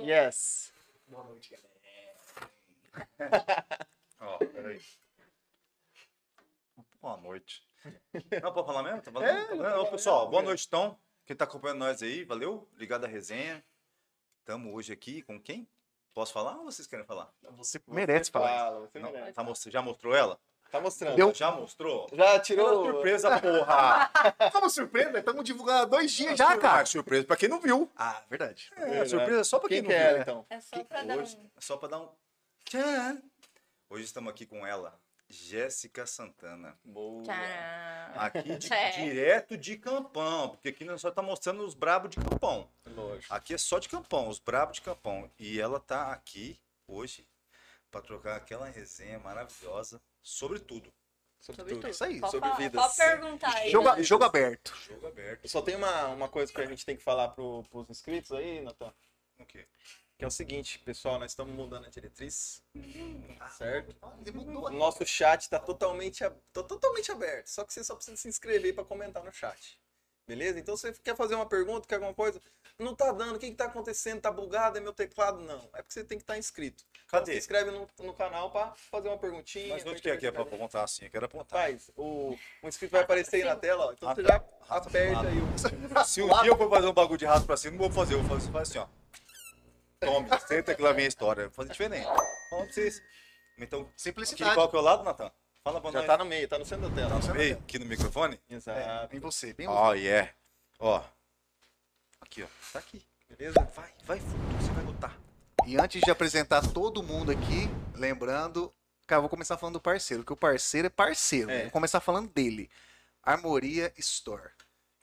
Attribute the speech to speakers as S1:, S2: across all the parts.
S1: Yes.
S2: Boa noite, galera.
S3: Ó, peraí. Boa noite. Não, pode falar mesmo? Tá falando?
S1: É,
S3: Tá falando?
S1: tá
S3: Ô,
S1: falando,
S3: pessoal, boa
S1: velho.
S3: noite, então. Quem tá acompanhando nós aí, valeu. Ligado à resenha. Tamo hoje aqui com quem? Posso falar ou vocês querem falar?
S1: Você merece falar.
S2: Fala, Tipo, você
S3: Não,
S2: merece.
S3: tá mostr- já mostrou ela?
S2: Tá mostrando.
S1: Deu- um
S3: Já mostrou?
S2: Já
S3: Ela
S2: tirou.
S3: é surpresa, porra!
S1: Estamos surpresos, estamos né? divulgando há dois dias
S3: Ela
S1: já,
S3: é
S1: cara.
S3: Surpresa pra quem não viu.
S1: Ah, verdade.
S3: É,
S2: Verdade.
S3: surpresa
S1: um
S3: só pra quem,
S2: Quem que
S3: não
S2: é
S3: viu.
S2: ela,
S1: né?
S2: então?
S4: É só pra dar
S3: Hoje,
S4: um.
S3: só pra dar um. Tchan. Hoje estamos aqui com ela, Jéssica Santana.
S2: Boa.
S4: Tcharam.
S3: Aqui de-
S4: É.
S3: direto de campão, porque aqui nós só tá mostrando os brabos de campão.
S2: Lógico.
S3: Aqui é só de campão, os brabos de campão. E ela tá aqui hoje pra trocar aquela resenha maravilhosa sobre tudo.
S4: Sobre tudo.
S1: Isso aí,
S4: Pode
S2: sobre
S4: falar,
S2: vidas.
S4: Pode perguntar
S3: né?
S4: aí. né,
S1: Jogo, a- jogo aberto.
S3: Jogo aberto.
S2: Só tem uma, uma coisa que a gente tem que falar pro, pros inscritos aí, Natan.
S3: O quê?
S2: Que é o seguinte, pessoal, nós estamos mudando a diretriz. Certo?
S1: Ele mudou
S2: O nosso chat tá totalmente, ab- tá totalmente aberto. Só que você só precisa se inscrever para comentar no chat. Beleza? Então se você quer fazer uma pergunta, quer alguma coisa? Não tá dando, o que, que tá acontecendo? Tá bugado? É meu teclado? Não. É porque você tem que estar inscrito. Então, se
S3: Cadê?
S2: inscreve no, no canal para fazer uma perguntinha.
S3: Mas não
S2: curtir
S3: quer aqui é
S2: esse
S3: pra
S2: canal.
S3: apontar assim, eu quero apontar.
S2: Faz. O, o inscrito
S4: Ah,
S2: vai aparecer aí na tela, ó. Então
S3: Ah,
S2: você já
S3: tá.
S2: aperta aí o.
S3: Se um dia eu for fazer um bagulho de rato pra cima, não vou fazer, eu vou fazer fazer assim, ó. Tome, senta que lá vem a história. Vou fazer diferente. Falando pra vocês. Então, aqui,
S1: Simplicidade.
S3: qual que é o lado, Natan? Fala pra
S2: Já
S3: nós.
S2: tá no meio, tá no centro da tela.
S3: Ei, aqui no microfone?
S1: É,
S2: Exato.
S1: bem você, bem você.
S3: Ó, yeah. Ó. Aqui, ó. Tá aqui.
S2: Beleza?
S3: Vai, vai fundo, você vai lutar.
S1: E antes de apresentar todo mundo aqui, lembrando, cara, eu vou começar falando do parceiro, que o parceiro é parceiro.
S2: É.
S1: Vou começar falando dele. Armoria Store.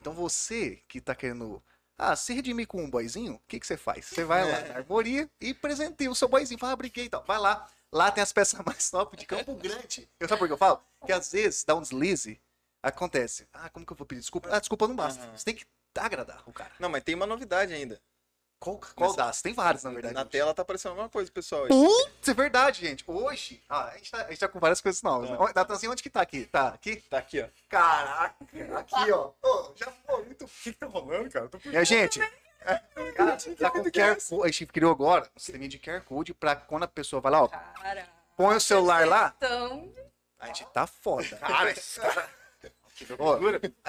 S1: Então você que tá querendo ah, se redimir com um boizinho, o que, que você faz? Você vai
S2: É.
S1: lá na Armoria e presenteia o seu boizinho. Fala, ah, briguei e tal. Vai lá. Lá tem as peças mais top de Campo Grande. Eu sabe por que eu falo? Que às vezes dá um deslize, acontece. Ah, como que eu vou pedir desculpa? Ah, desculpa não basta.
S2: Aham.
S1: Você tem que agradar o cara.
S2: Não, mas tem uma novidade ainda.
S1: Qual, qual dá? Tem vários, na verdade.
S2: Na
S1: hoje.
S2: tela tá aparecendo alguma coisa, pessoal.
S1: Isso é verdade, gente. Hoje. Ah, a gente tá, a gente tá com várias coisas
S3: É.
S1: novas.
S2: Ah.
S1: Né? Datanzinho, onde que tá aqui? Tá aqui?
S2: Tá aqui, ó.
S1: Caraca, aqui, ó. Ô, já foi muito.
S3: O que, que tá rolando, cara? Eu tô
S1: Minha gente. Cara, tá com QR Code. A gente criou agora um sisteminha de QR Code pra quando a pessoa vai lá, ó,
S4: Cara.
S1: põe o celular lá,
S4: Então,
S1: a gente tá foda. Cara,
S3: Ah,
S1: Ó,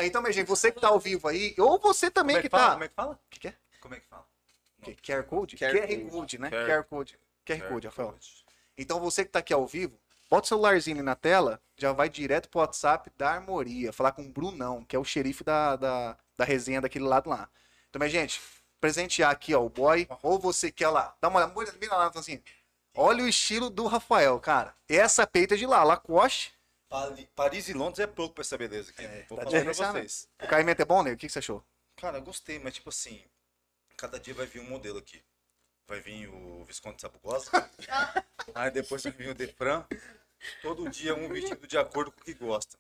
S1: então, minha gente, você que tá ao vivo aí, ou você também
S3: Como é
S1: que,
S3: que fala?
S1: tá.
S3: Como é que fala?
S1: que, que é?
S3: Como é que fala?
S1: Que- QR Code?
S2: QR
S1: QR,
S2: Code.
S1: Code, né?
S3: QR
S1: QR Code. QR Code, Rafael. Então você que tá aqui ao vivo, bota o celularzinho ali na tela, já vai direto pro WhatsApp da Armoria, falar com o Brunão, que é o xerife da, da, da resenha daquele lado lá. Então, minha gente, presentear aqui, ó, o boy, ou você quer lá, dá uma olhada, olha bem lá, então, assim, olha o estilo do Rafael, cara. Essa peita é de lá, Lacoste,
S3: Pali- Paris e Londres é pouco pra essa beleza aqui. Vou
S1: tá
S3: falar pra
S1: diferenciado.
S3: vocês.
S1: o caimento é bom, né? O que, que você achou?
S3: Cara, eu gostei, mas tipo assim, cada dia vai vir um modelo aqui. Vai vir o Visconde Sabugosa, aí depois vai vir o Defran. Todo dia um vestido de acordo com o que gosta.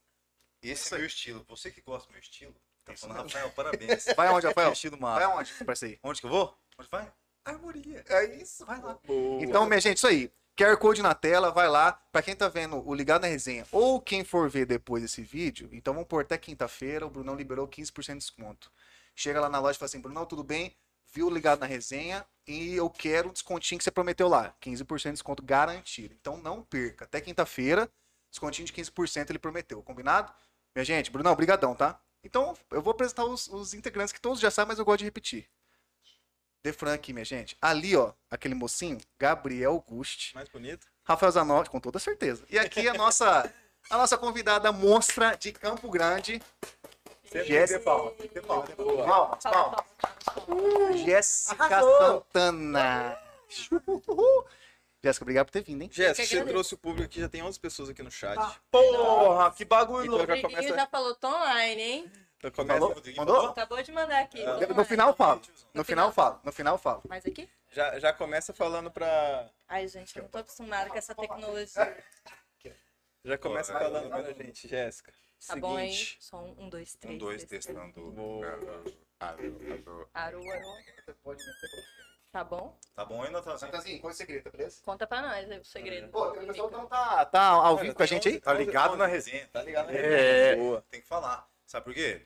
S3: Esse é meu estilo. Você que gosta do meu estilo, tá
S1: Isso
S3: falando, Rafael, parabéns.
S1: Vai aonde,
S3: Meu
S1: Rafael?
S3: estilo
S1: Vai
S3: massa.
S1: aonde, parceiro?
S3: Onde que eu vou? Onde vai? Armoria. É isso, vai lá.
S1: Então, minha gente, isso aí. QR Code na tela, vai lá. Pra quem tá vendo o Ligado na Resenha ou quem for ver depois desse vídeo, então vamos pôr até quinta-feira. O Brunão liberou 15% de desconto. Chega lá na loja e fala assim: Brunão, tudo bem? Viu o Ligado na Resenha e eu quero o descontinho que você prometeu lá. 15% de desconto garantido. Então não perca. Até quinta-feira, descontinho de 15% ele prometeu. Combinado? Minha gente, Brunão, brigadão, tá? Então, eu vou apresentar os, os integrantes que todos já sabem, mas eu gosto de repetir. Defran aqui, minha gente. Ali, ó, aquele mocinho, Gabriel Gusti.
S2: Mais bonito.
S1: Rafael Zanotti, com toda certeza. E aqui a nossa, a nossa convidada monstra de Campo Grande,
S2: é
S1: Jéssica.
S2: Boa.
S1: Palmas,
S4: Fala,
S1: palmas.
S4: fala, fala, fala.
S1: Jéssica
S2: Arrasou.
S1: Santana. Jéssica, obrigado por ter vindo, hein?
S2: Jéssica,
S4: Eu que
S2: você
S4: agradeço.
S2: trouxe o público aqui, já tem 11 pessoas aqui no chat.
S4: Ah.
S3: Porra, que bagulho
S2: Então
S3: louco.
S2: já
S4: O Briguinho já
S2: começa.
S4: falou, tô online, hein?
S2: já Então começa
S1: Mandou?
S4: Acabou de mandar aqui. tô
S1: É, No
S4: online.
S1: final eu falo. No
S4: No
S1: final
S4: final.
S1: eu falo. No final eu falo.
S4: Mas aqui?
S2: já, já começa falando pra.
S4: Ai, gente, eu não tô acostumada com essa tecnologia.
S2: Já começa
S3: Porra,
S2: falando
S3: vai.
S2: pra gente, Jéssica.
S4: Tá bom, hein?
S2: Seguinte.
S4: Só um, um, dois, três.
S3: Um, dois,
S4: três, três.
S3: testando.
S2: Boa.
S4: Aru, aru. Tá bom?
S3: Tá bom aí, Natanzinho?
S1: Natanzinho, qual é o segredo, beleza?
S4: Conta pra nós aí o segredo.
S1: Pô, o pessoal não tá, tá ao vivo com a gente aí?
S3: Tá ligado na resenha.
S2: Tá ligado? né?
S3: É.
S2: Boa.
S3: Tem que falar. Sabe por quê?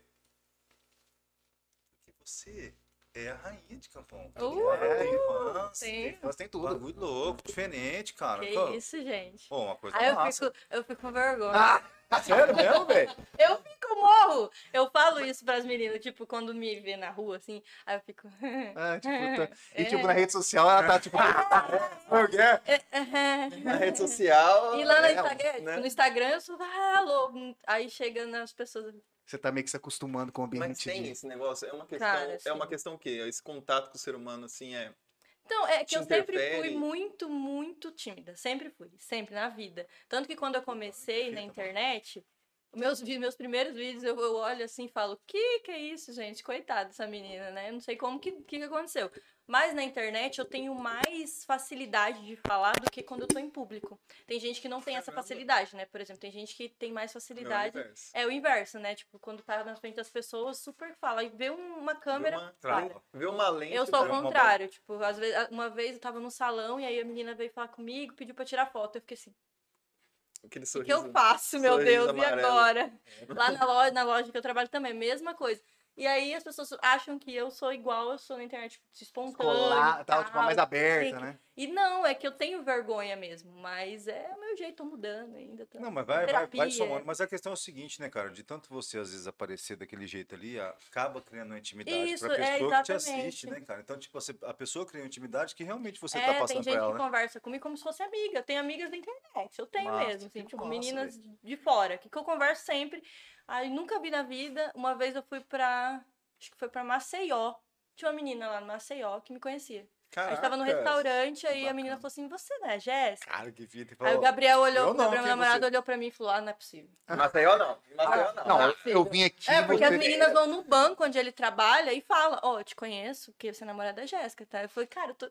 S3: Porque você é a rainha de Campão.
S4: Uh,
S3: é a irmã.
S4: sim.
S1: Mas tem tudo.
S3: Bagulho louco, diferente, cara.
S4: Que
S3: Pô,
S4: isso, gente.
S3: Pô, uma coisa
S4: Aí eu
S3: massa.
S4: fico, eu fico com vergonha.
S1: Ah, sério mesmo, velho?
S4: Eu fico morro. Eu falo isso pras meninas, tipo, quando me vê na rua, assim, aí eu fico.
S1: Ah, tipo, tá- E
S4: É.
S1: tipo, na rede social ela tá tipo.
S2: Na rede social.
S4: E lá no
S1: É,
S4: Instagram, tipo,
S2: né?
S4: no Instagram eu sou, ah, alô. Aí chegando as pessoas.
S1: Você tá meio que se acostumando com o
S2: Mas
S1: ambiente
S2: tem
S1: de.
S2: esse negócio. É uma questão.
S4: Cara,
S2: É uma
S4: sim.
S2: questão o quê? Esse contato com o ser humano, assim, é.
S4: Então, é que
S2: Te
S4: eu sempre fui
S2: interfere?
S4: muito, muito tímida. Sempre fui, sempre, na vida. Tanto que quando eu comecei na internet, meus, vi- meus primeiros vídeos eu, eu olho assim e falo, que que é isso, gente? Coitada dessa menina, né? Não sei como que, que, que aconteceu. Mas na internet eu tenho mais facilidade de falar do que quando eu tô em público. Tem gente que não tem essa
S2: Caramba.
S4: facilidade, né? Por exemplo, tem gente que tem mais
S2: meu
S4: facilidade
S2: universo.
S4: É o inverso, né? Tipo, quando tá na frente das pessoas, super fala. E vê um- uma câmera.
S2: uma
S4: para.
S3: trava.
S2: Vê uma lente.
S4: Eu sou ao
S2: cara.
S3: uma bola.
S4: contrário. Tipo, às vezes, uma vez eu tava num salão e aí a menina veio falar comigo, pediu pra tirar foto. Eu fiquei assim,
S2: Aquele
S4: o que
S2: sorriso.
S4: eu faço, meu
S2: sorriso
S4: Deus? E
S2: amarelo. É.
S4: agora? Lá na loja, na loja que eu trabalho também, mesma coisa. E aí as pessoas acham que eu sou igual, eu sou na internet, tipo, espontânea.
S1: Colar, tava tipo, mais aberta,
S4: Então, Tem que-
S1: né?
S4: E não, é que eu tenho vergonha mesmo. Mas é o meu jeito, tô mudando ainda. Tô...
S3: Não, mas vai, vai, vai
S4: Terapia.
S3: somando. Mas a questão é o seguinte, né, cara? De tanto você, às vezes, aparecer daquele jeito ali, acaba criando uma intimidade
S4: Isso,
S3: pra
S4: é,
S3: pessoa que te
S4: exatamente.
S3: assiste, né, cara? Então, tipo, você- a pessoa cria uma intimidade que realmente você
S4: é,
S3: tá
S4: tem
S3: passando pra
S4: gente
S3: ela,
S4: que
S3: né?
S4: conversa comigo como se fosse amiga. Eu tenho amigas da internet, eu tenho
S3: Massa,
S4: mesmo, assim,
S3: que
S4: tipo,
S3: massa,
S4: meninas de fora, que, que eu converso sempre. Aí nunca vi na vida. Uma vez eu fui pra. Acho que foi pra Maceió. Tinha uma menina lá no Maceió que me conhecia. A gente tava no
S2: Caracas.
S4: restaurante, aí a
S3: bacana.
S4: menina falou assim: Você não é Jess?
S3: Cara, que vida.
S4: Aí o Gabriel olhou,
S3: eu "É,
S4: o
S3: não,
S4: Gabriel, meu
S3: quem é
S4: namorado,
S3: você?
S4: olhou pra mim e falou: Ah, não é possível.
S2: Em Maceió não. Em Maceió não.
S1: Não, eu- eu
S4: filho.
S1: vim aqui.
S4: Ah, É, porque
S1: você-
S4: as meninas vão no banco onde ele trabalha e falam, ó, eu te conheço, porque você é namorada da Jéssica, tá? Eu falei, cara, eu tô...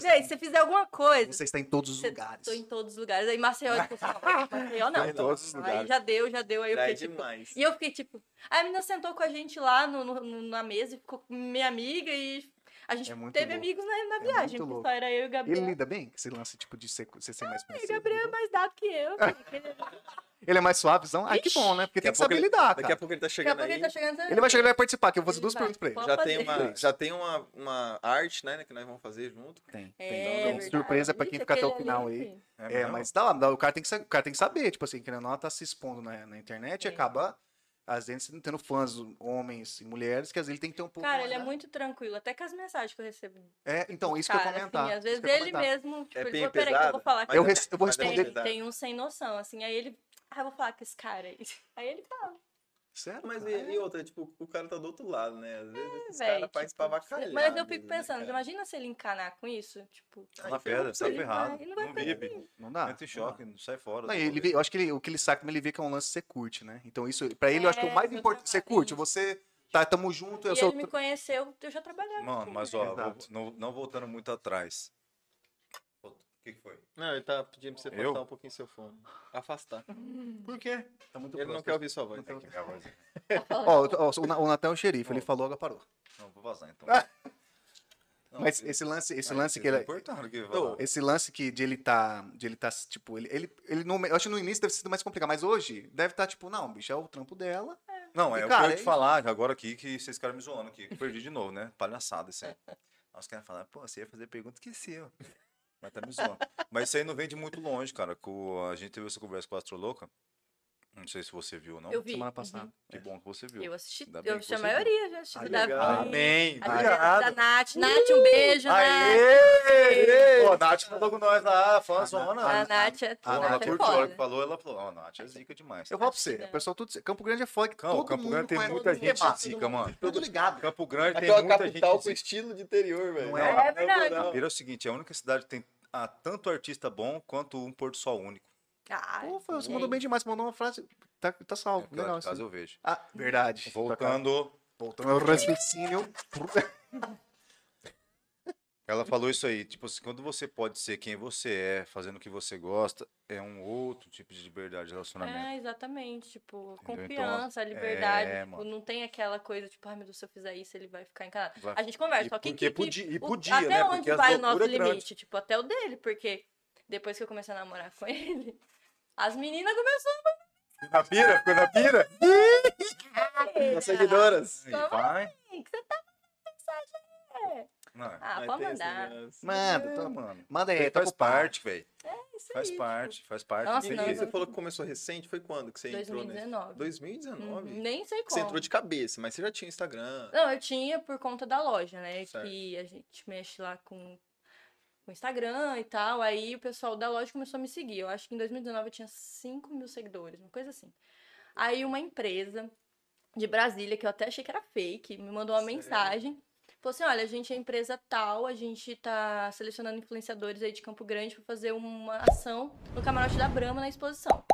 S4: Véi, se você fizer alguma coisa,
S1: Você está em todos os
S4: Cê-
S1: lugares.
S4: Tô em todos os lugares. Aí Maceió, tipo, não, Maceió não.
S3: Tô em todos os
S4: Aí
S3: lugares.
S4: já deu, já deu. Aí eu
S2: Já é
S4: fiquei, tipo...
S2: demais.
S4: E eu fiquei, tipo... Aí a menina sentou com a gente lá no, no- no- na mesa e ficou minha amiga e... A gente
S1: É muito
S4: teve
S1: louco. É
S4: amigos na, na
S1: muito
S4: viagem, porque
S1: louco.
S4: só era eu e o Gabriel.
S1: Ele lida bem com esse lance tipo, de ser, você ser mais
S4: E o
S1: conhecido.
S4: Gabriel é
S1: entendeu?
S4: mais dado que eu. filho. Ele- Daqui
S1: Ele é mais suavezão? Ai, que bom, né? Porque tem
S2: Daqui
S1: que
S2: a pouco
S1: saber
S2: ele-
S1: lidar,
S2: Daqui a
S1: cara.
S2: pouco ele tá
S4: a
S2: chegando
S4: pouco
S2: aí.
S4: ele tá chegando também.
S1: Ele vai chegar e vai participar, que eu vou fazer
S4: Ele
S1: duas
S4: vai.
S1: perguntas pra ele.
S4: Pode
S2: Já
S4: fazer.
S2: tem, uma, já tem uma, uma arte, né, que nós vamos fazer junto.
S1: Tem,
S4: É,
S1: tem. Então,
S4: verdade.
S1: surpresa pra quem
S4: Ixi,
S1: fica até o
S4: aquele
S1: final
S4: ali,
S1: aí.
S4: enfim.
S1: É, mas dá lá, dá- o, cara tem que, sa- o cara tem que saber, tipo assim, que ou não, ela tá se expondo na, na internet e
S4: Sim.
S1: acaba, às vezes, tendo fãs, homens e mulheres, que às vezes ele tem que ter um pouco.
S4: Cara,
S1: mais,
S4: ele é
S1: né?
S4: muito tranquilo, até com as mensagens que eu recebo.
S1: É, então, isso que eu
S4: cara,
S1: ia comentar.
S4: assim,
S1: isso
S4: às vezes
S1: que eu ia
S4: ele
S1: comentar.
S4: mesmo, tipo,
S2: É
S4: ele
S2: bem
S4: falou, peraí que eu vou
S2: pesada,
S4: falar
S2: mas
S1: Eu,
S2: é
S1: res- eu vou
S2: Mas é
S4: Tem,
S1: responder.
S2: verdade.
S4: tem um sem noção, assim. Aí ele. Ah, eu vou falar com esse cara aí. Aí ele tá fala,
S1: Sério?
S2: Mas e,
S1: cara?
S2: e outra, tipo, o cara tá do outro lado, né? Às vezes esse
S4: É, velho. tipo,
S2: cara faz pra avacalhar.
S4: Mas eu fico
S2: mesmo, né,
S4: pensando,
S2: cara?
S4: imagina se ele encanar com isso. Tipo,
S3: Tá na pedra, tá
S4: ele
S3: ferrado.
S4: vai- ele não vai
S3: Não
S4: fazer
S3: vive.
S1: Não dá.
S3: Entra em choque, né, não sai fora.
S1: Não,
S3: do
S1: e ele
S3: rolê.
S1: vê- eu acho que ele- o que ele saca também, ele vê que é um lance que você curte, né? Então, isso, pra ele, eu acho que
S4: É,
S1: o mais
S4: eu
S1: importante você
S4: trabalho,
S1: curte.
S4: isso.
S1: Você tá, tamo junto, eu
S4: e
S1: sou.
S4: ele me conheceu, eu já trabalhava. tipo,
S3: Mano,
S4: com
S3: mas
S4: ele.
S3: ó, vou-
S1: Exato.
S3: não, não voltando muito atrás. O que, que foi?
S2: Não, ele tá pedindo pra você
S3: Eu?
S2: afastar um pouquinho seu fone. Afastar.
S1: Por quê? Tá muito
S2: Ele não quer ouvir sua voz.
S1: Então-
S3: Minha voz-
S1: Ó, o- ó, o Na- o Natan é o xerife, ele
S3: Ó.
S1: falou, agora parou.
S3: Não, vou vazar então.
S1: Ah,
S3: Não,
S1: Mas
S3: porque-
S1: esse lance, esse
S3: Ah,
S1: lance
S3: vocês
S1: que ele. é- Então,
S3: cortaram o que eu ia
S2: Não,
S3: falar.
S1: Esse lance que de ele tá. De ele tá, tipo, ele. ele, ele não, eu acho que no início deve ter sido mais complicado, mas hoje deve estar, tipo, não, bicho, é o trampo dela.
S3: Não, é
S1: E,
S3: o que
S1: cara,
S3: eu ia te
S1: é-
S3: falar agora aqui, que vocês ficaram me zoando aqui. que eu Perdi de novo, né? Palhaçada isso aí. Aí os caras falaram, pô, você ia fazer pergunta, esqueceu. Mas tá me zoando. Mas isso aí não vem de muito longe, cara. Com- A gente teve essa conversa com a Astroloca. Não sei se você viu ou não.
S4: Eu vi.
S1: semana passada.
S4: uhum.
S3: Que bom que você viu.
S4: Eu assisti,
S3: Ainda bem
S4: eu
S3: que
S4: assisti a
S3: você
S4: maioria, já assisti
S1: Ah,
S4: do
S2: legal.
S4: Davi.
S3: Amém. tá
S4: a presença da Nath. Nath, um beijo, Nath.
S3: Aê! Pô, a Nath falou com nós lá, fãzona.
S4: A Nath é,
S3: Pô,
S1: a
S4: a
S3: ela
S4: Nath é
S3: curtiu, a hora que
S4: foda.
S3: falou, ela falou, ó, Nath, é zica demais.
S1: Eu
S4: tá
S1: falo pra você,
S4: Não.
S1: o pessoal tudo. Campo Grande é foda. que
S3: Não,
S1: todo
S3: Campo
S1: mundo
S3: Grande tem
S1: conhece,
S3: muita
S1: todo mundo
S3: gente assim,
S1: conhece,
S3: zica, mano.
S1: Tudo ligado.
S3: Campo Grande tem
S2: Aquela
S3: muita gente
S2: capital com
S3: zica.
S2: estilo de interior, velho.
S1: Não é?
S4: É verdade.
S2: Não,
S3: Campira é o seguinte, é a única cidade que tem ah, tanto artista bom quanto um pôr do sol único.
S4: Ai,
S1: Pô, foi- você
S4: gente.
S1: mandou bem demais, você mandou uma frase. Tá, tá
S3: É,
S1: salvo.
S3: que lá
S1: legal.
S3: de casa
S1: isso.
S3: eu vejo.
S1: Ah, verdade.
S3: Voltando,
S1: Voltando ao raciocínio.
S3: ela falou isso aí, tipo assim, quando você pode ser quem você é, fazendo o que você gosta, é um outro tipo de liberdade de relacionamento.
S4: É, exatamente. Tipo,
S3: Então,
S4: confiança, liberdade.
S3: é,
S4: tipo,
S3: mano.
S4: não tem aquela coisa, tipo, ai meu Deus, se eu fizer isso, ele vai ficar encanado.
S3: Vai-
S4: A gente conversa,
S3: E
S4: É, só que,
S3: porque
S4: que- que-
S3: podia- e
S4: o-
S3: podia,
S4: até
S3: né?
S4: onde
S3: Porque as
S4: vai o nosso
S3: loucuras é grande.
S4: limite? Tipo, até o dele, porque depois que eu comecei a namorar com ele, as meninas começaram
S3: Na pira? Ficou na pira?
S4: a
S2: seguidoras.
S3: Aí vai.
S4: Sim, que você tá mandando mensagem
S5: Não.
S4: Ah, pode mandar. É
S6: Manda,
S5: Tá,
S6: tá,
S5: mano.
S6: manda aí,
S5: Ele
S6: tá
S5: faz
S6: ocupado.
S5: parte, velho.
S4: isso
S5: Faz
S4: aí.
S5: parte, faz parte.
S4: Nossa,
S5: tem
S4: não, é
S5: jeito.
S2: Você falou que começou recente, foi quando que você entrou
S4: 2019.
S2: nesse? 2019.
S4: Uhum, Nem sei como. Ah.
S2: Você entrou de cabeça, mas você já tinha Instagram.
S4: Não, eu tinha por conta da loja, né?
S2: Certo.
S4: Que a gente mexe lá com o Instagram e tal. Aí o pessoal da loja começou a me seguir. Eu acho que em 2019 eu tinha 5 mil seguidores, uma coisa assim. Aí uma empresa de Brasília, que eu até achei que era fake, me mandou uma
S2: Sério?
S4: mensagem. Falou assim: olha, a gente é empresa tal, a gente tá selecionando influenciadores aí de Campo Grande pra fazer uma ação no camarote da Brahma na exposição.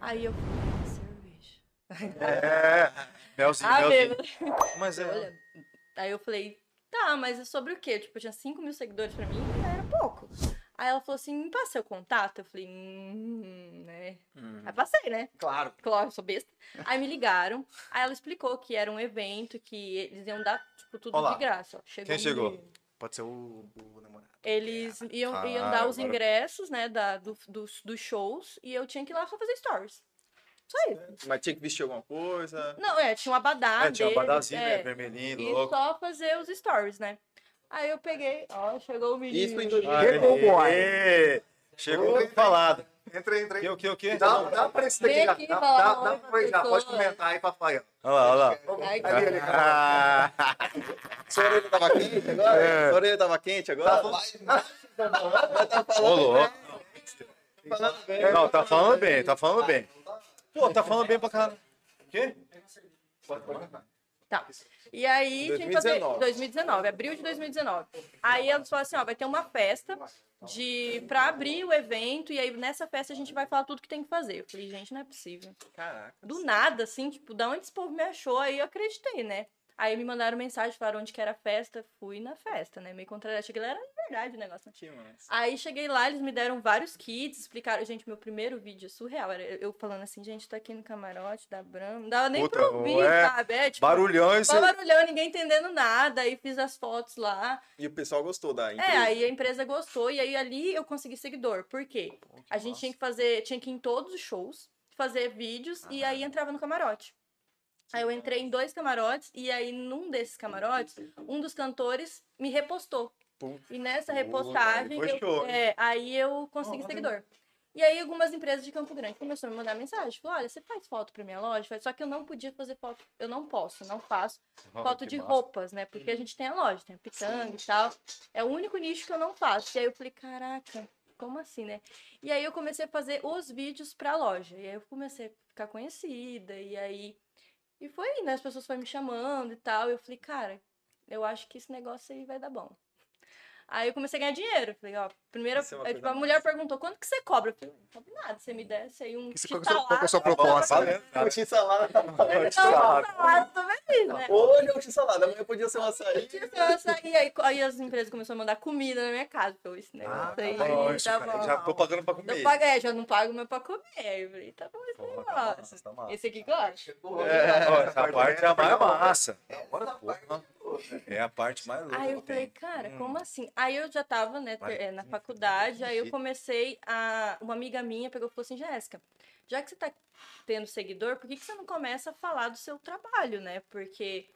S4: Aí eu falei, cerveja.
S5: É, melzinho,
S4: Ah,
S5: melzinho.
S4: bêbada.
S5: Mas é.
S4: Olha, aí eu falei, tá, mas é sobre o quê? Tipo, tinha 5 mil seguidores pra mim, era pouco. Aí ela falou assim, me passa seu contato? Eu falei, hum, né?
S2: Hum.
S4: Aí passei, né?
S2: Claro.
S4: Claro, eu sou besta. Aí me ligaram, aí ela explicou que era um evento, que eles iam dar, tipo, tudo
S5: Olá.
S4: de graça. ó. Chegou
S5: Quem chegou?
S4: um-
S6: Pode ser o, o namorado.
S4: Eles iam,
S5: Ah,
S4: iam dar os
S5: agora-
S4: ingressos, né, da, do- dos, dos shows, e eu tinha que ir lá só fazer stories. Só isso.
S2: Mas tinha que vestir alguma coisa.
S4: Não, é, tinha um abadá
S5: É, tinha um
S4: deles,
S5: badazinho,
S4: é.
S5: né? Vermelhinho,
S4: E
S5: louco.
S4: só fazer os stories, né? Aí eu peguei, ó, chegou o menino.
S2: Isso em 2000.
S6: Aê. Chegou, boy.
S5: Aê! Chegou bem falado.
S6: Entra aí, entra aí.
S5: Que, o que, o que?
S6: Dá, um- dá pra esse daqui
S4: Vem
S6: já.
S4: aqui
S6: Dá,
S4: falar
S6: dá,
S4: o
S6: dá
S4: nome
S6: pra ele
S4: da
S6: já. Pode
S4: pessoa.
S6: comentar aí, papai. ó.
S5: Olha lá, olha lá.
S4: Ai, que-
S6: Ali, ali.
S5: Ah,
S2: Sua orelha tava quente agora?
S5: É.
S2: Sua orelha tava quente agora?
S6: Tá bom.
S2: Mas tá
S5: ô,
S2: falando,
S5: louco.
S2: falando bem.
S5: Não, tá falando bem, tá falando bem. Pô, tá falando bem pra caramba. O quê?
S4: Tá. E aí, tinha que fazer
S2: 2019.
S4: 2019, abril de 2019. Aí eles falaram assim, ó, vai ter uma festa de para abrir o evento e aí nessa festa a gente vai falar tudo que tem que fazer. Eu falei, gente, não é possível.
S2: Caraca.
S4: Do nada assim, tipo, da onde esse povo me achou? Aí eu acreditei, né? Aí me mandaram mensagem, falaram onde que era a festa, fui na festa, né? Meio contrário, achei que era de verdade o negócio, né?
S2: Que massa.
S4: Aí cheguei lá, eles me deram vários kits, explicaram. Gente, meu primeiro vídeo é surreal. Era eu falando assim, gente, tô aqui no camarote da Brahma. Não dava nem
S5: Puta,
S4: pra ouvir,
S5: é,
S4: sabe? É, tipo,
S5: Barulhão esse.
S4: mó barulhão, ninguém entendendo nada. Aí fiz as fotos lá.
S2: E o pessoal gostou da
S4: É,
S2: empresa.
S4: aí a empresa gostou. E aí ali eu consegui seguidor. Por quê? a gente tinha que fazer, tinha que ir em todos os shows, fazer vídeos e aí entrava no camarote. Aí eu entrei em dois camarotes e aí num desses camarotes, um dos cantores me repostou.
S5: Puta.
S4: E
S5: Pô,
S4: nessa
S5: aí
S4: repostagem,
S5: foi
S4: eu-
S5: show, hein?
S4: é, aí eu consegui
S5: Ó,
S4: seguidor. E aí algumas empresas de Campo Grande começaram a me mandar mensagem, falou, olha, você faz foto pra minha loja? Faz- Só que eu não podia fazer foto, eu não posso, não faço
S5: Ó,
S4: foto
S5: que
S4: de
S5: massa.
S4: roupas, né? Porque a gente tem a loja, tem a pitanga e tal. É o único nicho que eu não faço. E aí eu falei, caraca, como assim, né? E aí eu comecei a fazer os vídeos pra loja. E aí eu comecei a ficar conhecida. E aí. E foi indo, né? As pessoas foram me chamando e tal. E eu falei, cara, eu acho que esse negócio aí vai dar bom. Aí eu comecei a ganhar dinheiro. Eu Falei, ó, primeira.
S2: Isso é uma
S4: aí, tipo,
S2: coisa
S4: a mulher perguntou, quanto que você cobra? Eu falei, não cobro nada, você me desse aí um.
S6: Que se-
S4: kit
S6: Qual que é a sua- qual que é a sua
S4: salada, eu
S6: proposta? né?
S5: Valendo, cara.
S2: X salada tá
S4: tava-
S2: falando.
S4: eu tava com salada, tô feliz, né?
S2: Olha o X salada, amanhã podia ser um açaí.
S4: Tinha essa- essa- E Tipo, aí, aí as empresas começaram a mandar comida na minha casa. Falei, esse
S3: É
S6: Ah,
S4: negócio
S6: tá
S4: aí
S6: bom, isso,
S4: tá
S6: cara,
S4: bom.
S5: Já tô pagando pra
S4: Não
S5: comer.
S4: paga, é, já não pago mais pra comer. Aí Eu falei, tá bom esse
S5: Porra, tá
S4: negócio.
S5: massa, tá
S6: Ah,
S5: massa.
S4: Esse aqui gosta?
S5: É, ó, essa parte é a mais massa.
S4: tá
S6: Agora, pô.
S3: né?
S5: É a parte mais louca.
S4: Aí eu
S5: que tem.
S4: falei, cara,
S5: Hum.
S4: como assim? Aí eu já tava, né, ter- é, na faculdade, aí eu comecei a. Uma amiga minha pegou e falou assim, Jéssica, já que você tá tendo seguidor, por que, que você não começa a falar do seu trabalho, né? Porque.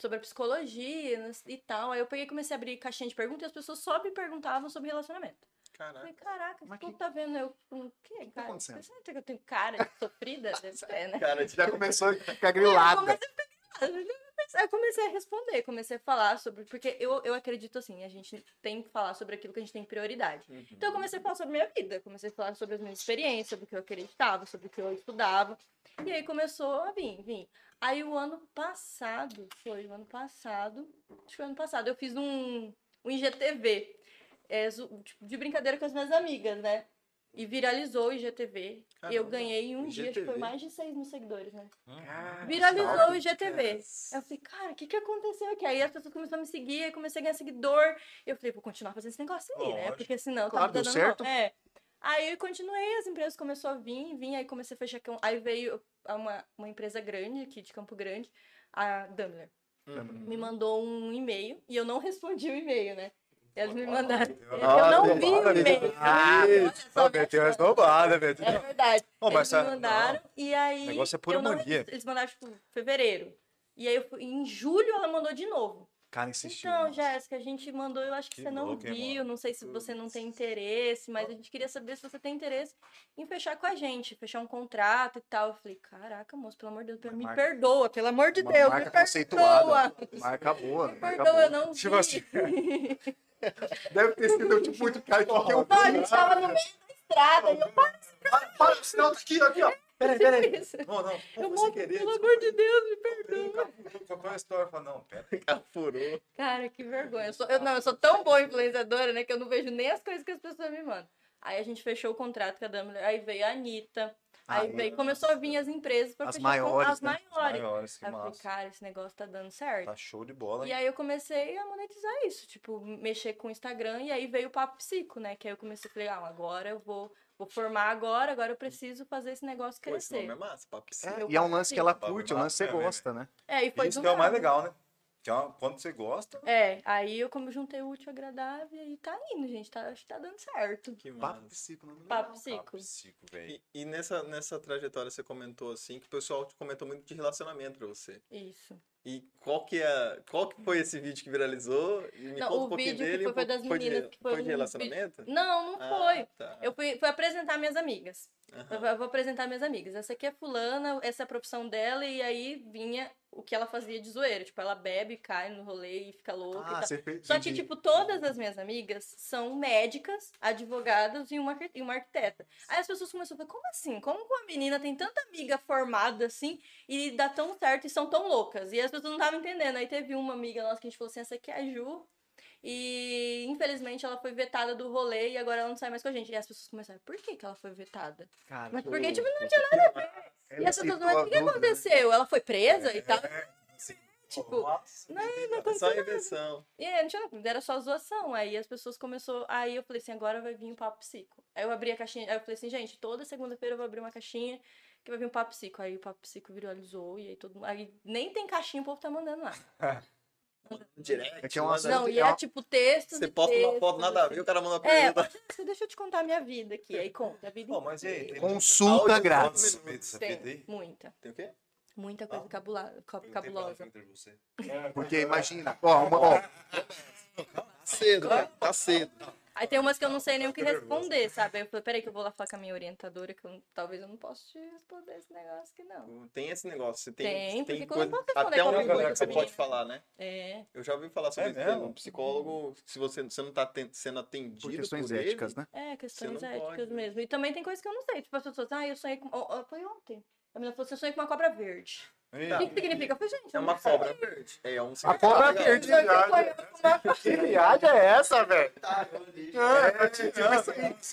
S4: Sobre a psicologia né, e tal. Aí eu peguei e comecei a abrir caixinha de perguntas e as pessoas só me perguntavam sobre relacionamento. Eu
S2: Caraca.
S4: falei, caraca,
S6: né? Mas
S4: tu
S6: que-
S4: tá vendo eu com o quê,
S6: tá
S4: cara?
S6: acontecendo?
S4: Você não acha que eu tenho cara de sofrida? Deve ser, né?
S2: Cara,
S6: Já
S2: já
S6: começou a ficar
S4: Aí eu
S6: grilada.
S4: comecei a pegar- Aí eu comecei a responder, comecei a falar sobre. Porque eu, eu acredito assim, a gente tem que falar sobre aquilo que a gente tem prioridade. Então eu comecei a falar sobre a minha vida, comecei a falar sobre as minhas experiências, sobre o que eu acreditava, sobre o que eu estudava. E aí começou a vir, vir. Aí o ano passado, foi o ano passado, acho que foi o ano passado, eu fiz um, um IGTV. é, zo- tipo, de brincadeira com as minhas amigas, né? E viralizou o IGTV. E eu
S2: Caramba,
S4: ganhei em um dia, acho que foi
S2: IGTV.
S4: mais de 6 mil seguidores, né?
S5: Hum.
S4: Viralizou o IGTV.
S2: Nossa.
S4: Eu falei, cara, o que, que aconteceu aqui? Aí as pessoas começaram a me seguir, aí comecei a ganhar seguidor. Eu falei, vou continuar fazendo esse negócio aí, né?
S5: Lógico.
S4: Porque senão
S6: Claro,
S4: tá
S6: deu
S4: dando
S6: certo.
S4: Não. É. Aí eu continuei, as empresas começaram a vir, vir, aí comecei a fechar. com- Aí veio uma, uma empresa grande aqui de Campo Grande, a Daimler, me mandou um e-mail e eu não respondi o e-mail, né? Elas me mandaram. Eu não vi o e-mail.
S5: Ah,
S4: Olha só,
S5: ah,
S3: é
S5: meteu as roubadas, meteu.
S4: É verdade.
S5: Ô, mas
S4: eles me
S5: sabe-
S4: mandaram e aí.
S5: O negócio é pura
S4: eu não-
S5: mania.
S4: Eles mandaram, tipo, fevereiro. E aí eu fui, em julho ela mandou de novo.
S1: Cara, insistiu.
S4: Então,
S1: nossa.
S4: Jéssica, a gente mandou, eu acho que,
S3: Que
S4: você não
S3: louco, hein,
S4: viu,
S3: mano?
S4: não sei se você não tem interesse, mas a gente queria saber se você tem interesse em fechar com a gente, fechar um contrato e tal. Eu falei, caraca, moço, pelo amor de
S1: Uma
S4: Deus, me
S1: marca-
S4: perdoa, pelo amor de
S1: uma
S4: Deus, me
S1: marca
S4: perdoa.
S1: conceituada. Marca boa.
S6: né?
S4: Me
S1: marca
S4: perdoa, eu
S1: boa.
S4: não
S1: Tipo
S4: vi.
S1: assim, Deve ter sido tipo muito cara que eu
S4: não, a gente tava no meio da estrada, e eu
S1: Para, para, o sinal tá aqui, aqui, ó. Peraí, peraí.
S4: fiz.
S3: Não, não.
S4: Eu
S3: foi
S4: morro,
S3: sem querer.
S4: pelo amor de Deus, me perdoa.
S3: desculpa. Qualquer história, eu falo, não, pera.
S1: Cafurou.
S4: Cara, que vergonha. Eu sou, eu- não, eu sou tão boa influenciadora, né? Que eu não vejo nem as coisas que as pessoas me mandam. Aí a gente fechou o contrato com a Dumbler. Aí veio a Anitta. Aí
S3: Ah,
S1: Aí.
S4: veio, começou a vir as empresas para
S1: As
S4: fechar com-
S1: maiores,
S4: as
S1: né?
S4: maiores.
S3: Maiores, que
S4: Aí eu falei,
S3: massa.
S4: cara, esse negócio tá dando certo.
S3: Tá show de bola,
S4: E
S3: hein?
S4: aí eu comecei a monetizar isso, tipo, mexer com o Instagram, e aí veio o papo psico, né? Que aí eu comecei, falei, ah, agora eu vou, vou formar agora, agora eu preciso fazer esse negócio
S2: Pô, esse nome é
S4: crescer.
S2: massa, papo sim.
S1: É, e é um lance que ela curte, é um lance que você
S3: Bagulho
S1: gosta, né?
S4: É, e foi
S3: Isso
S4: do
S3: que é o mais
S4: nada.
S3: legal, né? Que é uma- quando você gosta, ah,
S4: É, aí eu como juntei o útil ao agradável e tá indo, gente, tá, acho que tá dando certo.
S2: Que
S1: Papo
S2: massa.
S1: psico,
S6: é
S1: não me
S4: Papo
S3: tá
S4: psico.
S3: psico, velho.
S2: E, e nessa, nessa trajetória você comentou assim que o pessoal te comentou muito de relacionamento pra você.
S4: Isso.
S2: E qual que é, qual que foi esse vídeo que viralizou? E me
S4: Não,
S2: conta
S4: o
S2: um pouquinho
S4: vídeo que
S2: dele. e
S4: foi
S2: um pouco-
S4: das
S2: de-
S4: meninas, que foi
S2: foi
S4: um
S2: de relacionamento?
S4: Não, não
S2: Ah,
S4: foi.
S2: tá.
S4: Eu fui, fui apresentar minhas amigas. Eu
S2: Aham.
S4: vou- vou apresentar minhas amigas. Essa aqui é fulana, essa é a profissão dela, e aí vinha o que ela fazia de zoeira. Tipo, ela bebe, cai no rolê e fica louca e
S1: Ah,
S4: tal.
S1: você fez.
S4: tá. Só que, tipo, todas as minhas amigas são médicas, advogadas e uma, arqui- e uma arquiteta. Aí as pessoas começaram a falar, como assim? Como que uma menina tem tanta amiga formada assim e dá tão certo e são tão loucas? E as pessoas não estavam entendendo. Aí teve uma amiga nossa que a gente falou assim, essa aqui é a Ju. E infelizmente ela foi vetada do rolê e agora ela não sai mais com a gente. E as pessoas começaram, por que, que ela foi vetada?
S1: Cara,
S4: Mas
S1: Ah, que-
S4: porque, tipo, não
S1: que-
S4: tinha nada a ver. E
S1: Ela
S4: as pessoas,
S1: citou
S4: mas
S1: a
S4: o que que
S1: dúvida, né? É,
S4: aconteceu? Ela foi presa e tal? Tipo,
S3: Nossa,
S4: não
S2: É só
S4: aconteceu
S2: a invenção.
S4: e aí, não tinha, era só zoação. Aí as pessoas começou. Aí eu falei assim, agora vai vir um papo psico. Aí eu abri a caixinha. Aí eu falei assim, gente, toda segunda-feira eu vou abrir uma caixinha que vai vir um papo psico. Aí o papo psico viralizou e aí todo mundo. Aí nem tem caixinha, o povo tá mandando lá.
S2: Direct.
S1: É que é uma-
S2: manda-
S1: Mas
S4: Não,
S1: tem
S4: e era
S1: uma-
S4: tipo texto.
S2: Você posta uma foto, nada a ver, o cara manda uma
S4: É,
S2: pergunta.
S4: Jéssica, deixa eu te contar a minha vida aqui. Aí conta, a vida
S3: Pô, mas e aí?
S4: inteira.
S3: Tem
S1: Consulta
S2: Áudio,
S1: grátis.
S2: foto,
S3: essa vida- essa vida
S4: Tem,
S3: aí?
S4: muita.
S2: Tem o quê?
S4: Muita coisa
S3: Ah.
S4: cabula- ca-
S3: Eu tenho
S4: cabulosa.
S3: pergunta pra você.
S2: né?
S1: Porque imagina, ó, uma- ó,
S2: Tá cedo, né? Tá cedo.
S4: Aí tem umas que eu não sei nem o que
S3: Fica nervoso.
S4: responder, sabe? Aí Eu falei, peraí que eu vou lá falar com a minha orientadora, que eu não- talvez eu não possa te responder esse negócio aqui, não.
S2: Tem esse negócio. Você tem,
S4: Tem,
S2: você
S4: porque quando eu posso responder
S2: até
S4: é com
S2: onde
S3: alguma coisa
S2: você
S3: pra
S2: pode
S4: mim?
S2: falar, né?
S4: É.
S2: Eu já ouvi falar sobre
S3: É
S2: isso.
S3: mesmo?
S2: Um psicólogo, se você, você não tá ten- sendo atendido
S1: por questões
S2: por ele,
S1: éticas, né?
S4: É, questões
S2: não
S4: éticas
S2: pode, né?
S4: mesmo. E também tem coisas que eu não sei. Tipo, as pessoas, ah, eu sonhei com. ó, ó, foi ontem. A menina falou assim: eu sonhei com uma cobra verde.
S3: Ei,
S4: O que, que significa? Eu falei, gente,
S2: É
S4: eu
S2: uma
S4: não sei.
S2: cobra verde. É um
S1: A cobra
S2: legal.
S1: verde.
S4: Eu sonhei com uma cobra-
S1: Que viagem é essa, velho?
S2: Ah,
S3: é, eu tive isso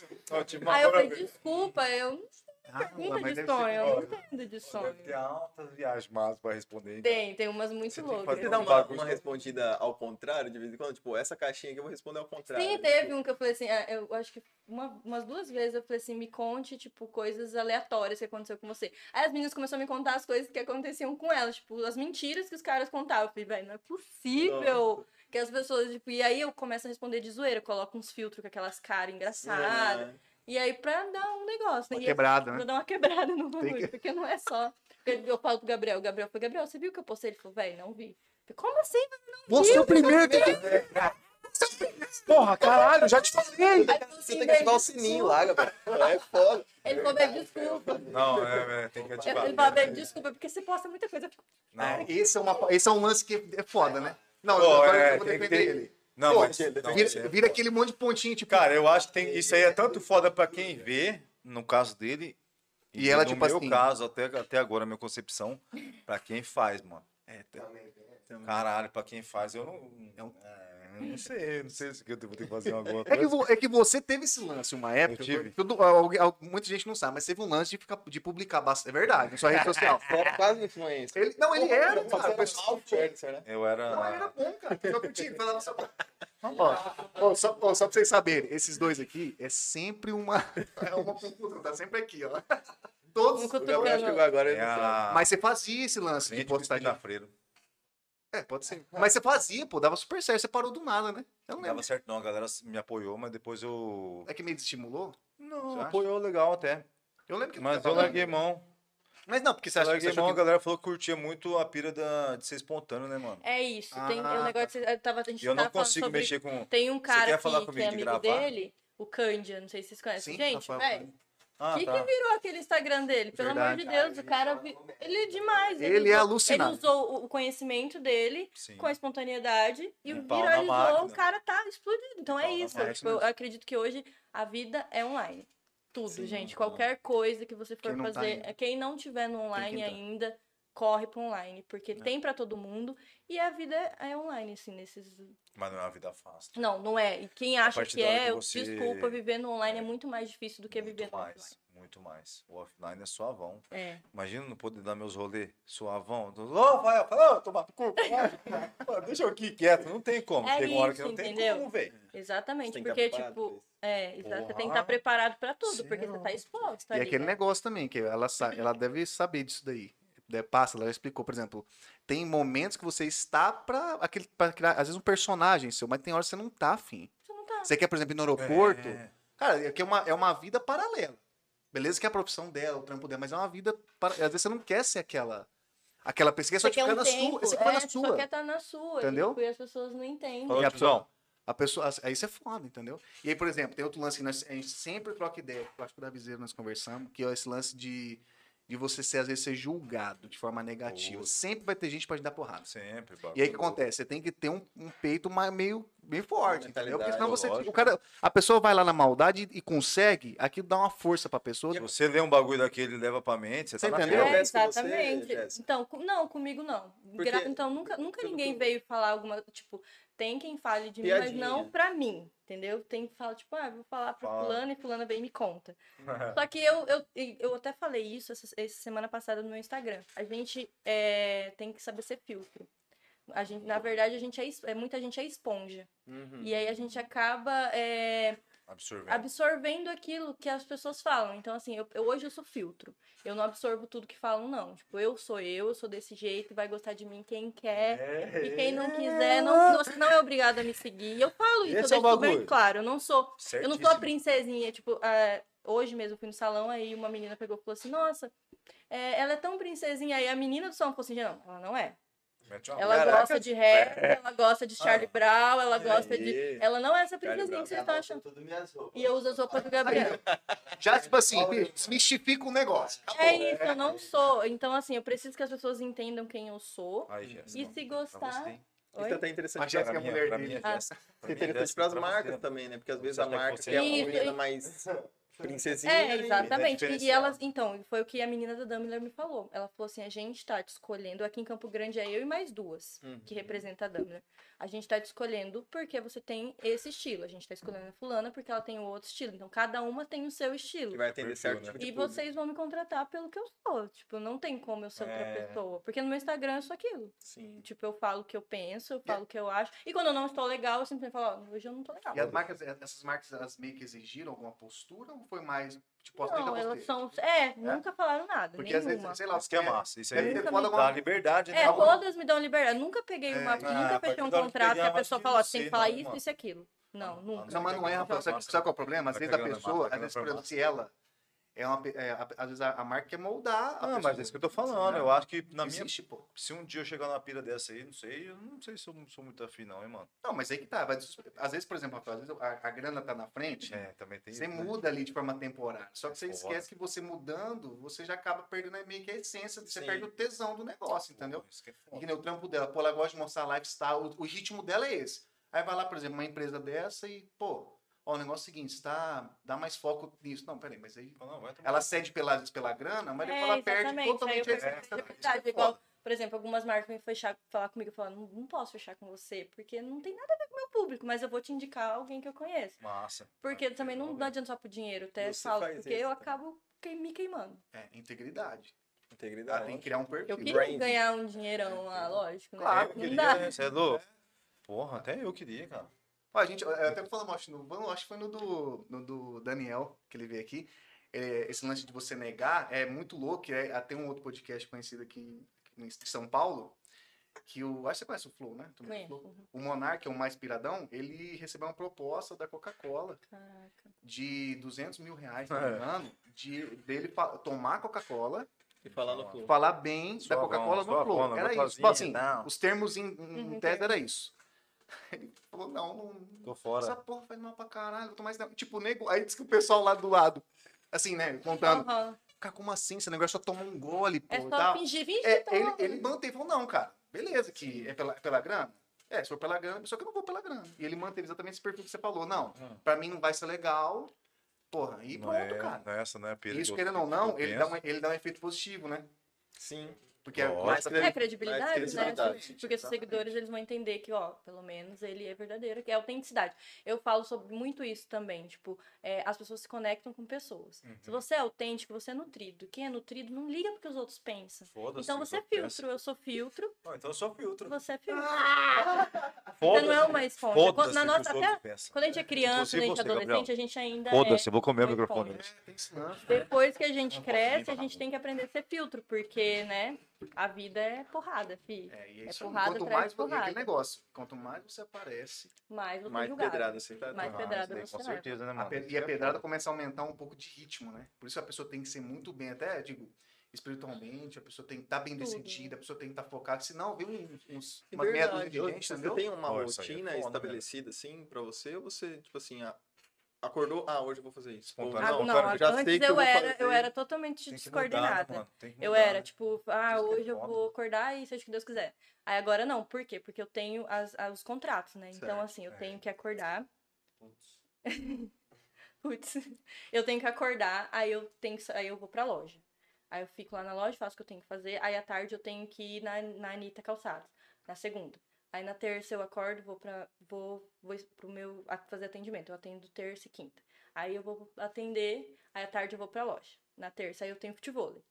S3: aí. Ó, eu tive uma
S4: Aí eu
S3: cobra
S4: falei,
S3: verde.
S4: desculpa, eu não
S1: Ah,
S4: pergunta
S1: mas
S4: de
S1: deve
S4: sonho,
S1: ser-
S4: eu não entendo de
S3: Deve ter
S4: sonho.
S3: altas viagens más pra responder. hein?
S4: Tem, tem umas
S3: Você
S4: muito
S3: tem que
S4: loucas.
S2: Você
S3: fazer
S2: dá
S3: um
S2: uma,
S3: bagulho
S2: uma
S3: que-
S2: respondida ao contrário de vez em quando? Tipo, essa caixinha aqui eu vou responder ao contrário.
S4: Sim, teve um que eu falei assim, ah, eu acho que uma- umas duas vezes eu falei assim, me conte, tipo, coisas aleatórias que aconteceu com você. Aí as meninas começaram a me contar as coisas que aconteciam com elas, tipo, as mentiras que os caras contavam. Eu falei, velho, não é possível que as pessoas, tipo, e aí eu começo a responder de zoeira, eu coloco uns filtros com aquelas caras engraçadas.
S2: É.
S4: E aí pra dar um negócio, né?
S1: Uma
S4: E
S1: quebrada,
S4: Pra
S1: né?
S4: dar uma quebrada no
S1: Tem
S4: bagulho, porque não é só. Porque Eu falo pro Gabriel, o Gabriel falou, Gabriel, você viu o que eu postei? Ele falou, velho, não vi. Eu falei, Como assim?
S1: Você é o primeiro que tem que. Porra, caralho, já te falei.
S4: Aí eu falei,
S2: Você
S4: "Sim,
S2: tem que
S4: velho,
S2: ativar o sininho lá, Gabriel. É foda.
S4: Ele falou, velho, desculpa.
S3: Não, é, é, tem que
S4: Eu
S3: ativar.
S4: falei, Babel, desculpa, é porque você posta muita coisa. eu fico,
S1: Ah,
S3: Não,
S1: Esse é, uma, esse é um lance que é foda, né? Não,
S3: Pô,
S1: agora
S3: é,
S1: eu vou
S3: tem que
S1: defender
S3: ter-
S1: ele.
S3: não,
S1: Pô,
S3: mas, não, mas
S1: Vira,
S3: é-
S1: vira aquele monte de pontinho, tipo,
S3: Cara, eu acho que tem- isso aí é tanto foda pra quem vê, no caso dele.
S1: E ela,
S3: no
S1: tipo
S3: meu
S1: assim-
S3: caso, até, até agora, a minha concepção, pra quem faz, mano. É, Caralho, pra quem faz, eu não.
S1: É um-
S3: é, eu não sei, eu não sei se eu vou ter que fazer alguma
S1: É que,
S3: coisa.
S1: vo- é que você teve esse lance uma época.
S3: Eu tive.
S1: tudo- alguém- al- muita gente não sabe, mas teve um lance de, ficar- de publicar bastante. É verdade, na sua rede social.
S2: Foda, é Quase influência.
S1: Ele- não, ele era, cara. o pessoal-
S2: Pessoal,
S3: Eu era.
S1: Não, ele era bom, cara. Eu curti, falava só pra- Ó, ó, só, ó, só pra vocês saberem, esses dois aqui é sempre uma. É uma confusão, tá sempre aqui, ó. Todos.
S4: Um cutu-
S2: Gabriel, acho que agora ele
S3: É
S2: não sabe.
S3: a...
S1: Mas você fazia esse lance de
S3: Gente,
S1: postar de.
S3: da freira.
S1: É, pode ser. Mas você fazia, pô, dava super certo. Você parou do nada, né? Eu não
S3: Não dava
S1: lembro.
S3: certo, não. A galera me apoiou, mas depois eu.
S1: É que me desestimulou?
S3: Não,
S1: acha?
S3: apoiou legal até.
S1: Eu lembro que
S3: Mas eu
S1: tava-
S3: larguei mão.
S1: Mas não, porque você acha, você
S3: Larguei mão,
S1: achou
S3: a
S1: que...
S3: galera falou que curtia muito a pira da- de ser espontâneo, né, mano?
S4: É isso. Tem
S1: Ah,
S4: o negócio. que você- Eu tava, a gente
S3: E tá. eu não
S4: tava falando
S3: consigo
S4: sobre-
S3: mexer com.
S4: Tem um
S3: quer
S4: cara que,
S3: falar
S4: que
S3: comigo
S4: é
S3: de gravar?
S4: amigo dele, o Cândia, não sei se vocês conhecem.
S1: Sim,
S4: gente,
S1: Rafael
S4: velho,
S1: Cândia.
S3: Ah,
S4: o que,
S3: tá.
S4: que virou aquele Instagram dele? Pelo amor de
S2: Verdade.
S4: Deus, o cara. vi- Ele é demais.
S1: Ele é
S4: usou-
S1: alucinado.
S4: Ele usou o- o conhecimento dele
S3: Sim.
S4: com a espontaneidade e
S3: Um
S4: o
S3: pau na
S4: viralizou, o
S3: máquina.
S4: cara tá explodido. Então é
S3: pau na
S4: isso.
S1: máquina.
S4: tipo, eu acredito que hoje a vida é online. Tudo,
S2: Sim,
S4: gente.
S3: mano.
S4: Qualquer coisa que você for
S1: Quem não tá
S4: fazer, é,
S1: ainda.
S4: quem não tiver no online
S1: entrar.
S4: ainda, corre pro online, porque
S3: É.
S4: tem pra todo mundo e a vida é online assim nesses
S3: Mas não é uma vida fácil.
S4: não, não é. E quem acha
S3: partir
S4: que
S3: da hora
S4: é,
S3: que
S4: eu-
S3: você-
S4: desculpa, viver no online é
S3: é.
S4: muito mais difícil do que viver
S3: muito
S4: no
S3: mais,
S4: offline.
S3: muito mais. O offline é suavão.
S4: É.
S3: Imagina não poder dar meus rolês suavão. Ô, oh, vai, fala, ô, tomar no cu. vai. Pô, Deixa eu aqui quieto. Não tem como.
S4: É
S3: tem uma hora que
S4: isso,
S3: não
S4: entendeu?
S3: tem como, velho.
S4: Exatamente,
S2: Tem que
S4: porque
S2: estar preparado
S4: tipo,
S2: pra isso.
S4: é, exato, você tem que
S3: Porra.
S4: estar preparado pra tudo,
S3: Cê
S4: porque
S3: é
S4: você tá
S3: louco.
S4: exposto
S1: E
S4: ali,
S1: aquele
S4: né?
S1: negócio também, que ela, sa- ela deve saber disso daí. É, passa, ela já explicou, por exemplo, tem momentos que você está pra, aquele, pra criar, às vezes, um personagem seu, mas tem horas que você não tá afim.
S4: Você não tá.
S1: Você quer, por exemplo, ir no aeroporto, Cara, é que é uma, é uma vida paralela. Beleza que é a profissão dela, o trampo dela, mas é uma vida. Para... Às vezes você não quer ser aquela. Aquela pesquisa, É só
S4: Você
S1: te
S4: quer
S1: ficar
S4: um
S1: na
S4: tempo,
S1: sua. Você fica
S4: é,
S1: na
S4: você
S1: sua.
S4: só quer estar na sua,
S1: Entendeu?
S4: tipo, e as pessoas não entendem.
S3: Falou,
S1: E a
S3: tiozão.
S1: pessoa, a pessoa, as- aí você é foda, entendeu? E aí, por exemplo, tem outro lance que nós, a gente sempre troca ideia, que eu acho que o Davizeiro nós conversamos, que é esse lance de, de você ser, às vezes, ser julgado de forma negativa.
S3: Puta.
S1: Sempre vai ter gente pra te dar porrada.
S3: Ah, Sempre,
S1: E aí o que acontece? Você tem que ter um, um peito mais, meio, meio forte,
S2: Uma
S1: entendeu?
S2: mentalidade,
S1: Porque senão você.
S3: lógico.
S1: O cara, a pessoa vai lá na maldade e consegue, aquilo dá uma força pra pessoa.
S3: Se você lê um bagulho daquele e leva pra mente, você,
S1: Você
S3: tá na
S1: entendeu?
S3: merda.
S4: É,
S2: Parece que você,
S4: exatamente.
S2: Jéssica.
S4: então, com- não, comigo não.
S2: Porque-
S4: Gra- Então, nunca, nunca
S2: pelo
S4: ninguém
S2: que-
S4: veio falar alguma. Tipo, tem quem fale de mim,
S2: Piadinha.
S4: mas não pra mim. Entendeu? Tem que falar, tipo, ah, vou falar pro
S3: Fala.
S4: fulano e fulana vem e me conta. Só que eu, eu, eu até falei isso essa, essa semana passada no meu Instagram. A gente é, tem que saber ser filtro. A gente, na verdade, a gente é, es- é- muita gente é esponja.
S2: Uhum.
S4: E aí a gente acaba é,
S3: Absorvendo.
S4: absorvendo aquilo que as pessoas falam. Então, assim, eu, eu- hoje eu sou filtro. Eu não absorvo tudo que falam, não. Tipo, eu sou eu, eu sou desse jeito, vai gostar de mim quem quer.
S1: Uhum.
S3: É.
S4: E quem não quiser, não, você não é obrigado a me seguir. E eu falo isso,
S3: Esse é
S4: eu
S3: o
S4: deixo bem
S3: bagulho.
S4: claro. Eu não sou eu não sou a
S3: Certíssimo.
S4: princesinha, tipo, ah, hoje mesmo eu fui no salão, aí uma menina pegou e falou assim, nossa, é, ela é tão princesinha. Aí a menina do salão falou assim, não, ela não é.
S3: Mete uma
S4: Ela
S3: Caraca,
S4: gosta de rap, ela gosta de Charlie
S3: Ah.
S4: Brown, ela gosta de...
S2: Aê.
S4: Ela não é essa
S2: Charlie
S4: princesinha
S2: Brown
S4: que vocês estão achando. E eu uso as roupas do
S1: Aí,
S4: Gabriel.
S1: já, tipo assim, desmistifica o negócio. Acabou.
S4: É isso, eu não sou. Então, assim, eu preciso que as pessoas entendam quem eu sou.
S3: Ai, Jéssica.
S4: E se
S3: Pra
S4: gostar.
S3: você,
S4: Oi?
S3: hein?
S2: Isso é até interessante.
S1: A Jéssica
S3: Pra
S1: é
S3: mim,
S1: mulher
S3: pra
S1: dele.
S3: mim é
S4: Ah.
S3: Jéssica. Pra
S2: Isso
S3: mim
S2: é
S3: é
S2: interessante
S3: Jéssica,
S2: para as
S3: pra você.
S2: marcas
S1: tá,
S2: também, né? Porque às
S3: Você
S2: vezes a
S3: acha que
S2: marca
S3: você
S2: quer
S4: é
S2: uma
S4: Isso,
S2: menina
S4: e-
S2: mais princesinha.
S4: É,
S2: né?
S4: exatamente. E- E,
S3: diferenciado.
S4: elas, então, foi o que a menina da Dumbler me falou. Ela falou assim: a gente tá te escolhendo, aqui em Campo Grande é eu e mais duas,
S2: Uhum.
S4: que é representa a Dumbler. A gente tá te escolhendo porque você tem esse estilo. A gente tá escolhendo a fulana porque ela tem o outro estilo. Então, cada uma tem o seu
S2: Que
S4: estilo.
S2: vai atender
S3: Perfil,
S2: certo
S3: né?
S2: tipo de
S4: E
S2: público.
S4: vocês vão me contratar pelo que eu sou. Tipo, não tem como eu ser outra
S3: É.
S4: pessoa. Porque no meu Instagram eu sou aquilo.
S2: Sim.
S4: Tipo, eu falo o que eu penso, eu falo o que eu acho. E quando eu não estou legal, eu simplesmente falo, ó, hoje eu não tô legal.
S1: E as marcas, essas marcas, elas meio que exigiram alguma postura ou foi mais, tipo, ó, tenta
S4: não, elas
S1: você?
S4: são. É, nunca falaram nada.
S1: Porque às
S4: nenhuma.
S1: vezes, sei lá,
S3: Isso que é massa. Isso aí
S1: Deve ter
S4: Nunca
S1: foda
S4: me-
S1: alguma
S3: dá liberdade, né?
S4: É,
S1: Não.
S4: todas me dão liberdade. Eu nunca peguei
S1: É,
S4: uma.
S1: ah,
S4: nunca
S3: pode
S4: fechei um
S3: dar uma
S4: contrato que
S3: pegar,
S4: a
S3: mas
S4: pessoa
S3: de
S4: fala, ó, você tem que
S3: você,
S4: falar
S3: não,
S4: isso,
S3: mano.
S4: isso e aquilo. Não, nunca.
S1: Não, mas não é, Rafael. Sabe, sabe qual é o problema? Às
S3: Vai
S1: vezes a
S3: cagando na
S1: pessoa,
S3: massa,
S1: às vezes, por
S3: vai
S1: exemplo, se ela. É uma, pe- é, a- às vezes a, a marca quer moldar. a
S3: Ah, mas é
S1: pessoa. Né?
S3: isso que eu tô falando. Eu acho que na minha.
S1: Existe, pô.
S3: Se um dia eu chegar numa pira dessa aí, não sei, eu não sei se eu não sou muito afim, não, hein, mano.
S1: Não, mas aí que tá. vai des- às vezes, por exemplo, Rafael, às vezes a, a grana tá na frente,
S3: É, também tem
S1: você
S3: isso, né?
S1: muda ali de forma temporária. Só que você
S3: Foda.
S1: esquece que você mudando, você já acaba perdendo meio que a essência, você
S2: Sim.
S1: perde o tesão do negócio, entendeu?
S3: Isso que é
S1: E
S3: foda.
S1: que nem o trampo dela, pô, ela gosta de mostrar lifestyle, o, o ritmo dela é esse. Aí vai lá, por exemplo, uma empresa dessa e, pô, ó, o negócio é o seguinte, você tá, dá mais foco nisso. Não, peraí, mas aí
S3: Não, não, vai tomar-
S1: ela cede pela, pela grana, mas
S4: É,
S1: depois ela perde
S4: exatamente.
S1: totalmente a
S4: Aí eu-
S3: É,
S1: essência.
S4: é
S3: isso
S4: verdade,
S3: é
S4: igual-
S3: foda.
S4: Por exemplo, algumas marcas vêm fechar, falar comigo e falar, não, não posso fechar com você, porque não tem nada a ver com o meu público, mas eu vou te indicar alguém que eu conheço.
S3: Massa.
S4: Porque também não, não adianta só pro dinheiro, eu até
S2: Você
S4: falo,
S2: faz
S4: porque
S2: isso
S4: eu
S2: também.
S4: acabo que- me queimando.
S1: É, integridade. Ela
S2: Integridade.
S1: tem que criar um perfil.
S4: Eu queria
S2: branding.
S4: ganhar um dinheirão lá, lógico, né?
S1: Claro,
S3: Eu
S4: não
S3: queria,
S4: dá.
S3: né? Você é louco? Porra, até eu queria, cara.
S1: Ó, a gente, eu até falamos, acho, no, vamos- acho que foi no do, no do Daniel, que ele veio aqui. É, esse lance de você negar é muito louco. É, ah, tem um outro podcast conhecido aqui em São Paulo, que o. Acho que você conhece o Flow, né? Turma do
S4: Conheço.
S1: Flow? O Monark, é o mais piradão, ele recebeu uma proposta da Coca-Cola
S4: Caraca.
S1: de 200 mil reais, se não me engano, de, dele pa- tomar Coca-Cola
S2: E falar no flow.
S1: Falar bem da
S3: Suavão,
S1: Coca-Cola no
S3: suavona,
S1: Flow. Era isso. Tipo
S3: gostosinha,
S1: assim,
S3: não.
S1: os termos em, em
S4: Uhum,
S1: tese era isso. Ele falou, não, não,
S3: Tô fora.
S1: Essa porra faz mal pra caralho, vou tomar esse negócio. Tipo, nego. Aí diz que o pessoal lá do lado, assim, né, contando.
S4: Aham.
S1: Cara, como assim? Esse negócio é só toma um gole, pô.
S4: É
S1: e
S4: só
S1: tal.
S4: fingir, fingir
S1: É,
S4: que tá
S1: ele,
S4: rolando.
S1: ele manteve, falou, não, cara, beleza, que é pela, pela grana. É, se for pela grana, só que eu não vou pela grana. E ele manteve exatamente esse perfil que você falou. Não,
S3: Ah.
S1: pra mim não vai ser legal. Porra, e
S3: Não
S1: pronto,
S3: é,
S1: cara.
S3: não é essa, não é perigo.
S1: Isso, querendo ou não, ele dá, um, ele dá um efeito positivo, né?
S2: Sim.
S1: Porque é
S3: Lógico.
S1: mais
S4: É credibilidade,
S2: Mas
S4: né?
S1: credibilidade,
S4: Porque os
S1: exatamente.
S4: seguidores eles vão entender que, ó, pelo menos ele é verdadeiro, que é autenticidade. Eu falo sobre muito isso também, tipo, é, as pessoas se conectam com pessoas. Se você é autêntico, você é nutrido. Quem é nutrido não liga pro que os outros pensam.
S3: Foda-se.
S4: Então você é
S3: eu penso.
S4: filtro, eu sou filtro,
S3: Não, então eu sou filtro.
S4: você é filtro. Você
S3: Foda-se.
S4: não é uma esponja. Quando,
S3: Foda-se.
S4: na
S3: que
S4: nossa,
S3: os
S4: até
S3: outros pensam.
S4: quando a gente é criança,
S3: Inclusive
S4: a gente é
S3: você, Gabriel.
S4: adolescente, a gente ainda é.
S3: Foda-se, eu vou comer o
S4: Foi
S3: microfone.
S4: foda.
S1: É, tem isso, né?
S4: Depois que a gente cresce, a gente tem que aprender a ser filtro, porque, né, a vida é porrada, fi.
S1: É, e
S4: É
S1: é isso aí.
S4: porrada
S1: Quanto mais
S4: atrás de
S1: e aquele
S4: porrada.
S1: negócio, quanto mais você aparece,
S4: Mas você é
S3: Mais
S4: julgado.
S3: pedrada,
S2: assim,
S3: você tá
S4: Mais
S3: Ah,
S4: pedrada
S3: isso daí
S4: você
S3: Com
S4: leva.
S3: certeza, né,
S1: a
S3: mano?
S1: pe- e
S3: Isso
S1: a
S3: é
S1: pedrada
S3: foda.
S1: começa a aumentar um pouco de ritmo, né? Por isso a pessoa tem que ser muito bem, até digo, espiritualmente, a pessoa tem que estar bem
S4: Tudo.
S1: decidida, a pessoa tem que estar focada, senão vem uns, uns
S2: E
S1: uma meia dúzia
S2: É verdade.
S1: de gente,
S2: Você
S1: entendeu?
S2: tem uma
S3: Ó, isso aí é
S2: rotina
S3: foda,
S2: estabelecida, assim, pra você? Ou você, tipo assim, ah, acordou? Ah, hoje eu vou fazer isso. Ou
S3: Espontâneo.
S4: Ah,
S3: Não,
S4: não,
S3: cara,
S2: eu já sei
S4: antes
S2: que eu
S4: eu
S2: vou
S4: era,
S2: fazer.
S4: eu era totalmente
S3: Tem que mudar, né,
S4: descoordenada.
S3: mano? Tem que
S4: eu
S3: mudar,
S4: era,
S3: né?
S4: tipo, ah,
S3: Isso que é
S4: hoje eu
S3: foda.
S4: vou acordar e seja o que Deus quiser. Aí agora não, por quê? Porque eu tenho as, as- os contratos, né? Então,
S3: Certo,
S4: assim, eu
S3: é.
S4: tenho que acordar. Putz. Eu tenho que acordar, aí eu tenho que sa- aí eu vou pra loja. Aí eu fico lá na loja, faço o que eu tenho que fazer. Aí à tarde eu tenho que ir na, na Anitta Calçados, na segunda. Aí na terça eu acordo, vou para vou, vou es- pro meu a- fazer atendimento. Eu atendo terça e quinta. Aí eu vou atender, aí à tarde eu vou pra loja. Na terça aí eu tenho futevôlei.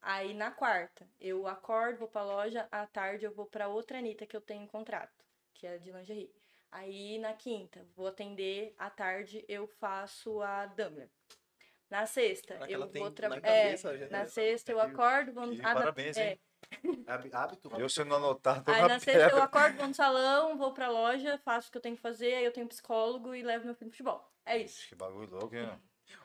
S4: Aí na quarta eu acordo, vou pra loja, à tarde eu vou pra outra Anitta que eu tenho contrato, que é de lingerie. Aí na quinta vou atender, à tarde eu faço a Dumbler. Na sexta
S2: Caraca,
S4: eu
S2: ela tem
S4: vou é,
S2: na
S4: trabalhar.
S2: cabeça, a
S4: Na
S2: agenda.
S4: sexta eu
S1: Viu?
S4: acordo, vou
S3: E
S4: ah, na-
S3: parabéns, hein?
S1: Há- Hábito.
S3: Eu sendo anotado
S4: Aí na
S3: na
S4: sexta eu
S3: pedra.
S4: acordo, vou no salão, vou pra loja, faço o que eu tenho que fazer, aí eu tenho psicólogo e levo meu filho no futebol. É isso.
S3: Que bagulho louco, hein?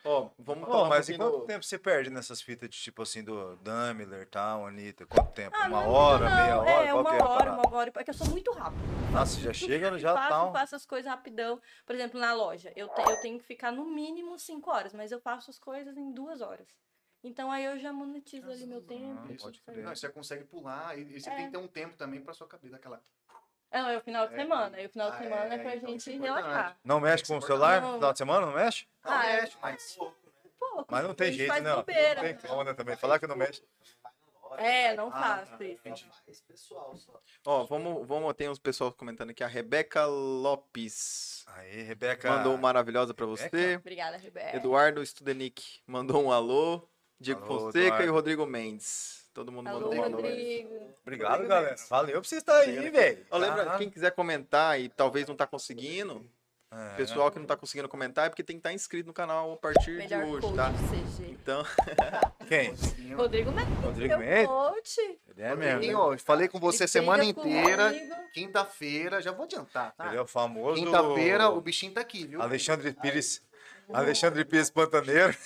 S2: Ó, vamos
S3: Pô,
S2: falar
S3: mas
S2: um
S3: em
S2: pouquinho
S3: quanto
S2: do-
S3: tempo você perde nessas fitas de tipo assim do Dummler, tal, Anitta? Quanto tempo?
S4: Ah,
S3: uma
S4: não,
S3: hora,
S4: não,
S3: meia hora?
S4: É,
S3: Qual
S4: uma
S3: que é a
S4: hora,
S3: parada?
S4: uma hora. Porque eu sou muito rápida.
S3: Nossa, já chega, já
S4: faço,
S3: tá um...
S4: faço as coisas rapidão. Por exemplo, na loja, eu, te- eu tenho que ficar no mínimo cinco horas, mas eu faço as coisas em duas horas. Então aí eu já monetizo ali meu tempo.
S3: não
S1: Isso,
S3: pode
S1: não,
S3: crer.
S1: você consegue pular e, e você
S4: É.
S1: tem que ter um tempo também pra sua cabeça daquela.
S4: Não, é o final de
S1: É.
S4: semana. E o final de
S1: Ah,
S4: semana é,
S1: é,
S4: pra
S1: então isso
S4: gente
S1: é importante.
S4: relaxar.
S3: Não mexe com o celular no final de semana? Não mexe?
S1: Não,
S4: Ah, é.
S1: mexe, "Tá mas
S4: Pouco,
S3: Mas não
S4: a
S3: tem
S4: gente
S3: jeito,
S4: faz
S3: não. Não
S4: bobeira.
S3: tem como, né? Também falar que não mexe.
S4: É, não
S1: Ah,
S4: faço
S1: tá.
S4: isso.
S2: Ó, vamos, vamos, tem uns pessoal comentando aqui. A Rebeca Lopes
S3: Aí, Rebeca.
S2: mandou um maravilhosa pra
S3: Rebeca?
S2: você.
S4: Obrigada, Rebeca.
S2: Eduardo Studenic mandou um alô. Diego
S3: Alô,
S2: Fonseca e
S3: Eduardo.
S2: o Rodrigo Mendes. Todo mundo
S4: Alô,
S2: mandou um alô. aí.
S4: Rodrigo.
S3: Obrigado, galera. Valeu por você estar aí, velho.
S2: Ó, lembra,
S3: Caralho.
S2: quem quiser comentar e talvez não tá conseguindo,
S3: É.
S2: pessoal que não tá conseguindo comentar é porque tem que estar inscrito no canal a partir
S4: Melhor
S2: de
S4: coach
S2: hoje, tá?
S4: do CG.
S2: Então,
S3: Quem?
S1: conseguiu.
S4: Rodrigo Mendes,
S3: Rodrigo
S4: meu
S3: Mendes?
S4: coach.
S3: Ele é mesmo.
S1: E,
S3: né?
S1: ó, falei com você
S4: Ele
S1: semana
S4: briga
S1: inteira,
S4: comigo.
S1: quinta-feira, já vou adiantar, tá?
S3: Ele é o famoso.
S1: Quinta-feira o bichinho tá aqui, viu?
S3: Alexandre Pires. Alexandre Pires Pantaneiro.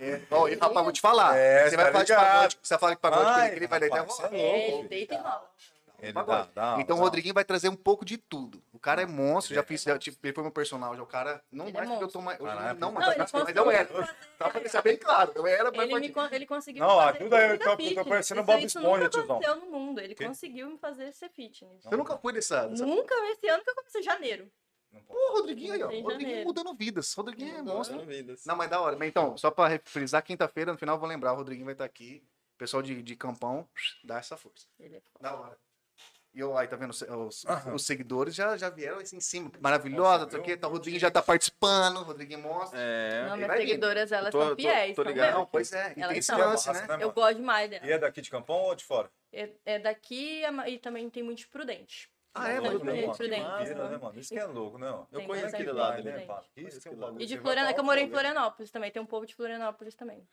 S1: É. Ó, e rapaz, vou te falar.
S3: É,
S1: você vai
S3: tá
S1: falar de
S3: ligado.
S1: pagode, você fala de pagode
S3: Ai,
S1: que ele vai deitar
S3: rapaz,
S1: rola.
S3: você é
S4: É,
S3: louco.
S4: ele deita e rola.
S3: Ele dá,
S1: Pagode.
S3: dá.
S1: Então o
S3: dá.
S1: Rodriguinho vai trazer um pouco de tudo. O cara é monstro,
S3: Ele
S1: já fiz, já, tipo, ele foi meu personagem. O cara não
S4: Ele é
S1: mais porque eu
S4: monstro.
S1: tô mais. Hoje
S3: Caralho,
S1: não
S3: ele
S1: mais,
S4: Não, ele
S1: mas eu era.
S4: conseguiu fazer-
S1: Tá pra deixar bem claro. Eu era, mas
S4: Ele,
S1: foi
S4: me, con- ele conseguiu
S3: Não,
S4: me fazer
S3: ajuda eu,
S4: vida
S3: então, porque eu tô
S4: fitness.
S3: parecendo
S4: Isso-
S3: Bob
S4: isso
S3: Esponja,
S4: nunca
S3: tiozão.
S4: aconteceu no mundo. Ele
S3: Quê?
S4: conseguiu me fazer ser fitness.
S1: Eu nunca fui dessa. dessa...
S4: Nunca, esse ano que eu comecei, janeiro.
S3: Não pode.
S1: Pô, Rodriguinho aí, ó.
S4: Em
S1: Rodriguinho
S4: janeiro.
S1: mudando vidas. Rodriguinho é monstro.
S2: vidas.
S1: Não, mas da hora. Mas então, só pra frisar, quinta-feira, no final, eu vou lembrar, o Rodriguinho vai estar aqui. Pessoal de, de campão, dá essa força.
S4: Ele é foda.
S1: Da hora. E eu, aí, tá vendo? Os, os-
S3: Aham.
S1: os seguidores já, já vieram assim em cima. Maravilhosa, não sei o quê. Tá, o Rodriguinho já tá participando. O Rodriguinho mostra.
S2: É,
S4: Não,
S1: ele
S4: minhas
S1: vai vir.
S4: seguidoras, elas
S2: tô-
S4: são
S2: tô-
S4: fiéis.
S2: tô
S4: são
S2: ligado.
S1: Não,
S4: mesmo.
S1: pois é. E
S4: Elas
S1: tem esse
S4: são.
S1: lance,
S3: Massa,
S1: né?
S3: né,
S4: Eu
S3: mano?
S4: gosto demais
S3: E
S4: delas.
S3: é daqui de Campão ou de fora?
S4: É, é daqui é ma- e também tem muito de prudente.
S1: Ah, é, mano.
S4: Não, não, não.
S1: Rodriguinho.
S3: Que
S4: Prudente.
S3: maneiro, né, mano? Isso que é louco, né? ó?
S2: eu
S4: Tem
S2: conheço
S4: bastante
S2: aquele
S4: lá,
S2: lado,
S4: gente.
S2: né?
S4: né?
S3: Pá, Isso que é louco.
S4: E de
S3: Você vai pra
S4: Florianópolis, que eu morei em
S3: Florianópolis.
S4: Florianópolis também. Tem um povo de Florianópolis também.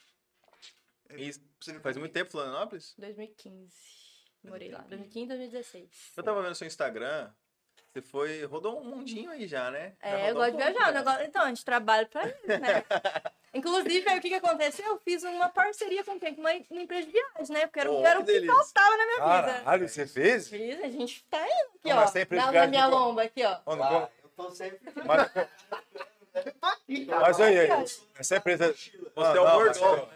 S2: Isso, faz muito tempo, Florianópolis?
S4: 2015. Morei lá.
S2: tempinho.
S4: 2015, 2016.
S2: Eu tava vendo seu Instagram, Você foi, rodou um mundinho aí já, né? Já
S4: É, eu
S2: rodou
S4: gosto
S2: um
S4: de viajar. o
S2: pouco,
S4: negócio- Então, a gente trabalha pra isso, né? Inclusive, aí o que, que aconteceu? Eu fiz uma parceria com quem? Com uma, uma empresa de viagem, né? Porque era, o-
S2: Oh,
S4: era o
S2: que
S4: que
S2: delícia.
S4: faltava na minha vida.
S3: Caralho, você fez?
S4: Diz, a gente tá indo aqui,
S3: Não,
S4: ó.
S3: mas sem empresa de
S4: Na, na
S3: viagem,
S4: minha
S3: não tô-
S4: lomba aqui, ó.
S3: Ô, não vou-
S7: eu tô sempre
S3: Mas,
S7: aqui, cara.
S3: mas aí, aí, essa empresa.
S2: Você é
S3: Não,
S2: o
S3: mas-
S2: gordão.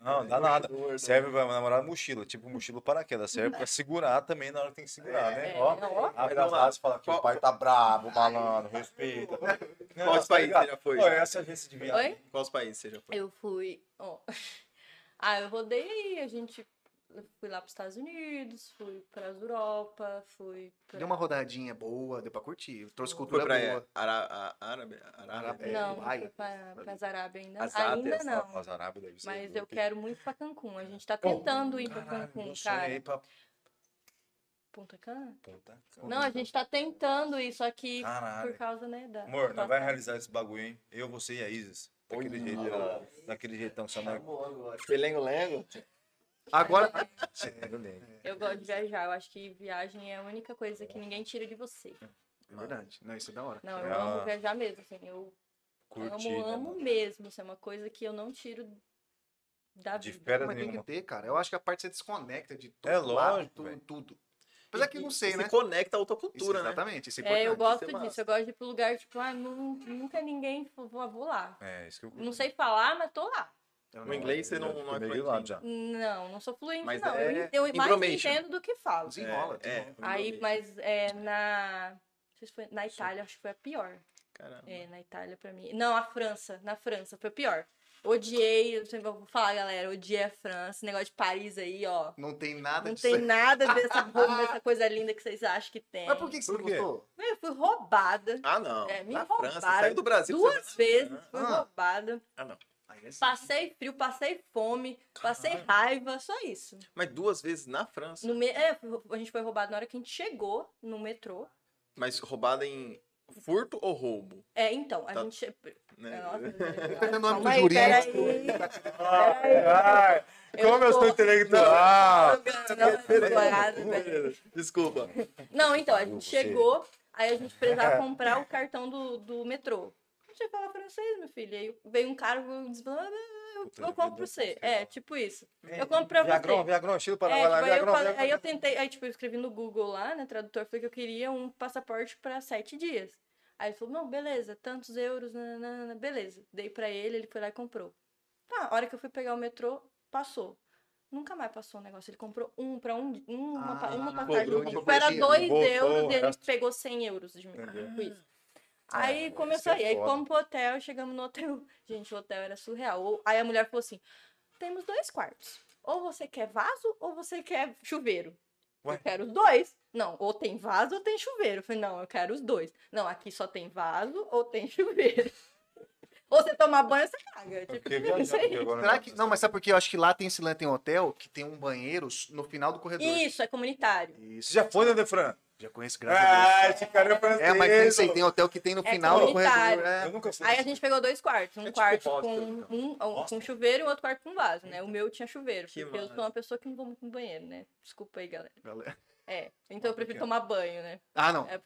S3: Não, dá nada.
S2: Gordão.
S3: Serve pra namorar mochila, tipo mochila paraquedas. Serve pra segurar também na hora que tem que segurar, né?
S4: É,
S3: Ó,
S4: não, ó.
S3: abre as asas e fala que o pai tá bravo, malandro, respeita. Não,
S2: Quais
S3: tá
S2: países
S3: ligado?
S2: você já foi?
S3: Ó, essa agência de viagem.
S4: Oi?
S2: Quais países você já foi?
S4: Eu fui. ó. Ah, eu rodei aí. A gente. eu fui lá pros Estados Unidos, fui pra Europa, fui pra.
S1: Deu uma rodadinha boa, deu pra curtir. Eu trouxe
S2: Foi
S1: cultura
S2: pra né?
S1: boa.
S2: Ara- a- Árabe? Arábia?
S1: Arábia.
S4: Não, não
S1: Dubai.
S4: fui pra, pra Arábia ainda.
S2: As
S4: ainda
S2: Ábias,
S4: não.
S3: As Arábias deve ser
S4: Mas
S3: do
S4: eu
S3: pi-
S4: quero muito pra Cancún. A gente tá
S3: Pô,
S4: tentando ir pra
S3: caralho,
S4: Cancún,
S3: meu sonho é
S4: cara.
S3: ir pra
S4: Punta Cana?
S3: Punta Cana.
S4: Não, a gente tá tentando isso aqui por
S3: Caralho.
S4: causa, né, da...
S3: Amor,
S4: da-
S3: não vai realizar esse bagulho, hein? Eu, você e a Isis. Daquele jeito, né? ela- daquele jeitão, só não
S7: Chamou agora.
S2: Pelengo-lengo?
S1: Agora,
S4: Eu gosto de viajar. Eu acho que viagem é a única coisa que ninguém tira de você.
S1: É verdade. Não, isso é da hora.
S4: Não, eu
S3: Ah.
S4: amo viajar mesmo, assim. Eu
S3: curti.
S4: amo,
S3: né,
S4: amo
S3: mano?
S4: mesmo. Isso é uma coisa que eu não tiro da
S3: De
S4: vida.
S3: férias
S1: Mas tem que
S3: nenhuma.
S1: ter, cara. Eu acho que a parte você desconecta de tudo.
S3: É
S1: lado,
S3: lógico,
S1: tudo,
S3: velho.
S1: tudo. Apesar que eu não sei,
S2: se
S1: né?
S2: conecta a outra
S1: Isso,
S2: cultura, é né?
S1: exatamente. Isso é importante.
S4: É, eu
S2: importante,
S4: gosto
S2: isso é
S4: disso.
S2: massa.
S4: Eu gosto de ir pro lugar, tipo, ah, nu- nunca ninguém... Vou, vou lá.
S3: É, isso que eu
S4: Não sei falar, mas tô lá.
S1: Eu
S2: O inglês você não,
S3: Eu
S2: não é
S3: meio
S2: fluente.
S3: lado já.
S4: Não, não sou fluente,
S2: Mas
S4: não. Eu
S2: é
S4: en- Eu, mais
S2: information.
S4: entendo do que falo.
S1: Desenrola.
S2: É,
S1: desenrola.
S4: Aí, mas é, na. não sei se foi na Itália, acho que foi a pior.
S1: Tá
S2: Caramba.
S4: É, na Itália pra mim. Não, a França. Na França foi a pior. Odiei, eu sempre vou falar, galera, odiei a França. Esse negócio de Paris aí, ó.
S1: Não tem nada
S4: Não
S1: disso aí.
S4: tem nada dessa, roupa, dessa coisa linda que vocês acham que tem.
S1: Mas por que que você
S3: Por
S1: não
S3: quê?
S1: gostou?
S4: Eu fui roubada
S2: Ah, não.
S4: É, me
S2: Na França,
S4: roubaram
S2: saiu do Brasil. pra
S4: duas vezes. Fui
S1: Ah.
S4: roubada.
S1: Aí é assim.
S4: Passei frio, passei fome, passei raiva, só isso.
S2: você- Mas duas vezes na França.
S4: No me... é, fui rou- a gente foi roubado na hora que a gente chegou no metrô.
S2: Mas roubada em furto ou roubo?
S4: É, então, a
S2: Tá.
S4: gente.
S2: Né?
S4: É, Nossa,
S1: Tá no âmbito
S4: calma aí,
S1: jurídico.
S4: peraí.
S3: Ai, como eu sou intelectual!
S4: Não,
S2: Desculpa.
S4: né? Não, então, a gente
S3: Você.
S4: chegou, aí a gente precisava comprar o cartão do, do metrô. Não tinha que falar francês, meu filho. Aí veio um cara e disse: "Ah, eu,
S3: Puta,
S4: eu compro pra
S3: eu
S4: você.
S3: sei
S4: É,
S3: lá.
S4: tipo isso. Eu compro pra
S3: Viagrão,
S4: você.
S3: Viagrão, estilo para
S4: É,
S3: lá,
S4: tipo, aí, eu
S3: Viagrão,
S4: falei- aí eu
S3: Viagrão.
S4: tentei, aí tipo, eu escrevi no Google lá, né, tradutor, falei que eu queria um passaporte pra sete dias. Aí ele falou, não, beleza, tantos euros, né, nananana, beleza. Dei pra ele, ele foi lá e comprou. Tá, a hora que eu fui pegar o metrô, passou. Nunca mais passou o negócio. Ele comprou um pra um, uma,
S1: Ah,
S4: pa- uma
S1: cobrou
S4: passagem.
S1: de
S4: Tipo, era
S1: cobrou,
S4: dois
S3: voltou,
S4: euros e ele
S3: resto.
S4: pegou 100 euros de mim.
S3: Entendeu?
S4: Tipo isso.
S3: Ah,
S4: Aí
S3: é,
S4: começou
S3: isso
S4: aí.
S3: é
S4: Aí
S3: foda.
S4: fomos pro hotel, chegamos no hotel. Gente, o hotel era surreal. Ou- Aí a mulher falou assim: temos dois quartos. Ou você quer vaso ou você quer chuveiro.
S3: Ué?
S4: Eu quero os dois. Não, ou tem vaso ou tem chuveiro. Eu falei, não, eu quero os dois. Não, aqui só tem vaso ou tem chuveiro. ou você tomar banho ou você caga. Tipo,
S3: Porque
S4: é isso
S3: viajando aqui
S4: aí.
S3: agora.
S1: Será que. Não, mas sabe por quê? Eu acho que lá tem esse lá tem um hotel que tem um banheiro no final do corredor.
S4: Isso, é comunitário.
S1: Isso.
S3: Você já foi,
S1: né,
S3: Dona Fran?
S1: Já conheço, graças a
S3: Ah, esse cara é
S1: Deus.
S3: francês.
S1: É, mas tem, sei, tem hotel que tem no
S4: É
S1: final do
S4: comunitário.
S1: corredor.
S3: Eu
S1: É.
S3: nunca fui.
S4: Aí a gente pegou dois quartos. Um
S2: É tipo
S4: quarto
S2: hostel,
S4: com,
S2: então.
S4: um, um com
S3: Hostel.
S4: chuveiro e um outro quarto com vaso, né? O meu tinha chuveiro.
S2: Que
S4: porque eu sou
S2: massa.
S4: uma pessoa que não vou muito no banheiro, né? Desculpa aí, galera.
S1: Galera.
S4: É, então eu
S3: por
S4: prefiro
S3: quê?
S4: tomar banho, né?
S1: Ah, não.
S4: É.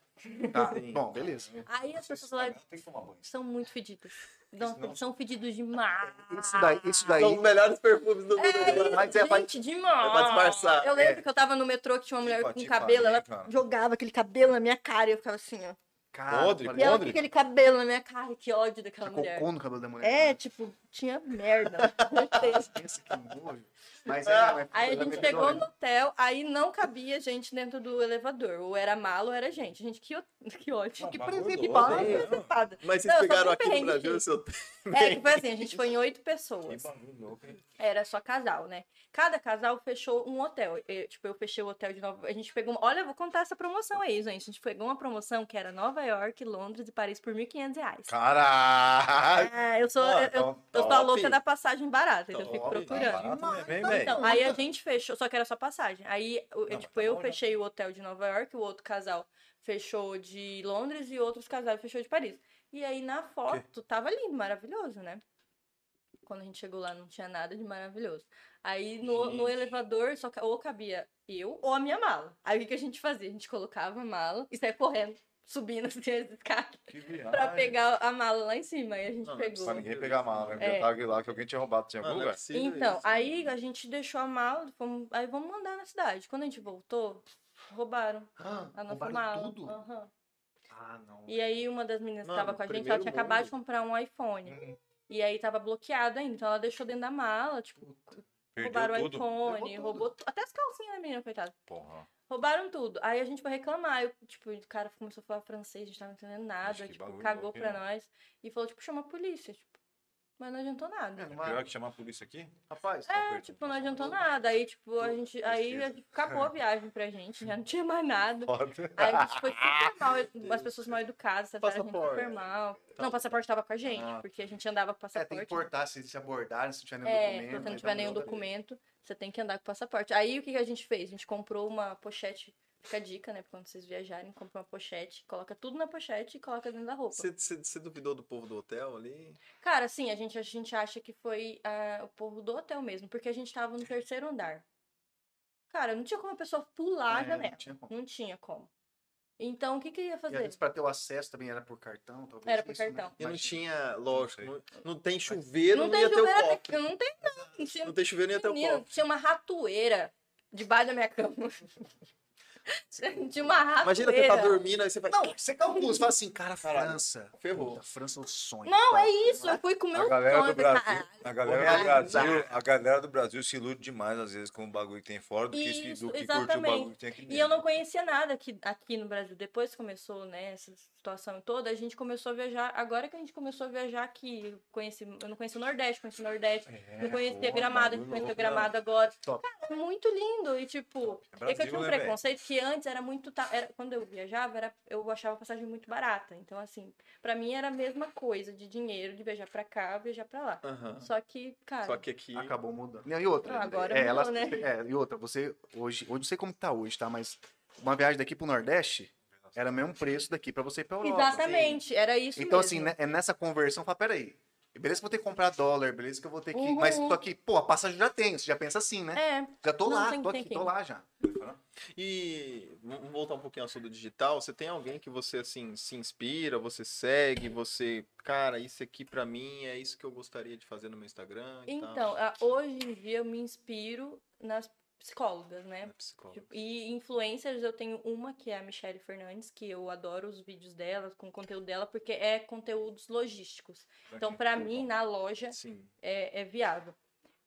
S1: Tá,
S2: Sim.
S1: bom, beleza.
S4: Aí as pessoas lá
S3: Tem que tomar banho.
S4: são muito fedidas. Não,
S3: Isso não-
S4: São fedidos demais.
S1: Isso daí, isso daí.
S2: São os melhores perfumes do mundo. né?
S1: Mas é, mas-
S4: Gente, demais.
S2: É pra disfarçar,
S4: Eu lembro que eu tava no metrô que tinha uma mulher
S3: Tipo,
S4: com
S3: tipo
S4: cabelo,
S3: ali,
S4: ela
S3: cara.
S4: jogava aquele cabelo na minha cara e eu ficava assim, ó.
S1: Cara,
S3: Podre,
S4: E
S1: parece-
S4: ela
S3: Podre?
S4: com aquele cabelo na minha cara, que ódio daquela
S1: Tinha
S4: mulher.
S1: cocô né? no cabelo da mulher.
S4: É, tipo, tinha merda. certeza.
S1: Pensa que é um nojo. Mas é, não, é-
S4: Aí a
S1: ela
S4: gente
S1: é
S4: pegou
S1: melhor,
S4: no
S1: né?
S4: hotel, aí não cabia gente dentro do elevador. Ou era mala ou era gente. Gente, que, ó- um que ódio.
S1: Que
S3: Não,
S1: presente
S3: bagulho
S1: bala,
S3: doido,
S1: né?
S3: né?
S4: Coitada.
S2: Mas
S4: Não,
S2: vocês
S4: eu só
S2: pegaram
S4: tenho
S2: aqui no
S4: perrengue
S2: Brasil,
S4: chique.
S2: seu
S4: É, que foi assim, a gente foi em oito pessoas.
S3: bagulho louco, hein?
S4: Era só casal, né? Cada casal fechou um hotel. Eu, tipo, eu fechei o hotel de Nova... A gente pegou... uma- Olha, eu vou contar essa promoção aí, gente. A gente pegou uma promoção que era Nova York, Londres e Paris por 1.500 reais.
S3: Caralho!
S4: Ah, eu sou...
S3: Mano,
S4: eu, eu, eu sou a
S2: então top.
S4: louca da passagem barata, então eu fico
S2: Top, tá
S4: procurando.
S3: Vem,
S4: Não,
S3: vem.
S4: então, aí a gente fechou, só que era só passagem. Aí, o- eu,
S3: É. mas
S4: tipo,
S3: tá
S4: eu
S3: bom, né?
S4: fechei o hotel de Nova York, o outro casal fechou de Londres e outros casais fechou de Paris. E aí na foto tava lindo, maravilhoso, né? Quando a gente chegou lá não tinha nada de maravilhoso. Aí no, no elevador só ca- ou cabia eu ou a minha mala. Aí o que que a gente fazia? A gente colocava a mala e saia correndo. subindo assim, as escadas
S5: Que viagem.
S4: pra pegar a mala lá em cima. E a gente
S2: Não,
S3: é
S2: não
S4: pegou.
S5: Pra ninguém pegar a mala, né?
S4: É.
S5: Eu tava lá que alguém tinha roubado, tinha algum
S2: Mano, não é
S5: lugar.
S1: Ah,
S2: possível
S4: Então,
S2: isso.
S4: aí a gente deixou a mala, fomos- aí vamos mandar na cidade. Quando a gente voltou, roubaram a nossa mala. Aham.
S1: Ah, não.
S4: E aí uma das meninas
S2: Mano,
S4: que tava com a gente, ela
S2: primeiro
S4: tinha acabado de
S2: mundo.
S4: comprar um iPhone.
S5: Hum.
S4: E aí tava bloqueada ainda, então ela deixou dentro da mala, tipo, roubaram
S5: Perdeu tudo.
S4: o iPhone,
S1: Levou tudo.
S4: roubou tu- até as calcinhas da menina, coitada.
S5: Porra.
S4: Roubaram tudo. Aí a gente foi reclamar. Eu, tipo, o cara começou a falar francês, a gente não tava entendendo
S5: Ixi,
S4: nada,
S5: que
S4: tipo,
S5: bagulho
S4: cagou
S5: louco,
S4: pra
S5: hein?
S4: nós. E falou, tipo, chama a polícia, tipo. Mas não adiantou nada.
S1: Mano,
S5: Pior
S1: mas-
S5: que chamar a polícia aqui?
S1: É, Rapaz,
S4: É, tipo, não adiantou nada. Aí, tipo, a gente. Aí
S5: tristeza.
S4: acabou a viagem pra gente, já não tinha mais nada.
S5: Foda.
S4: Aí a gente foi super
S1: Ah,
S4: mal, as pessoas mal educadas, trataram a gente
S2: Passaporte.
S4: super mal. Não, o passaporte tava com a gente,
S1: Ah.
S4: porque a gente andava com
S1: é, tem que
S4: passaporte.
S1: importar se se abordarem, se não tiver nenhum
S4: É,
S1: documento.
S4: se
S1: aí
S4: você não
S1: dá
S4: tiver
S1: um
S4: nenhum
S1: outro-
S4: documento, você tem que andar com passaporte. Aí o que, que a gente fez? A gente comprou uma pochete, fica a dica, né? pra Quando vocês viajarem, compra uma pochete, coloca tudo na pochete e coloca dentro da roupa.
S2: Você, você- você duvidou do povo do hotel ali?
S4: Cara, assim, a gente, a gente acha que foi ah, o povo do hotel mesmo, porque a gente tava no terceiro andar. Cara, não tinha como a pessoa pular a
S1: É, não
S4: janela.
S1: tinha como.
S4: Não tinha como. Então, o que que ia
S1: E às
S4: fazer?
S1: vezes pra ter o acesso também era por cartão, talvez.
S4: Era por
S1: isso, né?
S4: cartão.
S2: E não
S1: Mas-
S2: tinha, lógico,
S5: Não
S2: não, não tem chuveiro, não,
S4: não tem
S2: ia ter o
S4: chuveiro até
S2: copo.
S4: que... Não tem, não. Não tinha,
S2: Não tem chuveiro, não ia ter o
S4: menino,
S2: copo.
S4: tinha uma ratoeira debaixo da minha cama. tinha uma ratoeira.
S2: Imagina você tá dormindo, aí você vai...
S1: Não, você calcula, você fala assim, cara,
S2: Caralho,
S1: França.
S2: ferrou.
S1: Puta, França é um sonho.
S4: Não,
S1: Tá?
S4: é isso. Eu fui com o meu
S5: A galera
S4: sonho.
S5: do
S4: eu falei,
S5: Brasil,
S4: "Caralho,
S5: a galera do
S1: Realizar.
S5: Brasil, a galera do Brasil se ilude demais às vezes com o bagulho que tem fora do que, se-
S4: Isso,
S5: do que curtir o
S4: exatamente.
S5: bagulho que tem aqui dentro.
S4: E eu não conhecia nada aqui, aqui no Brasil. Depois que começou né, essa situação toda, a gente começou a viajar. Agora que a gente começou a viajar aqui, eu, conheci, eu não conheci o Nordeste, conheci o Nordeste.
S3: É,
S4: não conhecia
S5: É, porra,
S4: Gramado, a gente
S5: bagulho
S4: conheceu
S3: né?
S5: louco,
S4: Gramado agora.
S1: Top.
S4: Cara, é muito lindo. E tipo,
S5: É
S4: é que eu
S5: Brasil,
S4: tinha um
S5: né, velho?
S4: preconceito que antes era muito. ta- Era, quando eu viajava, era, eu achava a passagem muito barata. Então, assim, pra mim era a mesma coisa de dinheiro, de viajar pra cá, viajar pra lá.
S2: Aham.
S4: Só que, cara.
S2: Só que aqui...
S1: Acabou mudando. Não, e outra.
S4: Não, agora
S1: é,
S4: mudou,
S1: ela-
S4: né?
S1: é, e outra, você hoje, hoje não sei como que tá hoje, tá? Mas uma viagem daqui pro Nordeste era o mesmo preço daqui pra você ir pra Europa.
S4: Exatamente, era isso
S1: Então,
S4: mesmo.
S1: assim, né, é nessa conversão, fala, peraí. Beleza que eu vou ter que comprar dólar, beleza que eu vou ter que.
S4: Uhum.
S1: Mas tô aqui, pô, a passagem eu já tenho, você já pensa assim, né?
S4: É,
S1: Já tô
S4: Não,
S1: lá,
S4: tem-
S1: tô
S4: tem
S1: aqui,
S4: que-
S1: tô lá já.
S2: E vamos voltar um pouquinho ao assunto digital. Você tem alguém que você assim se inspira, você segue, você, cara, isso aqui pra mim é isso que eu gostaria de fazer no meu Instagram e
S4: Então,
S2: tal.
S4: a- hoje em dia eu me inspiro nas psicólogas, né?
S2: É psicólogo.
S4: Tipo, E influencers eu tenho uma que é a Michelle Fernandes, que eu adoro os vídeos dela, com o conteúdo dela, porque é conteúdos logísticos.
S5: Ah,
S4: Então, pra mim, na loja
S2: Sim.
S4: é, é viável.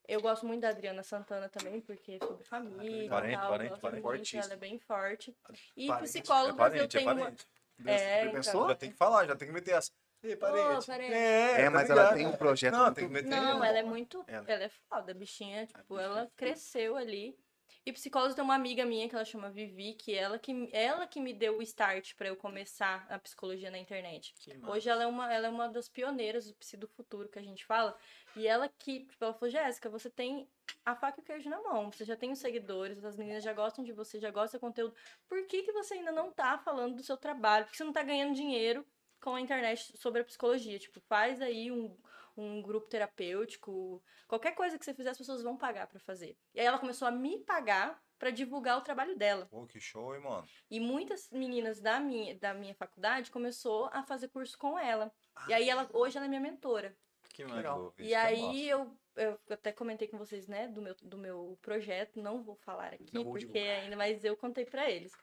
S4: Eu gosto muito da Adriana Santana também, porque é sobre família e tal.
S5: Ah, Parente, parente,
S4: gosto
S5: parente.
S4: muito,
S1: Fortíssimo.
S4: ela é bem forte. E
S1: Parente,
S5: é
S4: psicólogas eu
S5: parente, é
S4: tenho uma...
S5: parente.
S4: É,
S1: Já
S4: então.
S1: pensou?
S5: Já tem que falar, já tem que meter essa. Ei, parente.
S4: Ô, parente.
S1: É,
S5: tá
S1: mas ela
S5: ligado?
S1: tem um projeto.
S5: Não,
S1: muito-
S5: tem que meter.
S4: Não, ela é muito.
S1: Ela.
S4: Ela, é foda, a bichinha, tipo, ela cresceu ali. E psicóloga tem uma amiga minha que ela chama Vivi, que ela que, ela que me deu o start pra eu começar a psicologia na internet.
S2: Que
S4: Hoje ela é uma, ela é uma das pioneiras do psi do futuro que a gente fala. E ela que, tipo, ela falou, Jéssica, você tem a faca e o queijo na mão. Você já tem os seguidores, as meninas já gostam de você, já gostam do conteúdo. Por que, que você ainda não tá falando do seu trabalho? Por que você não tá ganhando dinheiro com a internet sobre a psicologia? Tipo, faz aí um, um grupo terapêutico, qualquer coisa que você fizer, as pessoas vão pagar pra fazer. E aí ela começou a me pagar pra divulgar o trabalho dela.
S5: Pô, que show, hein, mano.
S4: E muitas meninas da minha, da minha faculdade começou a fazer curso com ela. E aí ela hoje ela é minha mentora.
S2: Que
S5: Que
S2: massa.
S5: louco, isso
S4: E
S5: que é
S4: aí
S5: massa.
S4: eu, eu até comentei com vocês, né, do meu, do meu projeto, não vou falar aqui
S1: Não vou
S4: porque
S1: divulgar.
S4: ainda, mas eu contei pra eles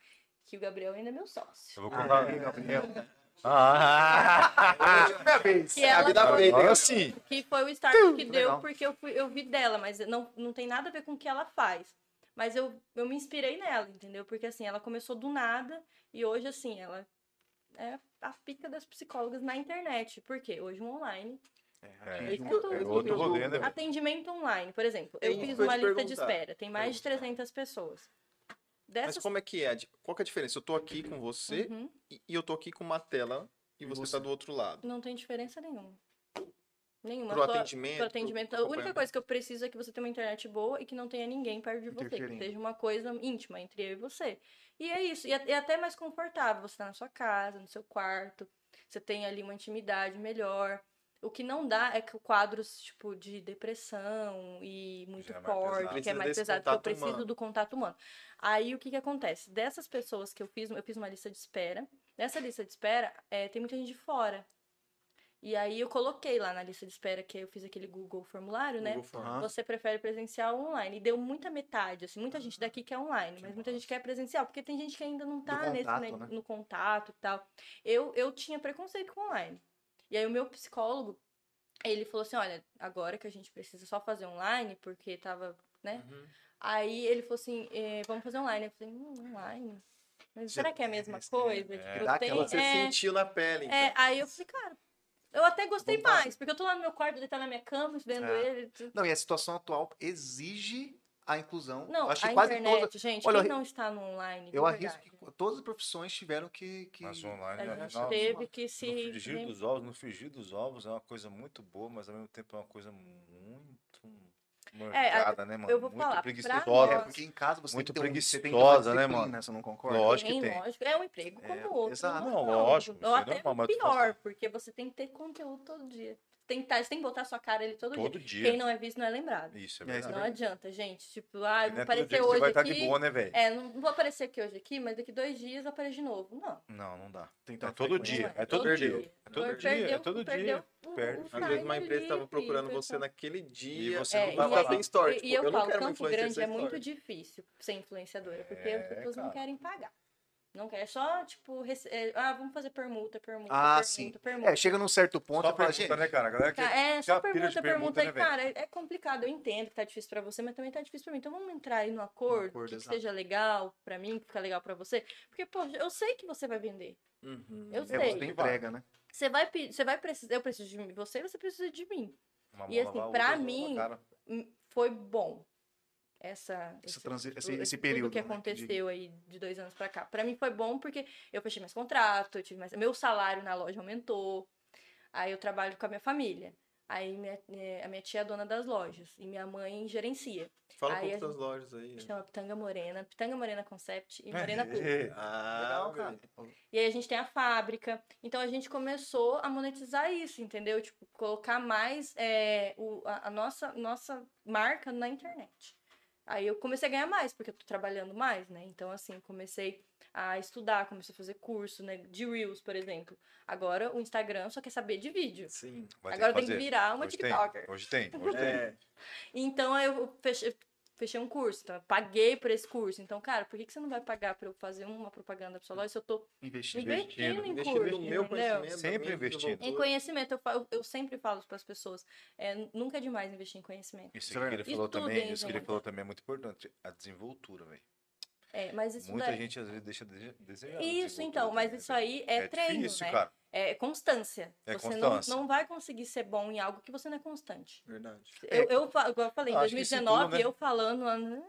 S4: que o Gabriel ainda é meu
S5: Eu
S4: sócio.
S5: vou
S1: Ah,
S5: contar.
S1: é, Gabriel.
S5: Ah,
S1: Minha vez.
S4: Que ela
S2: vida
S4: foi,
S2: feita.
S5: agora assim. sim.
S3: Então.
S4: que foi o start que deu
S1: Legal.
S4: porque eu fui- eu vi dela, mas não não tem nada a ver com o que ela faz. Mas eu, eu me inspirei nela, entendeu? Porque assim, ela começou do nada e hoje assim, ela é a pica das psicólogas na internet. Por quê? Hoje um online
S5: É,
S4: É isso que eu tô-
S5: é outro rolê, né, velho?
S4: Atendimento online, por exemplo, eu
S2: É isso
S4: fiz
S2: que eu
S4: uma
S2: ia te
S4: lista de
S2: perguntar.
S4: espera, tem mais de 300 pessoas.
S2: Mas
S4: Dessas.
S2: como assim? é que é? Di- Qual que é a diferença? Eu tô aqui com você
S4: Uhum,
S2: e e eu tô aqui com uma tela e
S1: E
S2: você,
S1: você?
S2: tá do outro lado.
S4: não tem diferença nenhuma. Nenhuma.
S2: Pro
S4: só-
S2: atendimento,
S4: pro atendimento.
S2: pro
S4: A única
S2: acompanhamento.
S4: coisa que eu preciso é que você tenha uma internet boa e que não tenha ninguém perto de você. Que
S1: Interferindo.
S4: seja uma coisa íntima entre eu e você. E é isso. E é é até mais confortável. Você tá na sua casa, no seu quarto. Você tem ali uma intimidade melhor. O que não dá é que quadros tipo de depressão e muito
S5: Já é mais pesado.
S4: forte, que é
S2: Precisa
S4: mais
S2: desse
S4: pesado, que eu
S2: contato
S4: preciso
S2: humano.
S4: do contato humano. Aí o que que acontece? Dessas pessoas que eu fiz, eu fiz uma lista de espera Nessa lista de espera, é, tem muita gente de fora. E aí eu coloquei lá na lista de espera, que eu fiz aquele Google formulário, né?
S3: Google Form.
S1: Aham.
S4: Você prefere presencial ou online? E deu muita metade, assim, muita gente daqui quer online, mas muita gente quer presencial, porque tem gente que ainda não tá nesse,
S1: contato,
S4: né,
S1: né?
S4: no contato e tal. Eu, eu tinha preconceito com online. E aí o meu psicólogo, ele falou assim, olha, agora que a gente precisa só fazer online, porque tava, né?
S1: Uhum.
S4: Aí ele falou assim, eh, vamos fazer online. Eu falei, hum, online? Mas será que é a mesma coisa? Tipo, eu
S1: Dá
S4: tenho-
S1: aquela- né?
S2: Você
S4: é,
S2: sentiu na pele, então.
S4: é, aí eu falei, cara, eu até gostei
S3: Vamos passar.
S4: mais, porque eu tô lá no meu quarto, ele tá na minha cama, vendo
S1: É.
S4: ele. assim." tudo.
S1: Não, e a situação atual exige a inclusão.
S4: Não,
S1: eu acho que
S4: a
S1: quase
S4: internet,
S1: todas.
S4: gente,
S1: Olha, eu
S4: quem
S1: arri-
S4: não está no online, de
S1: Eu arrisco
S4: verdade?
S1: que todas as profissões tiveram que. que... é,
S3: Mas
S5: é
S3: online,
S4: A
S3: né?
S4: gente
S3: Nossa,
S4: Tá teve que se...
S3: No frigir dos ovos, no frigir dos ovos é uma coisa muito boa, mas ao mesmo tempo é uma coisa muito manjada, né, mano?
S4: É, eu vou
S3: muito
S4: falar, pra
S3: preguiçosa.
S1: É,
S4: nós-
S1: porque em casa você
S3: Muito
S1: tem que ter um- você tem que ter uma
S3: preguiçosa, né,
S1: disciplina,
S3: mano?
S1: Você não concorda?
S3: Lógico que
S4: Tem,
S3: tem.
S4: lógico. É um emprego como
S1: É,
S4: outro.
S1: exato.
S4: é
S3: Não,
S4: outro.
S3: lógico,
S4: Ou
S3: isso é
S4: até
S3: normal, mas tu faz-
S4: pior, porque você tem que ter conteúdo todo dia. Tem que estar, você tem que botar a sua cara ali todo, dia.
S3: Todo dia.
S4: Quem não é visto não é lembrado.
S3: Isso, é
S1: É,
S3: verdade.
S4: Não adianta, gente. Tipo, ah, eu
S3: Não
S4: vou
S3: é todo dia
S4: aparecer
S3: que você
S4: hoje
S3: vai estar
S4: aqui.
S3: de boa, né, velho?
S4: É, não vou aparecer aqui hoje aqui, mas daqui dois dias eu apareço de novo. Não.
S3: Não, não dá.
S1: Tem que ter
S3: É
S1: uma
S3: todo
S1: frequência.
S3: dia,
S4: Não
S3: é todo dia. É todo
S4: Perdeu-
S3: dia, é todo
S4: perdeu um,
S3: dia.
S4: o-
S3: Perde.
S4: o
S3: Às
S2: Às
S4: time
S2: vezes uma empresa estava
S4: livre,
S2: procurando
S4: pessoal.
S2: você naquele dia.
S3: você
S4: É,
S3: não
S4: e
S3: vai
S4: aí-
S3: falar.
S2: sem story.
S4: E
S2: tá tipo,
S4: eu
S2: não
S4: falo,
S2: quero uma
S4: Campo
S2: influencer
S4: Grande
S2: sem
S4: é muito
S2: story.
S4: difícil ser influenciadora, porque as
S3: É,
S4: pessoas não
S3: cara.
S4: querem pagar. Não quer, é só, tipo, rece- é, ah, vamos fazer permuta, permuta,
S1: Ah,
S4: permuta,
S1: sim.
S4: permuta.
S1: É, chega num certo ponto
S3: Só
S1: e fala,
S3: pergunta,
S1: gente.
S3: né, cara? A galera que-
S4: Tá, É,
S3: já
S4: só
S3: pira de
S4: pergunta,
S3: permuta,
S4: pergunta.
S3: né,
S4: e, cara, é é complicado. Eu entendo que tá difícil pra você, mas também tá difícil pra mim. Então vamos entrar aí no acordo,
S1: acordo,
S4: que, que
S1: exato.
S4: seja legal pra mim, que fica legal pra você. Porque, pô, eu sei que você vai vender.
S2: Uhum.
S4: Eu
S1: É,
S4: sei.
S1: você tem entrega, né?
S4: Você vai, pe- você vai precisar, eu preciso de mim, você, você precisa de mim.
S3: Uma
S4: E
S3: mão
S4: assim,
S3: lavar a
S4: pra
S3: outra,
S4: mim,
S3: cara.
S4: Hum, Foi bom. Essa,
S1: Essa transi- esse-
S4: tu-
S1: esse
S4: Tudo
S1: período,
S4: que
S1: né, de-
S4: aconteceu aí de dois anos pra cá. Pra mim foi bom porque eu fechei mais contrato, eu tive mais. Meu salário na loja aumentou. Aí eu trabalho com a minha família. Aí minha- eh, a minha tia é dona das lojas e minha mãe gerencia.
S2: Fala um
S4: Aí
S2: pouco
S4: a
S2: das lojas aí.
S4: Chama Pitanga Morena, Pitanga Morena Concept
S1: É,
S4: e Morena Clube.
S2: Ah, cara.
S4: E aí a gente tem a fábrica. Então a gente começou a monetizar isso, entendeu? Tipo, colocar mais é, o- a, a nossa, nossa marca na internet. Aí eu comecei a ganhar mais, porque eu tô trabalhando mais, né? Então, assim, comecei a estudar, comecei a fazer curso, né? De Reels, por exemplo. Agora o Instagram só quer saber de vídeo.
S2: Sim.
S3: Vai ter
S4: Agora tem que
S3: fazer.
S4: virar uma
S3: Hoje tem,
S4: TikToker.
S3: Hoje tem, hoje tem.
S2: É,
S4: Então aí eu fechei, fechei um curso, então eu paguei por esse curso. Então, cara, por que, que você não vai pagar pra eu fazer uma propaganda pra sua loja se eu tô
S1: Investir.
S4: investindo, em
S2: investindo
S4: curso?
S2: no meu
S4: entendeu?
S2: conhecimento.
S3: Sempre
S2: na minha
S3: investindo.
S4: Em
S2: desenvoltura.
S4: conhecimento, eu, falo- eu sempre falo para as pessoas, é, nunca é demais investir em conhecimento.
S3: Isso
S1: Isso é
S3: que ele
S1: verdade.
S3: falou
S4: Estudem,
S3: também, isso que ele
S4: gente.
S3: falou também é muito importante. A desenvoltura, velho.
S4: É, mas isso
S3: Muita
S4: daí-
S3: gente às vezes deixa de desenhar.
S4: Isso, então, mas isso aí é, treino,
S3: né, difícil,
S4: né?
S3: cara.
S4: É constância.
S3: É
S4: você
S3: constância.
S4: Não, não vai conseguir ser bom em algo que você não é constante.
S2: Verdade.
S4: Eu, eu, fa- igual eu falei, em
S3: É. Eu acho que isso
S4: 2019,
S3: tudo, né?
S4: eu falando. ah,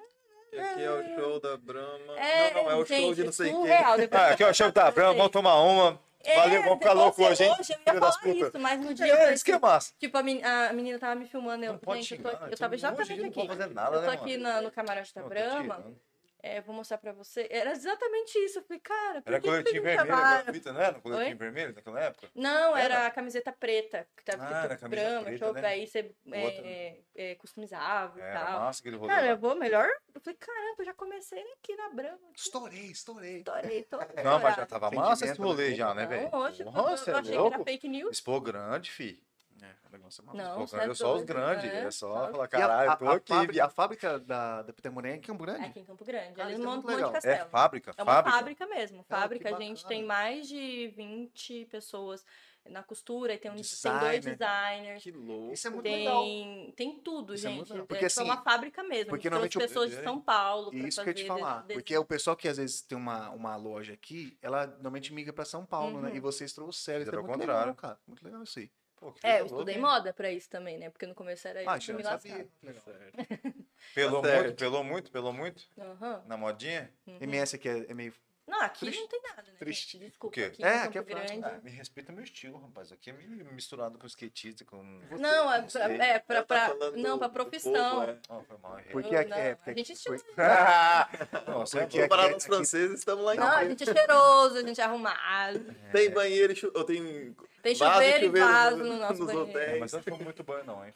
S2: E aqui é o show da Brahma.
S4: É,
S2: não, não, é o
S4: gente,
S2: show de não sei quem.
S4: surreal, depois-
S3: Ah, aqui ó, chave da Brahma, vamos tomar uma.
S4: É,
S3: Valeu, vamos ficar
S4: ou
S3: louco
S4: seja,
S3: hoje, hein?
S4: eu ia
S3: Filho das
S4: falar
S3: putas.
S4: isso, mas no dia eu
S3: É,
S4: falei
S3: isso que é
S4: assim,
S3: massa.
S4: Tipo, a, meni- a menina tava me filmando, eu,
S3: Não pode
S4: gente, eu,
S3: xingar,
S4: tô, eu
S3: tem
S4: tava
S3: um monte de
S4: exatamente
S3: gente, não
S4: aqui.
S3: pode fazer nada,
S4: eu tô
S3: né,
S4: aqui
S3: mano?
S4: na- no camarote da
S3: Não, tô
S4: Brahma,
S3: tirando.
S4: É, vou mostrar pra você. Era exatamente isso. Eu falei, cara, por
S3: Era
S4: que que vocês
S3: coletinho
S4: não
S3: vermelho,
S4: chamaram?
S3: agora fita, não era? Coletinho
S4: Oi?
S3: vermelho naquela época?
S4: Não, era,
S3: Era?
S4: a camiseta preta, que tava
S3: Ah,
S4: escrito
S3: era a camisa
S4: Brahma,
S3: preta,
S4: Chopp,
S3: né?
S4: aí você é,
S3: Outra,
S4: é, customizava e
S3: Era
S4: tal.
S3: massa aquele rolê.
S4: Cara, eu
S3: lá.
S4: vou melhor. Eu falei, caramba, eu já comecei aqui na Brahma.
S1: Estourei, estourei.
S4: Estourei, tô
S3: Não, mas já tava
S1: Sentimento,
S3: massa esse rolê
S1: né?
S3: já, né,
S4: Não,
S3: velho?
S4: hoje, eu-
S3: Porra,
S4: eu,
S3: cê é
S4: achei que era
S3: louco.
S4: fake news.
S3: Expô grande, fi.
S1: É, o negócio é maluco.
S4: Não,
S3: Expô
S4: cê
S3: grande
S4: é
S3: é só os
S4: doido,
S3: grandes.
S4: né?
S3: É só falar,
S1: E a-
S3: caralho,
S1: a,
S3: eu tô
S1: a
S3: aqui,
S1: fábrica, a
S3: viado.
S1: fábrica da, da Peter Morena é em Campo Grande?
S4: Aqui em Campo Grande,
S1: Cara,
S4: ali
S1: isso é
S4: no Mon-
S1: muito
S4: Monte
S1: legal. É
S3: É
S4: Castelo.
S3: fábrica,
S4: É uma
S3: fábrica.
S4: fábrica mesmo.
S1: Cara,
S4: Fábrica,
S1: que
S4: a gente
S1: bacana.
S4: tem mais de 20 pessoas na costura, e tem, um, tem
S1: Designer.
S4: dois designers,
S2: Que louco.
S1: Isso é muito legal.
S4: tem, tem tudo,
S1: Isso é muito
S4: gente.
S1: legal.
S4: É,
S1: Porque,
S4: tipo, é
S1: assim,
S4: uma fábrica mesmo.
S1: porque
S4: Porque trouxe
S1: normalmente o-
S4: pessoas de São Paulo.
S1: E
S4: pra
S1: isso que eu ia te
S4: fazer de-
S1: falar.
S4: de-
S1: Porque o pessoal que às vezes tem uma, uma loja aqui, ela normalmente migra pra São Paulo, né?
S4: Uhum.
S1: E vocês trouxeram. Isso é
S3: Fizeram
S1: muito
S3: ao contrário.
S1: legal, cara. Muito legal isso aí.
S3: Pô, que coisa
S4: É, eu estudei
S3: louca, hein?
S4: moda pra isso também, né? Porque no começo era isso.
S1: Ah,
S4: que
S1: eu
S4: me
S1: não
S4: lascava.
S1: sabia.
S2: né? Certo.
S3: Pelou
S2: Tá
S3: muito,
S2: certo.
S3: pelou muito, pelou muito.
S4: Aham.
S3: Na modinha?
S1: MS aqui é, é meio...
S4: Não, aqui
S1: Triste.
S4: não tem nada, né?
S1: Triste.
S4: gente? Desculpa.
S3: O quê?
S4: Aqui em
S1: É,
S4: Campo
S1: aqui é fácil.
S4: Grande.
S3: Ah, me respeita meu estilo, rapaz. Aqui é meio misturado com skatista, com.
S4: Não, é pra,
S3: sei.
S4: é pra,
S2: Ela tá
S4: pra-
S2: falando
S4: não, pra
S2: do
S4: profissão.
S2: povo, é.
S3: Oh, foi mal, errei.
S1: Porque
S4: Eu
S1: aqui, é,
S4: não,
S1: porque
S4: a gente
S1: foi-
S3: Não, você é
S1: Porque
S3: louco.
S1: aqui-
S2: Comparado aos
S1: aqui-
S2: franceses, estamos lá em
S4: não, a gente é cheiroso, a gente é arrumado.
S3: é.
S2: Tem banheiro e chu... ou tem
S4: Tem
S2: vaso e
S4: chuveiro e vaso
S2: no-
S1: né,
S4: no nosso
S2: nos
S4: banheiro.
S3: É,
S2: hotéis.
S3: mas não ficou muito bom, não, hein?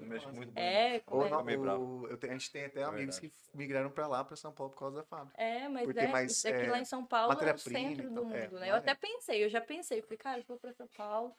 S3: mexe muito bem.
S4: É,
S1: Ou
S4: é,
S1: não,
S3: Meio bravo.
S1: o- eu te- a gente tem até amigos
S3: É Verdade.
S1: que migraram pra lá, pra São Paulo, por causa da fábrica.
S4: É, mas
S1: Porque
S4: é,
S1: mais,
S4: isso aqui
S1: é,
S4: lá em São Paulo é o
S1: matéria-prima e
S4: centro do
S1: tal,
S4: mundo,
S1: é,
S4: né?
S1: lá
S4: Eu
S1: é.
S4: até pensei, eu já pensei, falei, cara, eu vou pra São Paulo,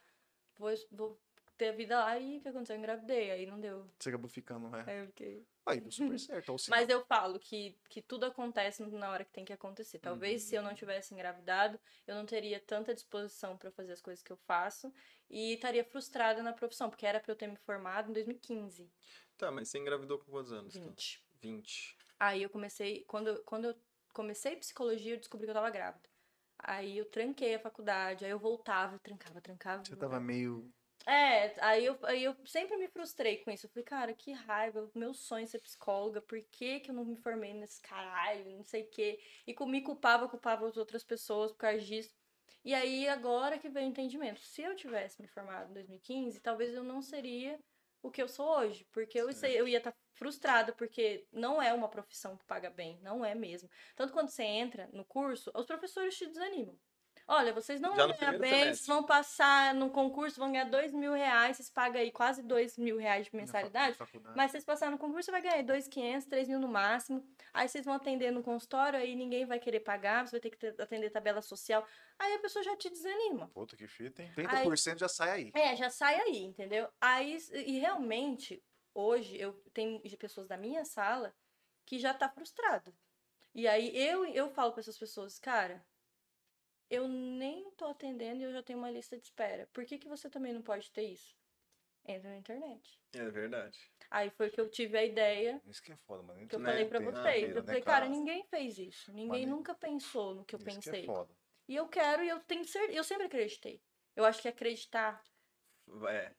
S4: vou, vou ter a vida lá e o que aconteceu? Eu engravidei, aí não deu.
S1: Você acabou ficando, né?
S4: Aí eu fiquei...
S1: Aí, deu super certo. Ou se
S4: É. Mas eu falo que, que tudo acontece na hora que tem que acontecer. Talvez se eu
S1: Uhum.
S4: não tivesse engravidado, eu não teria tanta disposição pra fazer as coisas que eu faço e estaria frustrada na profissão, porque era pra eu ter me formado em 2015,
S2: Tá, mas você engravidou com quantos anos? então?
S4: 20.
S2: 20.
S4: Aí eu comecei, quando, quando eu comecei psicologia, eu descobri que eu tava grávida. Aí eu tranquei a faculdade, aí eu voltava, eu trancava, trancava.
S1: Você tava meio.
S4: É, aí eu, aí eu sempre me frustrei com isso. Eu falei, cara, que raiva, meu sonho é ser psicóloga, por que, que eu não me formei nesse caralho, não sei o quê. E cu- me culpava, culpava as outras pessoas por causa disso. E aí agora que veio o entendimento. Se eu tivesse me formado em 2015, talvez eu não seria o que eu sou hoje, porque eu, sei- eu ia estar frustrada, porque não é uma profissão que paga bem, não é mesmo. Tanto quando você entra no curso, os professores te desanimam. Olha, vocês não
S2: Já
S4: vão
S2: no
S4: ganhar
S2: primeiro
S4: bem,
S2: semestre.
S4: vocês vão passar no concurso, vão ganhar dois mil reais, vocês pagam aí quase dois mil reais de
S1: na facu-
S4: mensalidade.
S1: na faculdade.
S4: Mas vocês passaram no concurso, você vai ganhar 2,500, 3 mil no máximo. Aí vocês vão atender no consultório, aí ninguém vai querer pagar, você vai ter que ter- atender tabela social. Aí a pessoa já te desanima.
S3: Puta que fita, hein?
S1: 30% já sai aí.
S4: É, já sai aí, entendeu? Aí, e realmente, hoje, eu tenho pessoas da minha sala que já tá frustrado. E aí eu, eu falo pra essas pessoas, cara, eu nem tô atendendo e eu já tenho uma lista de espera. Por que, que você também não pode ter isso? Entra na internet.
S2: É verdade.
S4: Aí foi que eu tive a ideia
S3: Isso que é foda, mano.
S4: que eu
S2: Né?
S4: falei pra
S2: Tem
S4: vocês.
S3: vida,
S4: Eu
S3: né,
S4: falei,
S3: cara?
S4: cara, ninguém fez isso. Ninguém
S3: Mano,
S4: nunca pensou no que eu
S3: Isso que
S4: pensei.
S3: é foda.
S4: e eu quero e eu tenho certeza. Eu sempre acreditei. Eu acho que acreditar.
S2: É.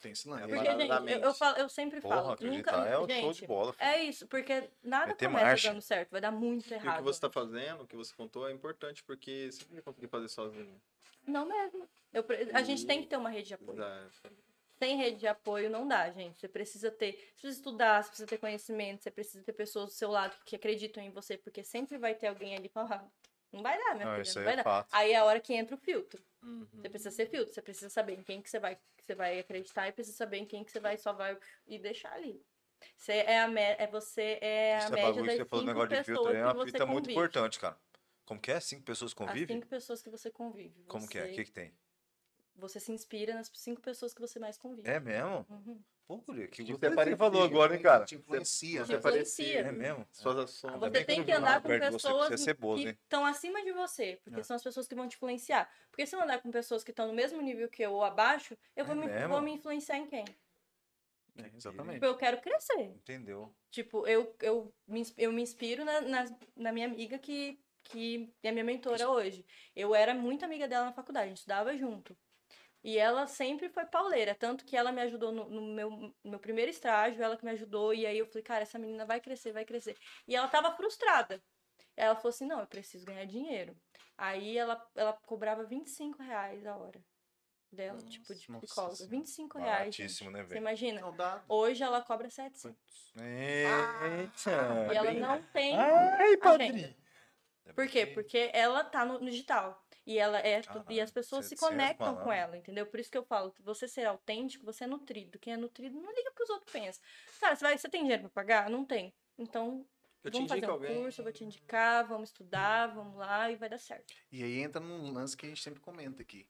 S1: Tem esse lance.
S2: É
S4: Porque,
S2: parada
S4: gente,
S2: da
S4: eu, eu
S2: mente.
S4: falo- eu sempre falo.
S3: Porra, acreditar
S4: nunca,
S3: é o
S4: gente,
S3: show de bola, filho.
S4: É isso, porque nada
S3: Meter
S4: começa
S3: marcha.
S4: dando certo, vai dar muito
S2: E o que
S4: errado.
S2: você tá fazendo, o que você contou, é importante, porque você não ia conseguir fazer sozinho.
S4: Não mesmo. Eu pre- a gente tem que ter uma rede de apoio.
S2: Dá-
S4: Sem rede de apoio não dá, gente. Você precisa ter, você precisa estudar, você precisa ter conhecimento, você precisa ter pessoas do seu lado que acreditam em você, porque sempre vai ter alguém ali falando. Não vai dar, minha
S3: Não,
S4: filha,
S3: isso
S4: não
S3: aí
S4: vai
S3: é
S4: dar.
S3: fato.
S4: Aí é a hora que entra o filtro.
S2: Uhum.
S4: Você precisa ser filtro, você precisa saber em quem que você vai, que você vai acreditar e precisa saber em quem que você vai só vai e deixar ali. Você é a, me- é você é a
S3: Esse
S4: média
S3: bagulho que você
S4: das
S3: falou do
S4: cinco
S3: negócio de filtro
S4: pessoas
S3: aí é uma
S4: que você
S3: fita muito
S4: convive.
S3: importante, cara. Como que é? Cinco pessoas
S4: As
S3: convivem?
S4: cinco pessoas que você convive.
S3: Como que é? O
S4: Você-
S3: que, que tem?
S4: Você se inspira nas cinco pessoas que você mais convive.
S3: É mesmo?
S4: Uhum.
S3: Pô, Guria, que
S1: Te
S3: você
S1: influencia,
S3: falou
S1: né,
S3: agora, hein, cara?
S1: Te influencia.
S4: Te
S1: né?
S4: influencia.
S3: É mesmo?
S2: Suas ações.
S3: Ainda
S4: Ah, Você
S3: bem que
S4: tem
S3: eu
S4: que
S3: não vi
S4: andar
S3: nada
S4: com
S3: perto de você, porque
S4: pessoas
S3: você é ceboso,
S4: que
S3: hein?
S4: estão acima de você, porque
S3: É.
S4: são as pessoas que vão te influenciar. Porque se eu andar com pessoas que estão no mesmo nível que eu ou abaixo, eu
S3: É
S4: vou, me,
S3: mesmo?
S4: vou me influenciar em quem?
S1: É,
S4: Tipo,
S1: exatamente.
S4: eu quero crescer.
S3: Entendeu?
S4: Tipo, eu, eu, me, ins- eu me inspiro na, na, na minha amiga que, que é minha mentora hoje. Eu era muito amiga dela na faculdade, a gente estudava junto. E ela sempre foi pauleira, tanto que ela me ajudou no, no meu, no meu primeiro estágio, ela que me ajudou, e aí eu falei, cara, essa menina vai crescer, vai crescer. E ela tava frustrada. Ela falou assim, não, eu preciso ganhar dinheiro. Aí ela, ela cobrava 25 reais a hora dela,
S2: Nossa,
S4: tipo, de
S1: nossa
S4: psicóloga.
S1: senhora.
S4: 25 reais. gente.
S3: Baratíssimo, né,
S4: Você
S3: velho?
S4: imagina?
S1: Não Então, dá.
S4: Hoje ela cobra 700.
S3: Eita!
S4: E ela não tem.
S1: Ah,
S3: Ai,
S4: padrinho.
S3: É
S4: Por quê?
S3: bem-
S4: Porque ela tá no no digital. E ela é. e as
S3: Caralho,
S4: pessoas se
S3: 700
S4: conectam com
S3: palavras.
S4: ela, entendeu? Por isso que eu falo que você ser autêntico, você é nutrido. Quem é nutrido não liga pros outros pensam. Cara, você, vai, você tem dinheiro pra pagar? Não tem. Então,
S2: Eu te
S4: vamos fazer
S2: indico
S4: um
S2: alguém.
S4: curso, eu vou te indicar, vamos estudar, vamos lá e vai dar certo.
S1: E aí entra num lance que a gente sempre comenta aqui,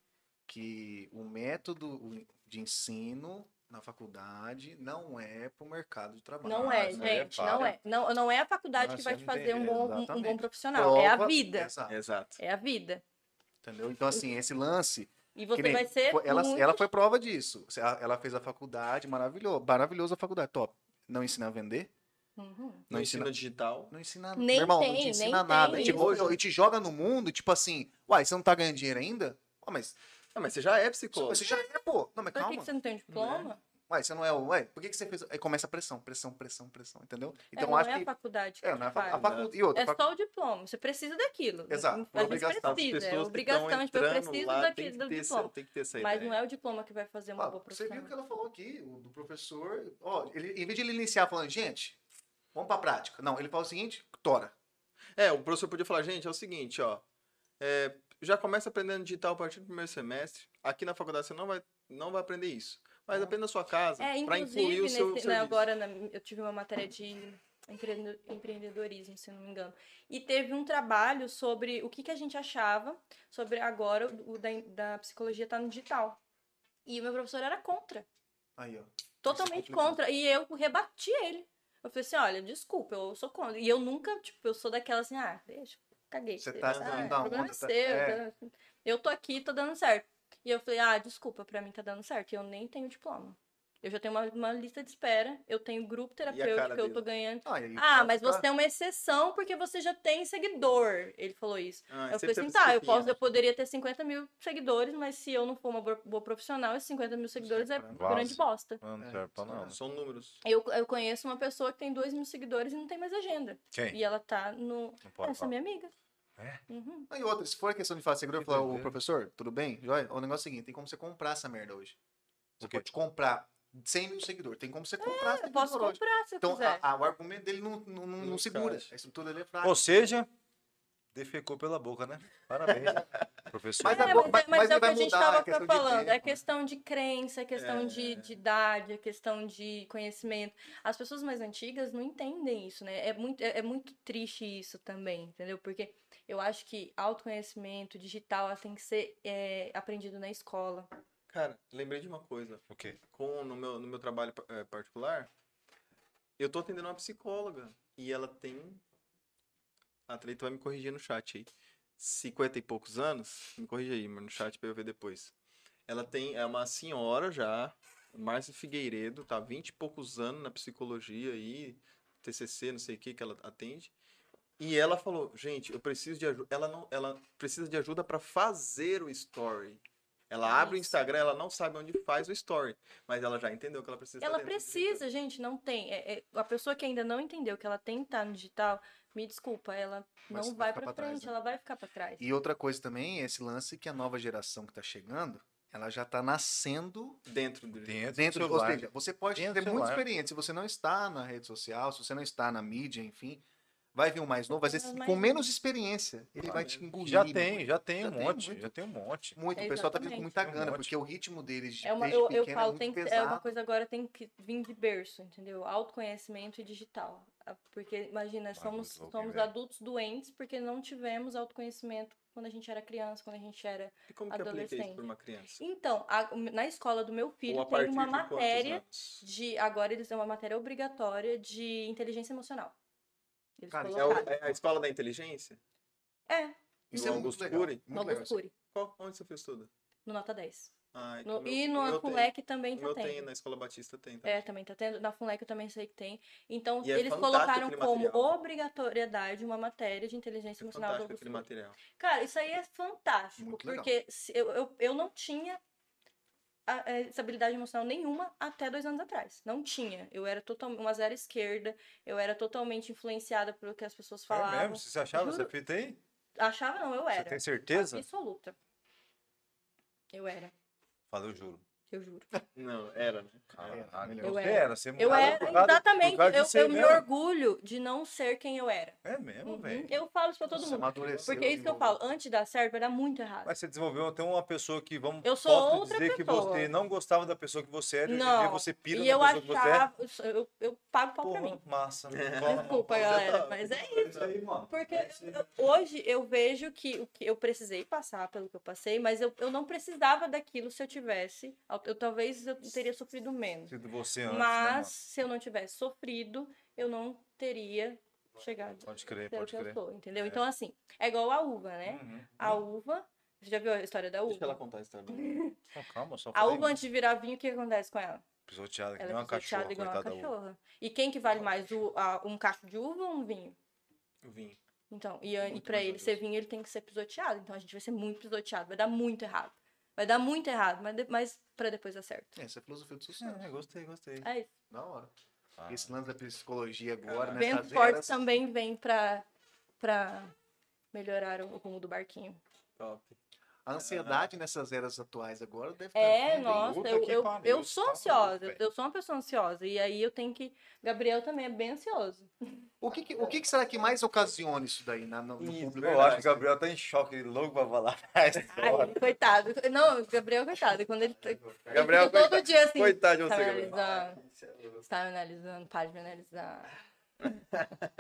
S1: que o método o- de ensino na faculdade não é pro mercado de trabalho.
S4: não é,
S3: isso
S4: gente,
S3: aí é
S4: não
S3: fácil.
S4: é. Não, não é a faculdade
S3: Não,
S4: que
S3: você
S4: vai te
S3: não tem
S4: fazer um bom, um- um, bom
S1: exatamente.
S4: profissional. é a
S1: Prova-
S4: vida.
S1: Exato,
S2: Exato.
S4: É a vida.
S1: entendeu? Então, assim, esse lance,
S4: E
S1: Que
S4: você
S1: nem
S4: vai ser.
S1: foi- ela,
S4: muito-
S1: ela foi prova disso. Se a- Ela fez a faculdade, maravilhoso, maravilhosa a faculdade, top. Não ensina a vender?
S4: Uhum.
S2: No ensino
S1: Não ensina,
S2: digital.
S1: não ensina
S4: Nem
S1: meu irmão, não
S4: tem,
S1: te
S4: nem
S1: ensina
S4: tem
S1: nada. E te,
S4: isso.
S1: hoje- e te joga no mundo, tipo assim, uai, você não tá ganhando dinheiro ainda? Ó, mas
S2: Ah, mas você já é
S1: pô,
S2: psicólogo.
S1: você já é, pô. Não, mas
S4: Por que,
S1: calma.
S4: que você não tem um diploma?
S1: Ué, você não é o. Ué, por que, que você fez. Aí começa a pressão, pressão, pressão, pressão, entendeu?
S4: é,
S1: Então
S4: não
S1: acho
S4: é a
S1: que.
S4: faculdade que
S1: É,
S4: te
S1: não é a
S4: faz.
S1: facu- a faculdade. E outra,
S4: É
S1: facu-
S4: só o diploma, você precisa daquilo.
S1: Exato, por
S4: A gente
S1: obrigação.
S4: precisa, é
S2: que
S4: obrigação,
S2: tão
S4: tipo, eu
S2: entrando
S4: preciso
S2: lá, tem
S4: daquele
S2: que
S4: do
S2: ter
S4: diploma.
S2: essa- Tem que ter essa
S4: Mas
S2: ideia.
S4: não é o diploma que vai fazer uma
S1: Ó,
S4: boa
S1: você viu o
S4: profissão.
S1: que ela falou aqui, o do professor. Ó, ele, em vez de ele iniciar falando, gente, vamos pra prática. Não, ele fala o seguinte, tora.
S2: É, o professor podia falar, gente, é o seguinte, ó. é, já começa aprendendo digital a partir do primeiro semestre. Aqui na faculdade você não vai, não vai aprender isso. Mas apenas na sua casa.
S4: É,
S2: pra incluir
S4: inclusive,
S2: o seu
S4: nesse- né,
S2: serviço.
S4: agora na- eu tive uma matéria de empreende- empreendedorismo, se não me engano. E teve um trabalho sobre o que, que a gente achava sobre agora o da, da psicologia estar no digital. E o meu professor era contra.
S1: Aí, ó.
S4: Totalmente
S1: complicado.
S4: contra. E eu rebati ele. Eu falei assim, olha, desculpa, eu sou contra. E eu nunca, tipo, eu sou daquela assim, ah, deixa, caguei.
S1: Você tá
S4: Ah,
S1: dando a
S4: problema
S1: onda,
S4: é
S1: tá-
S4: seu,
S1: é.
S4: tá- Eu tô aqui, tá dando certo. E eu falei, ah, desculpa, pra mim tá dando certo. E eu nem tenho diploma. Eu já tenho uma, uma lista de espera, eu tenho grupo terapêutico, eu
S2: dele?
S4: tô ganhando.
S1: Aí, tá.
S4: Ah,
S1: pra
S4: mas
S1: ficar-
S4: você é uma exceção porque você já tem seguidor. Ele falou isso.
S2: Ah,
S4: Eu
S2: você
S4: falei
S2: teve
S4: assim, tá, eu,
S2: desculpinha.
S4: posso, eu poderia ter 50 mil seguidores, mas se eu não for uma boa, boa profissional, esses 50 mil seguidores é
S3: Vaza.
S4: grande bosta.
S3: Não, não né?
S1: É,
S3: serve pra
S1: isso
S3: nada.
S2: São números.
S4: Eu, eu conheço uma pessoa que tem 2 mil seguidores e não tem mais agenda.
S5: Quem?
S4: E ela tá no.
S3: Não pode
S4: Essa é
S3: falar.
S4: minha amiga.
S3: É?
S4: Uhum.
S1: Aí outra, se for a questão de falar seguro, eu
S3: Que
S1: falar, ô
S3: doideira.
S1: professor, tudo bem? Joia? O negócio é o seguinte, tem como você comprar essa merda hoje. Você
S5: O quê?
S1: pode comprar 100 mil seguidores, tem como você comprar
S4: É, Eu
S1: seguidor
S4: posso
S1: hoje.
S4: comprar se eu
S1: Então,
S4: quiser.
S1: a- a- o argumento dele não, não, não- não
S2: Não
S1: segura.
S2: encaixa.
S1: A estrutura dele é fraca.
S3: Ou seja, defecou pela boca, né? Parabéns, professor.
S1: Mas
S4: É,
S1: agora-
S4: mas, é- mas
S1: mas
S4: é o
S1: ele
S4: que a
S1: vai
S4: gente
S1: mudar,
S4: estava
S1: é questão de
S4: falando.
S1: tempo,
S4: É
S1: né?
S4: questão de crença, é questão de, de idade, é questão de conhecimento. As pessoas mais antigas não entendem isso, né? É muito, é, é muito triste isso também, entendeu? Porque eu acho que autoconhecimento digital ela tem que ser é, aprendido na escola.
S2: Cara, lembrei de uma coisa.
S5: O quê?
S2: Com, no, meu, no meu trabalho eh, particular, eu tô atendendo uma psicóloga. E ela tem. A Treta vai me corrigir no chat aí. 50 e poucos anos? Me corrija aí, mano, no chat pra eu ver depois. Ela tem. É uma senhora já, Márcia Figueiredo, tá 20 e poucos anos na psicologia aí, TCC, não sei o que que ela atende. E ela falou, gente, eu preciso de ajuda. Ela não, ela precisa de ajuda pra fazer o story. Ela abre o
S4: Isso.
S2: Instagram, ela não sabe onde faz o story, mas ela já entendeu que ela precisa. tá
S4: Ela
S2: dentro do
S4: precisa, gente, não tem. É- é- a pessoa que ainda não entendeu que ela tem que estar no digital, me desculpa, ela
S1: Mas
S4: não
S1: vai
S4: vai
S1: ficar pra
S4: para
S1: trás,
S4: frente,
S1: né?
S4: ela vai ficar para trás.
S1: E outra coisa também é esse lance que a nova geração que tá chegando, ela já tá nascendo
S2: dentro do
S3: Dentro,
S1: dentro
S3: do
S1: do
S3: celular.
S1: Ou seja, Você pode
S3: Dentro
S1: ter
S3: do
S1: muita
S3: celular.
S1: experiência. Se você não está na rede social, se você não está na mídia, enfim, vai vir um mais novo, mas
S4: Mas
S1: esse,
S4: mais
S1: com
S4: novo.
S1: menos experiência, ele
S2: Ah,
S1: vai
S2: né?
S1: te engolir.
S3: Já tem, já tem
S1: um Já
S3: um
S1: tem
S3: monte,
S1: muito.
S3: já tem um monte.
S1: Muito, o pessoal tá vindo com muita
S3: Exatamente.
S1: gana,
S3: Um monte.
S1: porque o ritmo deles de
S4: É uma,
S1: desde
S4: eu, eu
S1: pequeno
S4: falo,
S1: é
S4: tem
S1: muito
S4: que, é
S1: pesado.
S4: uma coisa agora tem que vir de berço, entendeu? Autoconhecimento e digital. Ah, Porque, imagina,
S3: Bagulho
S4: somos,
S3: louco, hein,
S1: né?
S4: somos
S3: velho?
S4: adultos doentes porque não tivemos autoconhecimento quando a gente era criança, quando a gente era.
S2: E como que aplica isso
S4: Adolescente.
S2: pra uma criança?
S4: Então, a- na escola do meu
S2: Ou
S4: filho
S2: a
S4: tem
S2: partir
S4: uma
S2: de quantos
S4: matéria
S2: anos?
S4: de. Agora eles têm uma matéria obrigatória de inteligência emocional. Eles
S1: Cara, isso
S2: É, o-
S4: colocaram.
S2: é a escola da inteligência?
S4: É,
S1: Isso
S2: do
S1: é muito
S2: Augusto
S1: legal.
S2: Cury?
S1: muito
S4: no
S1: legal isso.
S4: Obscure,
S2: Qual? Onde você fez tudo?
S4: no Nota 10.
S2: Ai,
S4: No-
S2: que meu-
S4: e no
S2: o meu tem.
S4: Aculec também
S2: O
S4: tá
S2: meu tem,
S4: tendo.
S2: na escola batista tem. Tá?
S4: É, também tá tendo. Na FUNLEC eu também sei que tem. Então,
S2: E é
S4: eles
S2: fantástico
S4: colocaram
S2: aquele
S4: como
S2: material.
S4: obrigatoriedade uma matéria de inteligência
S2: é
S4: emocional do
S2: fantástico
S4: Augusto
S2: aquele
S4: Cury.
S2: material.
S4: Cara, isso aí é fantástico,
S1: Muito legal.
S4: porque se- eu, eu, eu não tinha a- eh, essa habilidade emocional nenhuma até dois anos atrás. Não tinha. Eu era totalmente uma zero esquerda, eu era totalmente influenciada pelo que as pessoas
S3: É
S4: falavam.
S3: mesmo? Você achava essa
S4: Juro.
S3: fita aí?
S4: Achava não, eu
S3: Você
S4: era.
S3: tem certeza?
S4: Absoluta. Eu era,
S3: Falei, eu juro.
S4: eu juro.
S2: Não, era, né?
S1: Era,
S3: Caralho,
S1: É, melhor.
S3: você
S4: Eu
S3: era, você
S4: Eu
S3: mudou
S4: era,
S3: por causa-
S4: exatamente.
S3: por causa
S4: Eu,
S3: disso aí
S4: eu me
S3: mesmo.
S4: orgulho de não ser quem eu era.
S3: É mesmo,
S4: Uhum.
S3: velho.
S4: Eu falo isso pra todo
S1: Você
S4: mundo.
S1: amadureceu,
S4: Porque é isso que eu falo,
S1: desenvolveu.
S4: antes de dar certo, vai dar muito errado.
S3: Mas você desenvolveu até uma pessoa que, vamos
S4: Eu sou
S3: posso
S4: outra
S3: dizer que
S4: pessoa.
S3: você não gostava da pessoa que você era, e hoje em dia
S4: Não.
S3: você pira
S4: e
S3: na
S4: eu
S3: pessoa que você é.
S4: achava. Eu, eu pago pau pra mim.
S3: Porra, massa.
S4: Desculpa,
S3: tá
S4: galera, mas é isso.
S3: É. isso aí, mano.
S4: Porque
S3: É isso aí.
S4: eu- hoje eu vejo que o que eu precisei passar pelo que eu passei, mas eu, eu não precisava daquilo se eu tivesse. Eu talvez eu teria sofrido menos.
S3: Sido você antes, né,
S4: Mas
S3: mano?
S4: se eu não tivesse sofrido, eu não teria chegado
S3: Pode crer,
S4: a ser o
S3: pode
S4: que eu
S3: crer.
S4: sou, entendeu?
S3: É.
S4: Então, assim, é igual a uva, né?
S3: Uhum.
S4: A uva. Você já viu a história da
S2: Deixa ela
S4: uva?
S2: contar a história. dela.
S3: Não, calma, só
S4: A
S3: falei.
S4: uva, antes de virar vinho, o que acontece com ela?
S3: Pisoteada, que
S4: Ela
S3: nem
S4: é
S3: uma cachorra,
S4: pisoteada igual uma
S3: coitada da uva.
S4: cachorra. E quem que vale mais, o- a- um cacho de uva ou um vinho?
S2: O vinho.
S4: Então, e, a- e
S2: Muito
S4: pra
S2: mais
S4: ele
S2: valioso.
S4: ser vinho, ele tem que ser pisoteado. Então a gente vai ser muito pisoteado, vai dar muito errado. Vai dar muito errado, mas, de- mas pra depois dar certo.
S1: É, Essa é a filosofia do sucesso.
S3: É, gostei, gostei.
S4: É isso.
S1: Da hora.
S3: Ah,
S1: Esse lance da psicologia agora, né?
S4: Vento Ah. forte também vem pra, pra melhorar o rumo do barquinho.
S2: Top.
S1: A ansiedade nessas eras atuais agora deve
S3: Tá
S1: tá estar.
S4: É,
S1: vindo em
S4: nossa,
S1: outra
S4: eu,
S1: que
S4: eu,
S1: pariu.
S4: eu sou
S1: Tá
S4: ansiosa,
S1: louco,
S4: eu,
S1: velho.
S4: sou uma pessoa ansiosa. E aí eu tenho que. Gabriel também é bem ansioso.
S1: O, que, que- o que, que será que mais ocasiona isso daí na- no, no
S2: Isso,
S1: público?
S3: Eu acho que o Gabriel tá em choque, ele louco pra falar.
S4: é Ai, coitado. Não, o Gabriel, coitado. Quando ele. ele
S3: é
S2: Gabriel,
S4: fica todo dia assim.
S2: Coitado de
S4: Tá
S2: você,
S4: me
S2: Gabriel.
S4: analisando, está me analisando, para de me analisar.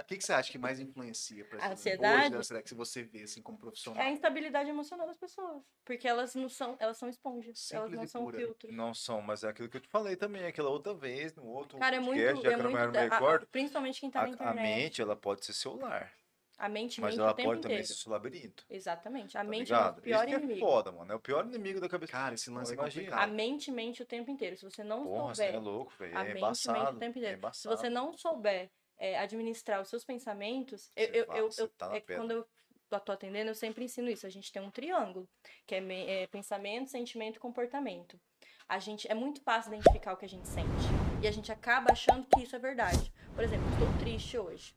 S1: O que, que você acha que mais influencia pra
S4: A
S1: você?
S4: ansiedade?
S1: Hoje, será que se você vê assim como
S4: É a
S1: profissional?
S4: instabilidade emocional das pessoas. Porque elas não são, elas são esponjas, elas
S1: Simples
S4: não
S1: e
S4: são
S1: pura.
S4: filtro.
S3: Não são, mas é aquilo que eu te falei também, aquela outra vez, no outro
S4: Cara, é muito.
S3: Um podcast, já
S4: É
S3: que eu
S4: muito
S3: não me
S4: a-
S3: recordo.
S4: principalmente quem tá na
S3: A, a
S4: internet.
S3: mente, ela pode ser seu lar,
S4: A mente
S3: mas
S4: mente
S3: ela
S4: o tempo
S3: pode também
S4: inteiro.
S3: ser seu labirinto.
S4: Exatamente. A
S3: Tá
S4: mente é o
S3: ligado?
S4: nosso pior
S3: Isso que
S4: inimigo.
S3: é foda, mano. É o pior inimigo da cabeça.
S1: Cara, esse lance é
S3: Imagina.
S4: a
S1: complicado.
S4: mente mente o tempo inteiro. Se você não
S3: Porra, você
S4: souber.
S3: é louco, velho.
S4: a
S3: É
S4: mente mente
S3: embaçado.
S4: o tempo
S3: É
S4: inteiro. Se
S3: embaçado.
S4: você não souber é, administrar os seus pensamentos, eu,
S3: Você
S4: eu,
S3: vai,
S4: eu,
S3: você
S4: eu-
S3: tá na
S4: é que
S3: pedra.
S4: quando eu tô- tô atendendo, eu sempre ensino isso. A gente tem um triângulo, que é, me- é pensamento, sentimento e comportamento. A gente, é muito fácil identificar o que a gente sente. E a gente acaba achando que isso é verdade. Por exemplo, estou triste hoje.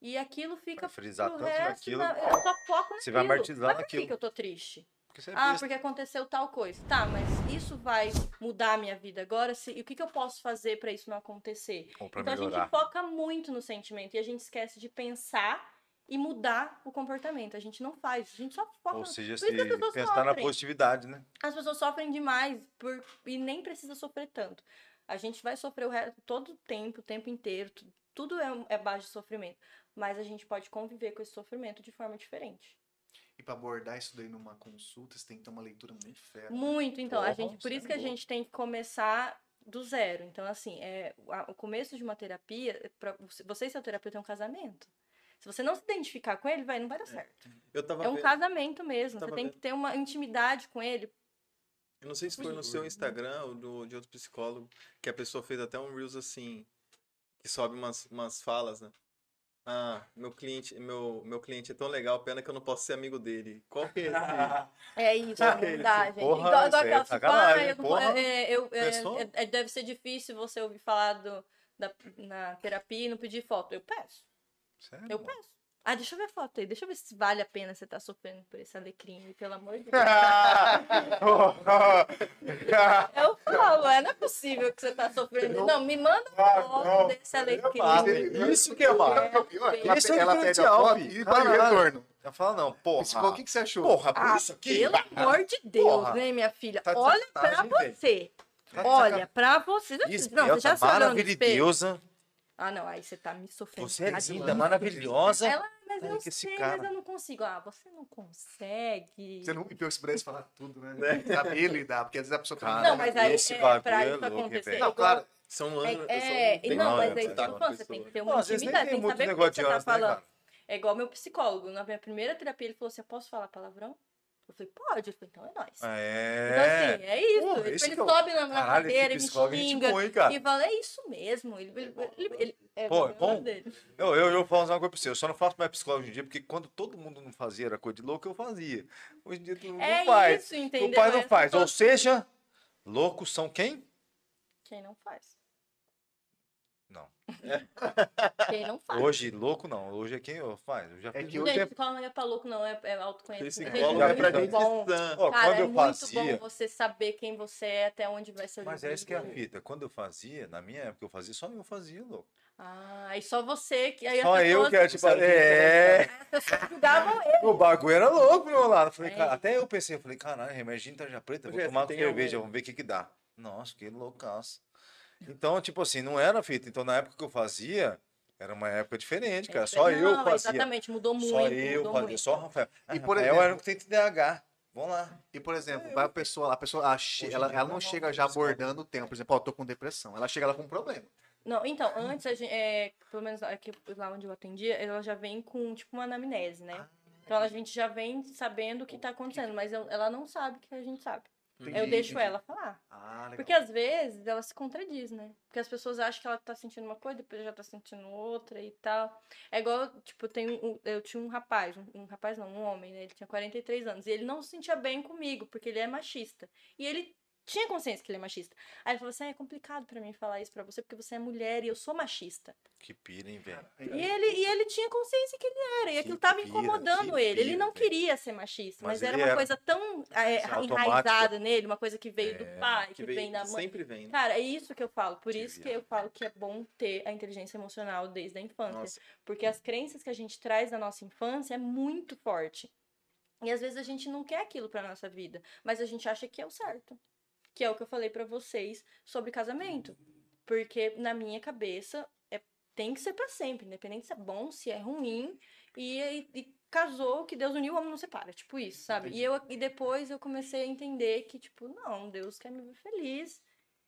S4: E aquilo fica
S3: Vai frisar
S4: pro
S3: tanto
S4: resto
S3: naquilo.
S4: da- Eu só foco naquilo.
S3: Você vai martirizar
S4: Mas por
S3: naquilo.
S4: que que eu tô triste?
S3: Porque você é
S4: Ah,
S3: besta.
S4: porque aconteceu tal coisa. Tá, mas isso vai mudar a minha vida agora? Se, e o que, que eu posso fazer pra isso não acontecer?
S3: Ou pra
S4: então a
S3: melhorar.
S4: gente foca muito no sentimento e a gente esquece de pensar e mudar o comportamento. A gente não faz, a gente só foca.
S3: Ou
S4: no-
S3: seja,
S4: Por isso que as
S3: se
S4: pessoas
S3: pensar na
S4: sofrem.
S3: positividade, né?
S4: As pessoas sofrem demais por... e nem precisa sofrer tanto. A gente vai sofrer o resto, todo o tempo, o tempo inteiro. tu- Tudo é, é base de sofrimento. Mas a gente pode conviver com esse sofrimento de forma diferente.
S1: E pra abordar isso daí numa consulta, você tem que ter uma leitura muito fera.
S4: Muito, então, a
S1: É. Porra,
S4: gente, por
S1: isso
S4: isso
S1: é
S4: que a
S1: louco.
S4: gente tem que começar do zero. Então, assim, é, o- a- o começo de uma terapia, é pra, você- você e seu terapeuta é um casamento. Se você não se identificar com ele, vai, não vai dar certo.
S2: Eu tava
S4: É um
S2: vendo-
S4: casamento mesmo.
S2: Tava
S4: Você tem
S2: vendo.
S4: que ter uma intimidade com ele.
S2: Eu não sei se foi no seu Instagram ou do- de outro psicólogo, que a pessoa fez até um Reels assim, que sobe umas, umas falas, né? Ah, meu cliente, meu, meu cliente é tão legal, pena que eu não posso ser amigo dele. Qual que é esse?
S4: É isso, não dá, gente.
S3: porra, isso
S4: igual igual
S3: aí é
S4: aquela, tipo,
S3: sacanagem,
S4: ah, eu não-
S3: porra.
S4: é, é, eu- é,
S3: Pessoal.
S4: é, é, deve ser difícil você ouvir falar do, da, na terapia e não pedir foto. Eu peço,
S3: Sério,
S4: eu
S3: mano.
S4: peço. Ah, deixa eu ver a foto aí, deixa eu ver se vale a pena você estar sofrendo por esse alecrim, pelo amor de Deus. Eu falo, é, não é possível que você tá sofrendo. Não, me manda
S3: Ah,
S4: uma foto desse alecrim.
S3: Isso que é mal.
S1: É o pior, que ela,
S3: Isso é
S1: ela pede a
S3: diferencial,
S1: foto
S3: filho.
S1: e vai
S3: Caralho.
S1: retorno.
S3: Eu falo, não, porra.
S1: Psicólogo, o que, que você achou?
S3: Porra, por
S4: Ah,
S3: isso aqui.
S4: pelo amor de Deus,
S3: Porra.
S4: né, minha filha?
S3: Tá de
S4: Olha pra
S3: sacanagem, velho.
S4: você.
S3: Tá de
S4: Olha pra você. Não, você já
S3: Esbelta,
S4: se olhou no espelho.
S3: tá maravilhosa.
S4: Ah, não, aí você tá me sofrendo.
S3: Você é
S4: Tadinha.
S3: linda, maravilhosa.
S4: Ela, é mas
S3: Ai,
S4: eu
S3: que esse
S4: sei,
S3: cara.
S4: mas eu não consigo. Ah, você não consegue.
S1: Você não me pudesse falar tudo,
S3: É.
S1: né? Saber lidar, porque às vezes a pessoa
S3: Cara,
S1: fala,
S4: Não, mas aí
S3: Esse
S4: é,
S3: bagulho é
S4: pra isso
S3: louco, hein,
S4: acontecer.
S3: velho.
S1: Não, claro.
S2: São
S4: É,
S2: anos.
S4: é, e não,
S3: não,
S4: mas
S3: né,
S4: aí
S3: você
S4: você
S3: tá
S4: não fala, você tem que ter uma
S3: às vezes nem
S4: intimidade,
S3: tem
S4: tem que
S3: muito
S4: saber o que
S3: negócio
S4: você
S3: de
S4: tá
S3: horas, né,
S4: falando.
S3: cara?
S4: É igual meu psicólogo, na minha primeira terapia, ele falou assim: eu posso falar palavrão? Eu falei, pode, eu falei, então é nóis. Então,
S3: É.
S4: assim, é isso.
S3: Porra,
S4: ele
S3: esse
S4: ele
S3: que é o-
S4: sobe na, na
S3: Caralho,
S4: cadeira,
S3: esse
S4: ele
S3: psicólogo é gente
S4: xinga.
S3: boa, hein, cara.
S4: E fala, é isso mesmo. Ele, ele, ele- ele- é
S3: Pô, é
S4: problema
S3: bom?
S4: dele.
S3: Eu, eu, eu falo uma coisa pra você, eu só não faço mais psicólogo hoje em dia, porque quando todo mundo não fazia era coisa de louco, eu fazia. Hoje em dia todo mundo
S4: É
S3: não faz.
S4: isso, entendeu? É
S3: O pai não
S4: Essa
S3: faz. Ou
S4: pessoa-
S3: seja, loucos são quem?
S4: Quem não faz.
S3: Não.
S4: Quem não faz.
S3: Hoje, louco não. Hoje é quem eu faz. Eu já
S1: É
S3: fiz
S1: que
S3: muito
S1: hoje
S4: Gente,
S3: tempo.
S4: psicólogo não é pra louco, não, é, é autoconhecimento.
S3: Esse
S4: Gente,
S3: igual
S2: Psicólogo
S3: já
S2: é pra
S4: muito
S3: aprendi.
S2: gente
S4: bom.
S2: sã.
S3: Ó,
S4: Cara,
S3: quando
S4: é
S3: eu
S4: muito
S3: fazia.
S4: bom você saber quem você é, até onde vai ser o
S3: Mas é
S4: limite
S3: isso que é a
S4: do outro.
S3: fita. Quando eu fazia, na minha época eu fazia, só eu fazia, louco.
S4: Ah, e só você que. Aí as
S3: Só eu
S4: pessoas-
S3: que era tipo.
S4: Aí
S3: É.
S4: As pessoas julgavam ele.
S3: O bagulho era louco meu lado. Eu Falei,
S4: É.
S3: cara, até eu pensei, eu falei, caralho, remédio de tarja preta, vou
S2: Jéssica,
S3: tomar com
S2: tem
S3: cerveja,
S2: algum-
S3: vamos ver o que que dá. Nossa, que loucaço. Então, tipo assim, não era fita. Então, na época que eu fazia, era uma época diferente, cara. Só eu
S4: É, Não,
S3: fazia.
S4: Exatamente, mudou muito.
S3: Só eu
S4: mudou
S3: fazia,
S4: muito.
S3: só o Rafael.
S1: E,
S3: E
S1: por
S3: por Rafael
S1: exemplo-
S3: era o que tem TDAH. Vamos lá.
S1: E, por exemplo,
S4: é.
S1: vai a pessoa lá, a pessoa ela, che-
S3: Hoje em
S1: ela,
S3: dia
S1: ela
S3: não
S1: não
S3: é
S1: chega
S3: uma
S1: já
S3: opção.
S1: abordando o tempo. Por exemplo, ó, tô com depressão. Ela chega lá com um problema.
S4: Não, então,
S1: Hum.
S4: antes, a gente, pelo menos aqui, lá onde eu atendia, ela já vem com, tipo, uma anamnese,
S1: Ah,
S4: né? Então ela- a gente já vem sabendo o que tá acontecendo, mas eu- ela não sabe o que a gente sabe. Aí Eu
S1: Entendi,
S4: deixo
S1: entendi.
S4: ela falar.
S1: Ah, legal.
S4: Porque às vezes ela se contradiz, né? Porque as pessoas acham que ela tá sentindo uma coisa, depois já tá sentindo outra e tal. É igual, tipo, eu, tenho um- eu tinha um rapaz, um, um rapaz não, um homem, né? Ele tinha 43 anos. E ele não se sentia bem comigo, porque ele é machista. E ele tinha consciência que ele é machista. Aí ele falou assim: "Ah, é complicado pra mim falar isso pra você porque você é mulher e eu sou machista.
S3: Que pira, hein,
S1: É,
S3: velho?
S4: E ele, e ele tinha consciência que ele era, e aquilo
S3: Que
S4: tava
S3: pira,
S4: incomodando
S3: que
S4: ele. Ele
S3: pira,
S4: não
S3: velho.
S4: queria ser machista, mas,
S3: Mas
S4: era
S3: ele
S4: uma
S3: era.
S4: coisa tão é,
S3: Isso é
S4: enraizada
S3: automático.
S4: nele, uma coisa que veio do
S3: É,
S4: pai, que,
S2: Que
S4: vem
S2: vem,
S4: da
S2: que
S4: mãe.
S2: sempre vem. né?
S4: Cara, é isso que eu falo. Por
S3: Que
S4: isso que
S3: viado.
S4: eu falo que é bom ter a inteligência emocional desde a infância.
S2: Nossa,
S4: Porque as crenças que a gente traz da nossa infância é muito forte. E às vezes a gente não quer aquilo pra nossa vida, mas a gente acha que é o certo. Que é o que eu falei pra vocês sobre casamento. Porque na minha cabeça é, tem que ser pra sempre, independente se é bom, se é ruim. E, e, e casou, que Deus uniu, o homem não separa. Tipo isso, sabe? E, eu, e depois eu comecei a entender que, tipo, não, Deus quer me ver feliz.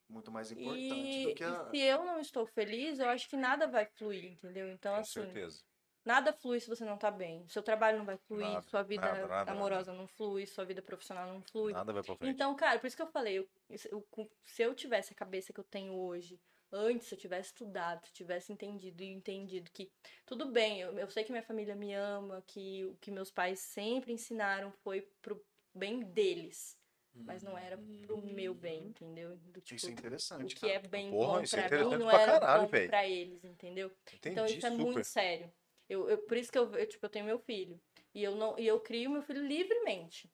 S1: Muito mais importante
S4: E,
S1: do que a.
S4: e se eu não estou feliz, eu acho que nada vai fluir, entendeu? Então,
S3: Com
S4: assim,
S3: certeza.
S4: nada flui se você não tá bem. Seu trabalho não vai fluir,
S3: Nada,
S4: sua vida
S3: nada, nada,
S4: amorosa não flui, sua vida profissional não flui.
S3: Nada vai pra frente.
S4: Então, cara, por isso que eu falei, eu- se eu- se eu tivesse a cabeça que eu tenho hoje, antes, se eu tivesse estudado, se eu tivesse entendido e entendido que tudo bem, eu, eu sei que minha família me ama, que o que meus pais sempre ensinaram foi pro bem deles, mas não era pro meu bem,
S3: Uhum.
S4: entendeu? Do tipo,
S1: Isso é
S4: o
S1: interessante.
S4: que é bem
S3: Porra,
S4: bom
S3: isso é
S4: pra mim
S3: interessante
S4: não
S3: pra
S4: era
S3: caralho,
S4: bom
S3: véi.
S4: pra eles, entendeu?
S3: Entendi,
S4: Então isso é
S3: super.
S4: muito sério. Eu, eu- por isso que eu, eu, tipo, eu tenho meu filho. E eu, não, e eu crio meu filho livremente.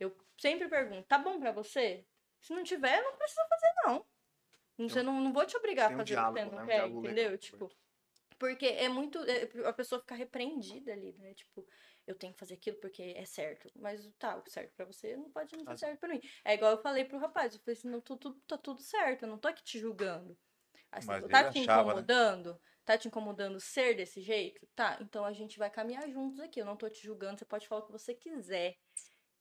S4: Eu sempre pergunto, tá bom pra você? Se não tiver, não precisa fazer, não. Não- Você não, não vou te obrigar a
S1: tem um
S4: fazer o que
S1: diálogo,
S4: você não
S1: né? Um
S4: quer,
S1: diálogo legal,
S4: entendeu? Tipo, porque é muito. é, a pessoa fica repreendida ali, né? Tipo, eu tenho que fazer aquilo porque é certo. Mas tá, o que é certo pra você não pode não ser
S1: Mas-
S4: certo pra mim. É igual eu falei pro rapaz, eu falei assim, não, tu, tu, tá tudo certo, eu não tô aqui te julgando. Assim,
S3: Mas
S4: tá
S3: ele
S4: te
S3: achava, né?
S4: incomodando? Tá te incomodando ser desse jeito? Tá, então a gente vai caminhar juntos aqui. Eu não tô te julgando, você pode falar o que você quiser.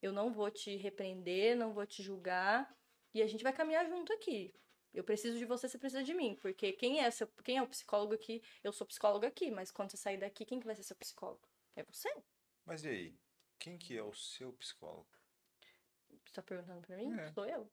S4: Eu não vou te repreender, não vou te julgar. E a gente vai caminhar junto aqui. Eu preciso de você, você precisa de mim. Porque quem é, seu, quem é o psicólogo aqui? Eu sou psicóloga aqui, mas quando você sair daqui, quem que vai ser seu psicólogo? É você?
S3: Mas e aí? Quem que é o seu psicólogo?
S4: Você tá perguntando pra mim?
S3: É.
S4: Sou eu.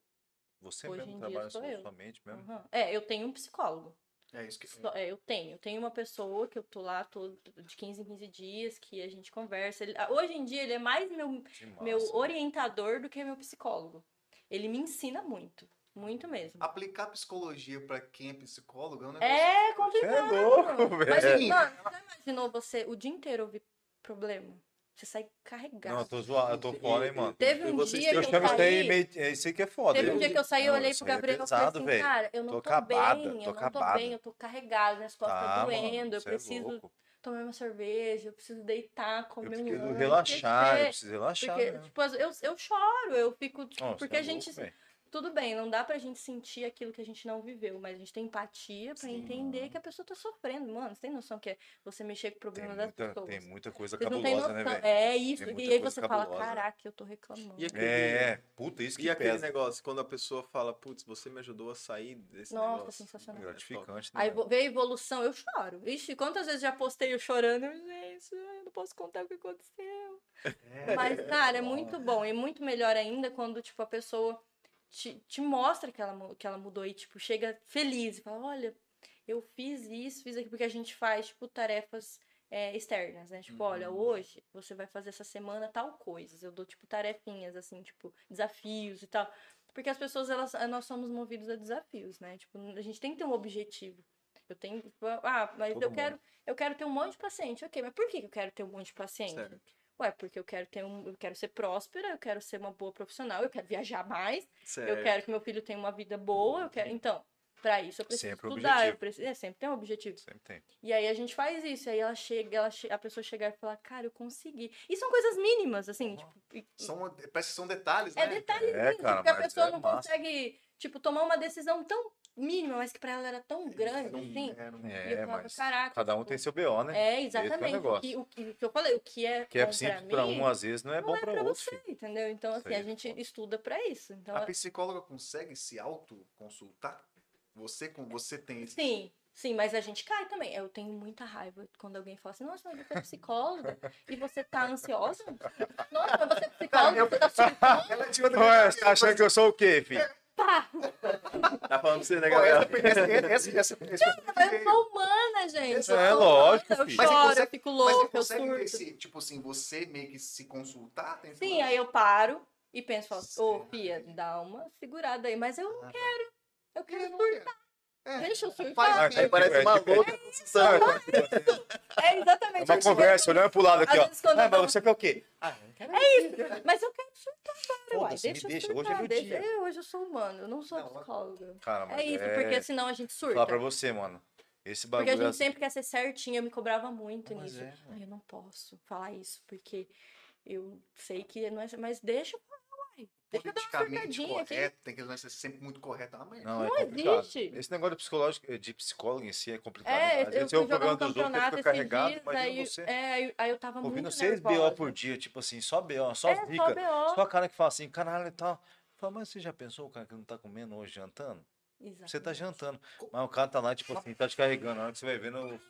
S3: Você
S4: Hoje em
S3: mesmo
S4: dia
S3: trabalha
S4: sou
S3: sua,
S4: eu.
S3: sua mente mesmo?
S4: Aham. É, eu tenho um psicólogo.
S1: É isso que.
S4: Só- é, eu tenho. Eu tenho uma pessoa que eu tô lá todo, de 15 em 15 dias, que a gente conversa. Ele- ah, hoje em dia ele é mais meu,
S3: Que
S4: meu
S3: massa.
S4: orientador do que meu psicólogo. Ele me ensina muito. Muito mesmo.
S1: Aplicar psicologia pra quem é psicólogo é um negócio.
S4: É
S3: Você
S4: complicado.
S3: é louco,
S4: Mas,
S3: velho.
S1: assim,
S4: mano, você já imaginou você o dia inteiro ouvir problema? Você sai carregado.
S3: Não, eu tô zoando, eu tô fora, hein, mano.
S4: Teve
S2: E
S4: um
S2: vocês
S4: dia
S3: Eu
S4: que eu
S3: chamo isso daí
S4: saí...
S3: meio. é, Isso aí que é foda.
S4: Teve um
S3: viu?
S4: dia que eu saí, eu
S3: Não,
S4: olhei
S3: isso aí
S4: pro
S3: é
S4: Gabriel e eu falei
S3: pesado,
S4: assim,
S3: velho.
S4: cara, eu não tô,
S3: Tô acabada,
S4: bem, eu
S3: tô
S4: não tô
S3: acabada.
S4: bem, eu tô carregada, minhas costas
S3: Tá,
S4: tá
S3: mano,
S4: doendo, eu
S3: você é
S4: preciso
S3: louco.
S4: tomar uma cerveja, eu preciso deitar,
S3: Eu
S4: comer um
S3: preciso
S4: lanche,
S3: relaxar, eu
S4: esquecer.
S3: preciso relaxar.
S4: Porque,
S3: mesmo.
S4: tipo, eu, eu choro, eu fico, tipo,
S3: Não, você
S4: porque
S3: é
S4: a gente,
S3: louco, velho.
S4: tudo bem, não dá pra gente sentir aquilo que a gente não viveu, mas a gente tem empatia pra entender que a pessoa tá sofrendo, mano, você tem noção que é você mexer com
S3: Tem
S4: o problema das
S3: muita,
S4: pessoas.
S3: tem muita coisa
S4: Vocês não têm
S3: cabulosa,
S4: noção.
S3: né, velho?
S4: é isso.
S3: Tem
S4: E
S3: muita
S4: aí
S3: coisa
S4: você fala,
S3: cabulosa. né?
S4: caraca, eu tô reclamando.
S2: E aquele,
S3: É, puta, isso
S2: e
S3: que
S2: aquele
S3: pesa.
S2: negócio, quando a pessoa fala, putz, você me ajudou a sair desse
S4: Nossa,
S2: negócio.
S4: sensacional.
S3: Gratificante, né?
S4: Aí
S3: velho?
S4: vo- veio a evolução, eu choro. Ixi, quantas vezes já postei eu chorando? Eu, Gente, eu não posso contar o que aconteceu. Mas, cara, é muito bom. E muito melhor ainda quando, tipo, a pessoa te, te mostra que ela, mu- que ela mudou e, tipo, chega feliz e fala, olha, eu fiz isso, fiz aquilo. Porque a gente faz, tipo, tarefas é, externas, né? Tipo,
S3: Uhum.
S4: olha, hoje você vai fazer essa semana tal coisa. Eu dou, tipo, tarefinhas, assim, tipo, desafios e tal. Porque as pessoas, elas, eh, nós somos movidos a desafios, né? Tipo, a gente tem que ter um objetivo. Eu tenho. tipo, Ah, mas
S3: Todo
S4: eu
S3: mundo.
S4: quero, eu quero ter um monte de paciente. Ok, mas por que que eu quero ter um monte de paciente?
S2: Certo,
S4: Ué, porque eu quero ter um. Eu quero ser próspera, eu quero ser uma boa profissional, eu quero viajar mais,
S2: certo.
S3: É.
S4: eu quero que meu filho tenha uma vida boa, eu quero. Então, pra isso eu preciso
S3: Sempre o
S4: estudar, eu
S3: objetivo.
S4: preciso. É, sempre tem um objetivo.
S3: Sempre tem.
S4: E aí a gente faz isso, e aí ela chega, ela che- a pessoa chegar e falar, cara, eu consegui. E são coisas mínimas, assim, tipo, e-
S1: São, parece que são detalhes,
S4: é
S1: né?
S4: detalhezinho,
S3: É, cara,
S4: porque a
S3: mas
S4: pessoa
S3: é
S4: não
S3: massa.
S4: consegue, tipo, tomar uma decisão tão mínima, mas que pra ela era tão grande,
S1: Não-
S4: assim.
S1: é, não-
S4: E eu
S3: É,
S4: falava,
S3: mas
S4: caraca.
S3: cada um
S4: tipo,
S3: tem seu BO, né?
S4: É,
S3: Esse que é o
S4: exatamente. o,
S3: negócio.
S4: que, o, que, o que eu falei, o que é
S3: Que é
S4: bom
S3: simples
S4: pra,
S3: pra
S4: mim,
S3: um, às vezes, não é bom
S4: não é
S3: pra
S4: pra
S3: outro,
S4: você,
S3: filho.
S4: entendeu? Então,
S3: Isso
S4: assim,
S3: aí
S4: a
S3: é
S4: gente
S3: foda.
S4: estuda pra isso. Então,
S1: A
S4: é-
S1: psicóloga consegue se autoconsultar? Você com você tem esse.
S4: sim, sim, mas a gente cai também. Eu tenho muita raiva quando alguém fala assim, nossa, mas você é psicóloga e você tá ansiosa? Nossa, mas você é psicóloga, você tá surtando?
S1: Ah, Ela é tinha outra-
S3: Ué, você tá achando que eu sou o quê, filho?
S4: Pá,
S2: Tá falando pra você, né,
S1: Pô, essa-
S2: galera?
S1: essa- essa- essa-
S4: Ah, mas é eu sou humana, gente.
S1: Isso
S4: eu
S3: é
S4: sou
S3: lógico,
S4: humana, Eu
S3: filho.
S1: Mas você
S4: choro, eu
S1: consegue-
S4: fico
S1: Mas você
S4: louca, eu
S1: consegue ter
S4: surto.
S1: esse, tipo assim, você meio que se consultar? Tem
S4: Sim, aí eu paro, E penso, falo,
S3: né?
S4: ô, Pia, dá uma segurada aí. Mas eu não
S1: Ah,
S4: quero. Eu quero
S6: não
S4: surtar.
S6: É.
S4: Deixa eu surtar.
S6: Faz
S3: Aí
S6: bem.
S1: É,
S2: Parece uma louca com Suzana.
S4: É
S3: É
S4: exatamente
S3: uma conversa, olhando pro lado aqui,
S4: Às
S3: ó.
S4: vezes quando
S3: Ah,
S4: eu
S3: mas
S4: tava-
S3: você quer o quê?
S4: É Mas eu quero surtar agora, uai.
S3: Foda-se, me
S4: Deixa eu
S3: deixa,
S4: surtar.
S3: hoje é meu
S4: deixa-
S3: dia.
S4: É, hoje eu sou humano, eu não sou psicóloga.
S3: Cara, mas
S4: É isso, porque senão a gente surta.
S3: Falar pra você, mano. Esse
S4: Porque a
S3: bagulho...
S4: gente
S3: assim-
S4: sempre quer ser certinho, eu me cobrava muito
S3: Mas
S4: nisso.
S3: é, mano.
S4: Ai, eu não posso falar isso, porque eu sei que não é. Mas deixa eu falar, uai. Deixa eu dar uma
S1: Politicamente
S4: surtadinha aqui.
S1: correto, tem que ser sempre muito correto. Ah, mas
S3: Não, é
S4: Não
S3: complicado.
S4: existe.
S3: Esse negócio de psicológico, eh, de psicólogo em si é complicado.
S4: É,
S3: né?
S4: eu,
S3: Às
S4: eu
S3: vezes é
S4: fui
S3: o
S4: jogar
S3: problema
S4: um
S3: dos outros, aí fica
S4: campeonato esses
S3: carregado,
S4: dias,
S3: imagina
S4: aí,
S3: você.
S4: é, aí- aí eu tava
S3: Ouvindo
S4: muito
S3: seis
S4: nervosa.
S3: BO por dia, tipo assim, só BO, só
S4: É,
S3: as dicas.
S4: só
S3: Só
S4: BO.
S3: a cara que fala assim, caralho e tal. Fala, mas você já pensou o cara que não tá comendo hoje jantando? Você tá
S4: Exatamente.
S3: jantando. Mas o cara tá lá, tipo assim, tá te carregando. Na hora que você vai vendo, o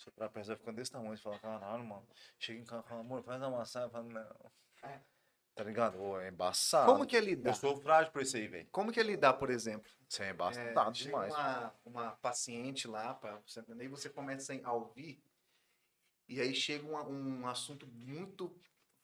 S3: seu trapézio vai ficando desse tamanho. Você fala, caralho, mano. Chega em casa e fala, amor, faz uma massagem. Fala, não.
S4: É.
S3: Tá ligado? Ô, é embaçado.
S1: como que é lidar?
S3: Eu sou frágil por isso aí, velho.
S1: Como que é lidar, por exemplo?
S3: Você é
S1: É,
S3: embaçado
S1: chega
S3: demais.
S1: Uma, uma paciente lá, pra você entender, e você começa a ouvir, e aí chega uma- um assunto muito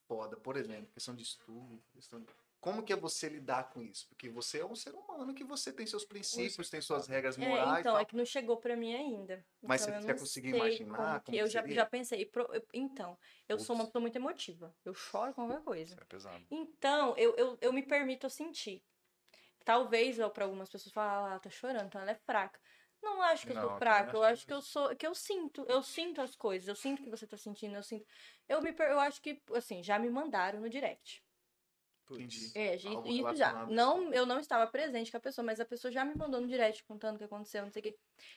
S1: foda, por exemplo, questão de estudo, questão de... Como que é você lidar com isso? Porque você é um ser humano que você tem seus princípios, tem suas regras morais
S4: É,
S1: e
S4: então,
S1: tal.
S4: é que não chegou pra mim ainda.
S1: Mas
S4: Então,
S1: você
S4: eu
S1: já
S4: não
S1: conseguiu
S4: sei
S1: imaginar
S4: como que-
S1: como
S4: eu
S1: que
S4: já,
S1: seria?
S4: já pensei. pro- eu- Então, eu sou uma
S3: Putz.
S4: pessoa muito emotiva. Eu choro com qualquer coisa.
S3: Isso é pesado.
S4: Então, eu, eu, eu me permito sentir. Talvez, para algumas pessoas, falar, ah, ela tá chorando, então ela é fraca. Não acho que eu
S3: Não,
S4: sou
S3: eu também
S4: fraca,
S3: acho
S4: eu
S3: que
S4: acho
S3: não.
S4: que eu sou, que eu sinto, eu sinto as coisas, eu sinto o que você tá sentindo, eu sinto. Eu me per- eu acho que, assim, já me mandaram no direct.
S1: Entendi.
S4: É, gente,
S1: Algo
S4: isso já.
S1: relacionado,
S4: Não,
S1: assim.
S4: eu não estava presente com a pessoa, mas a pessoa já me mandou no direct contando o que aconteceu, não sei o quê.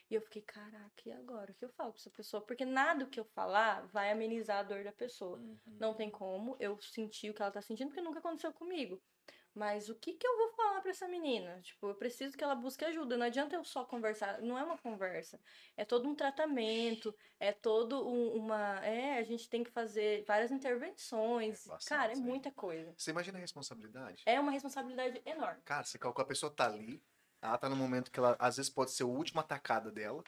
S4: E eu fiquei, caraca, e agora? O que eu falo pra essa pessoa? Porque nada o que eu falar vai amenizar a dor da pessoa. Não tem como eu sentir o que ela tá sentindo, porque nunca aconteceu comigo. Mas o que que eu vou falar pra essa menina? Tipo, eu preciso que ela busque ajuda. Não adianta eu só conversar. Não é uma conversa. É todo um tratamento, é todo um- uma. É, a gente tem que fazer várias intervenções.
S3: É bastante,
S4: Cara, é
S3: sim.
S4: muita coisa.
S1: Você imagina a responsabilidade?
S4: É uma responsabilidade enorme.
S1: Cara, você calcula, a pessoa tá ali, ela tá no momento que ela, às vezes, pode ser a última atacada dela,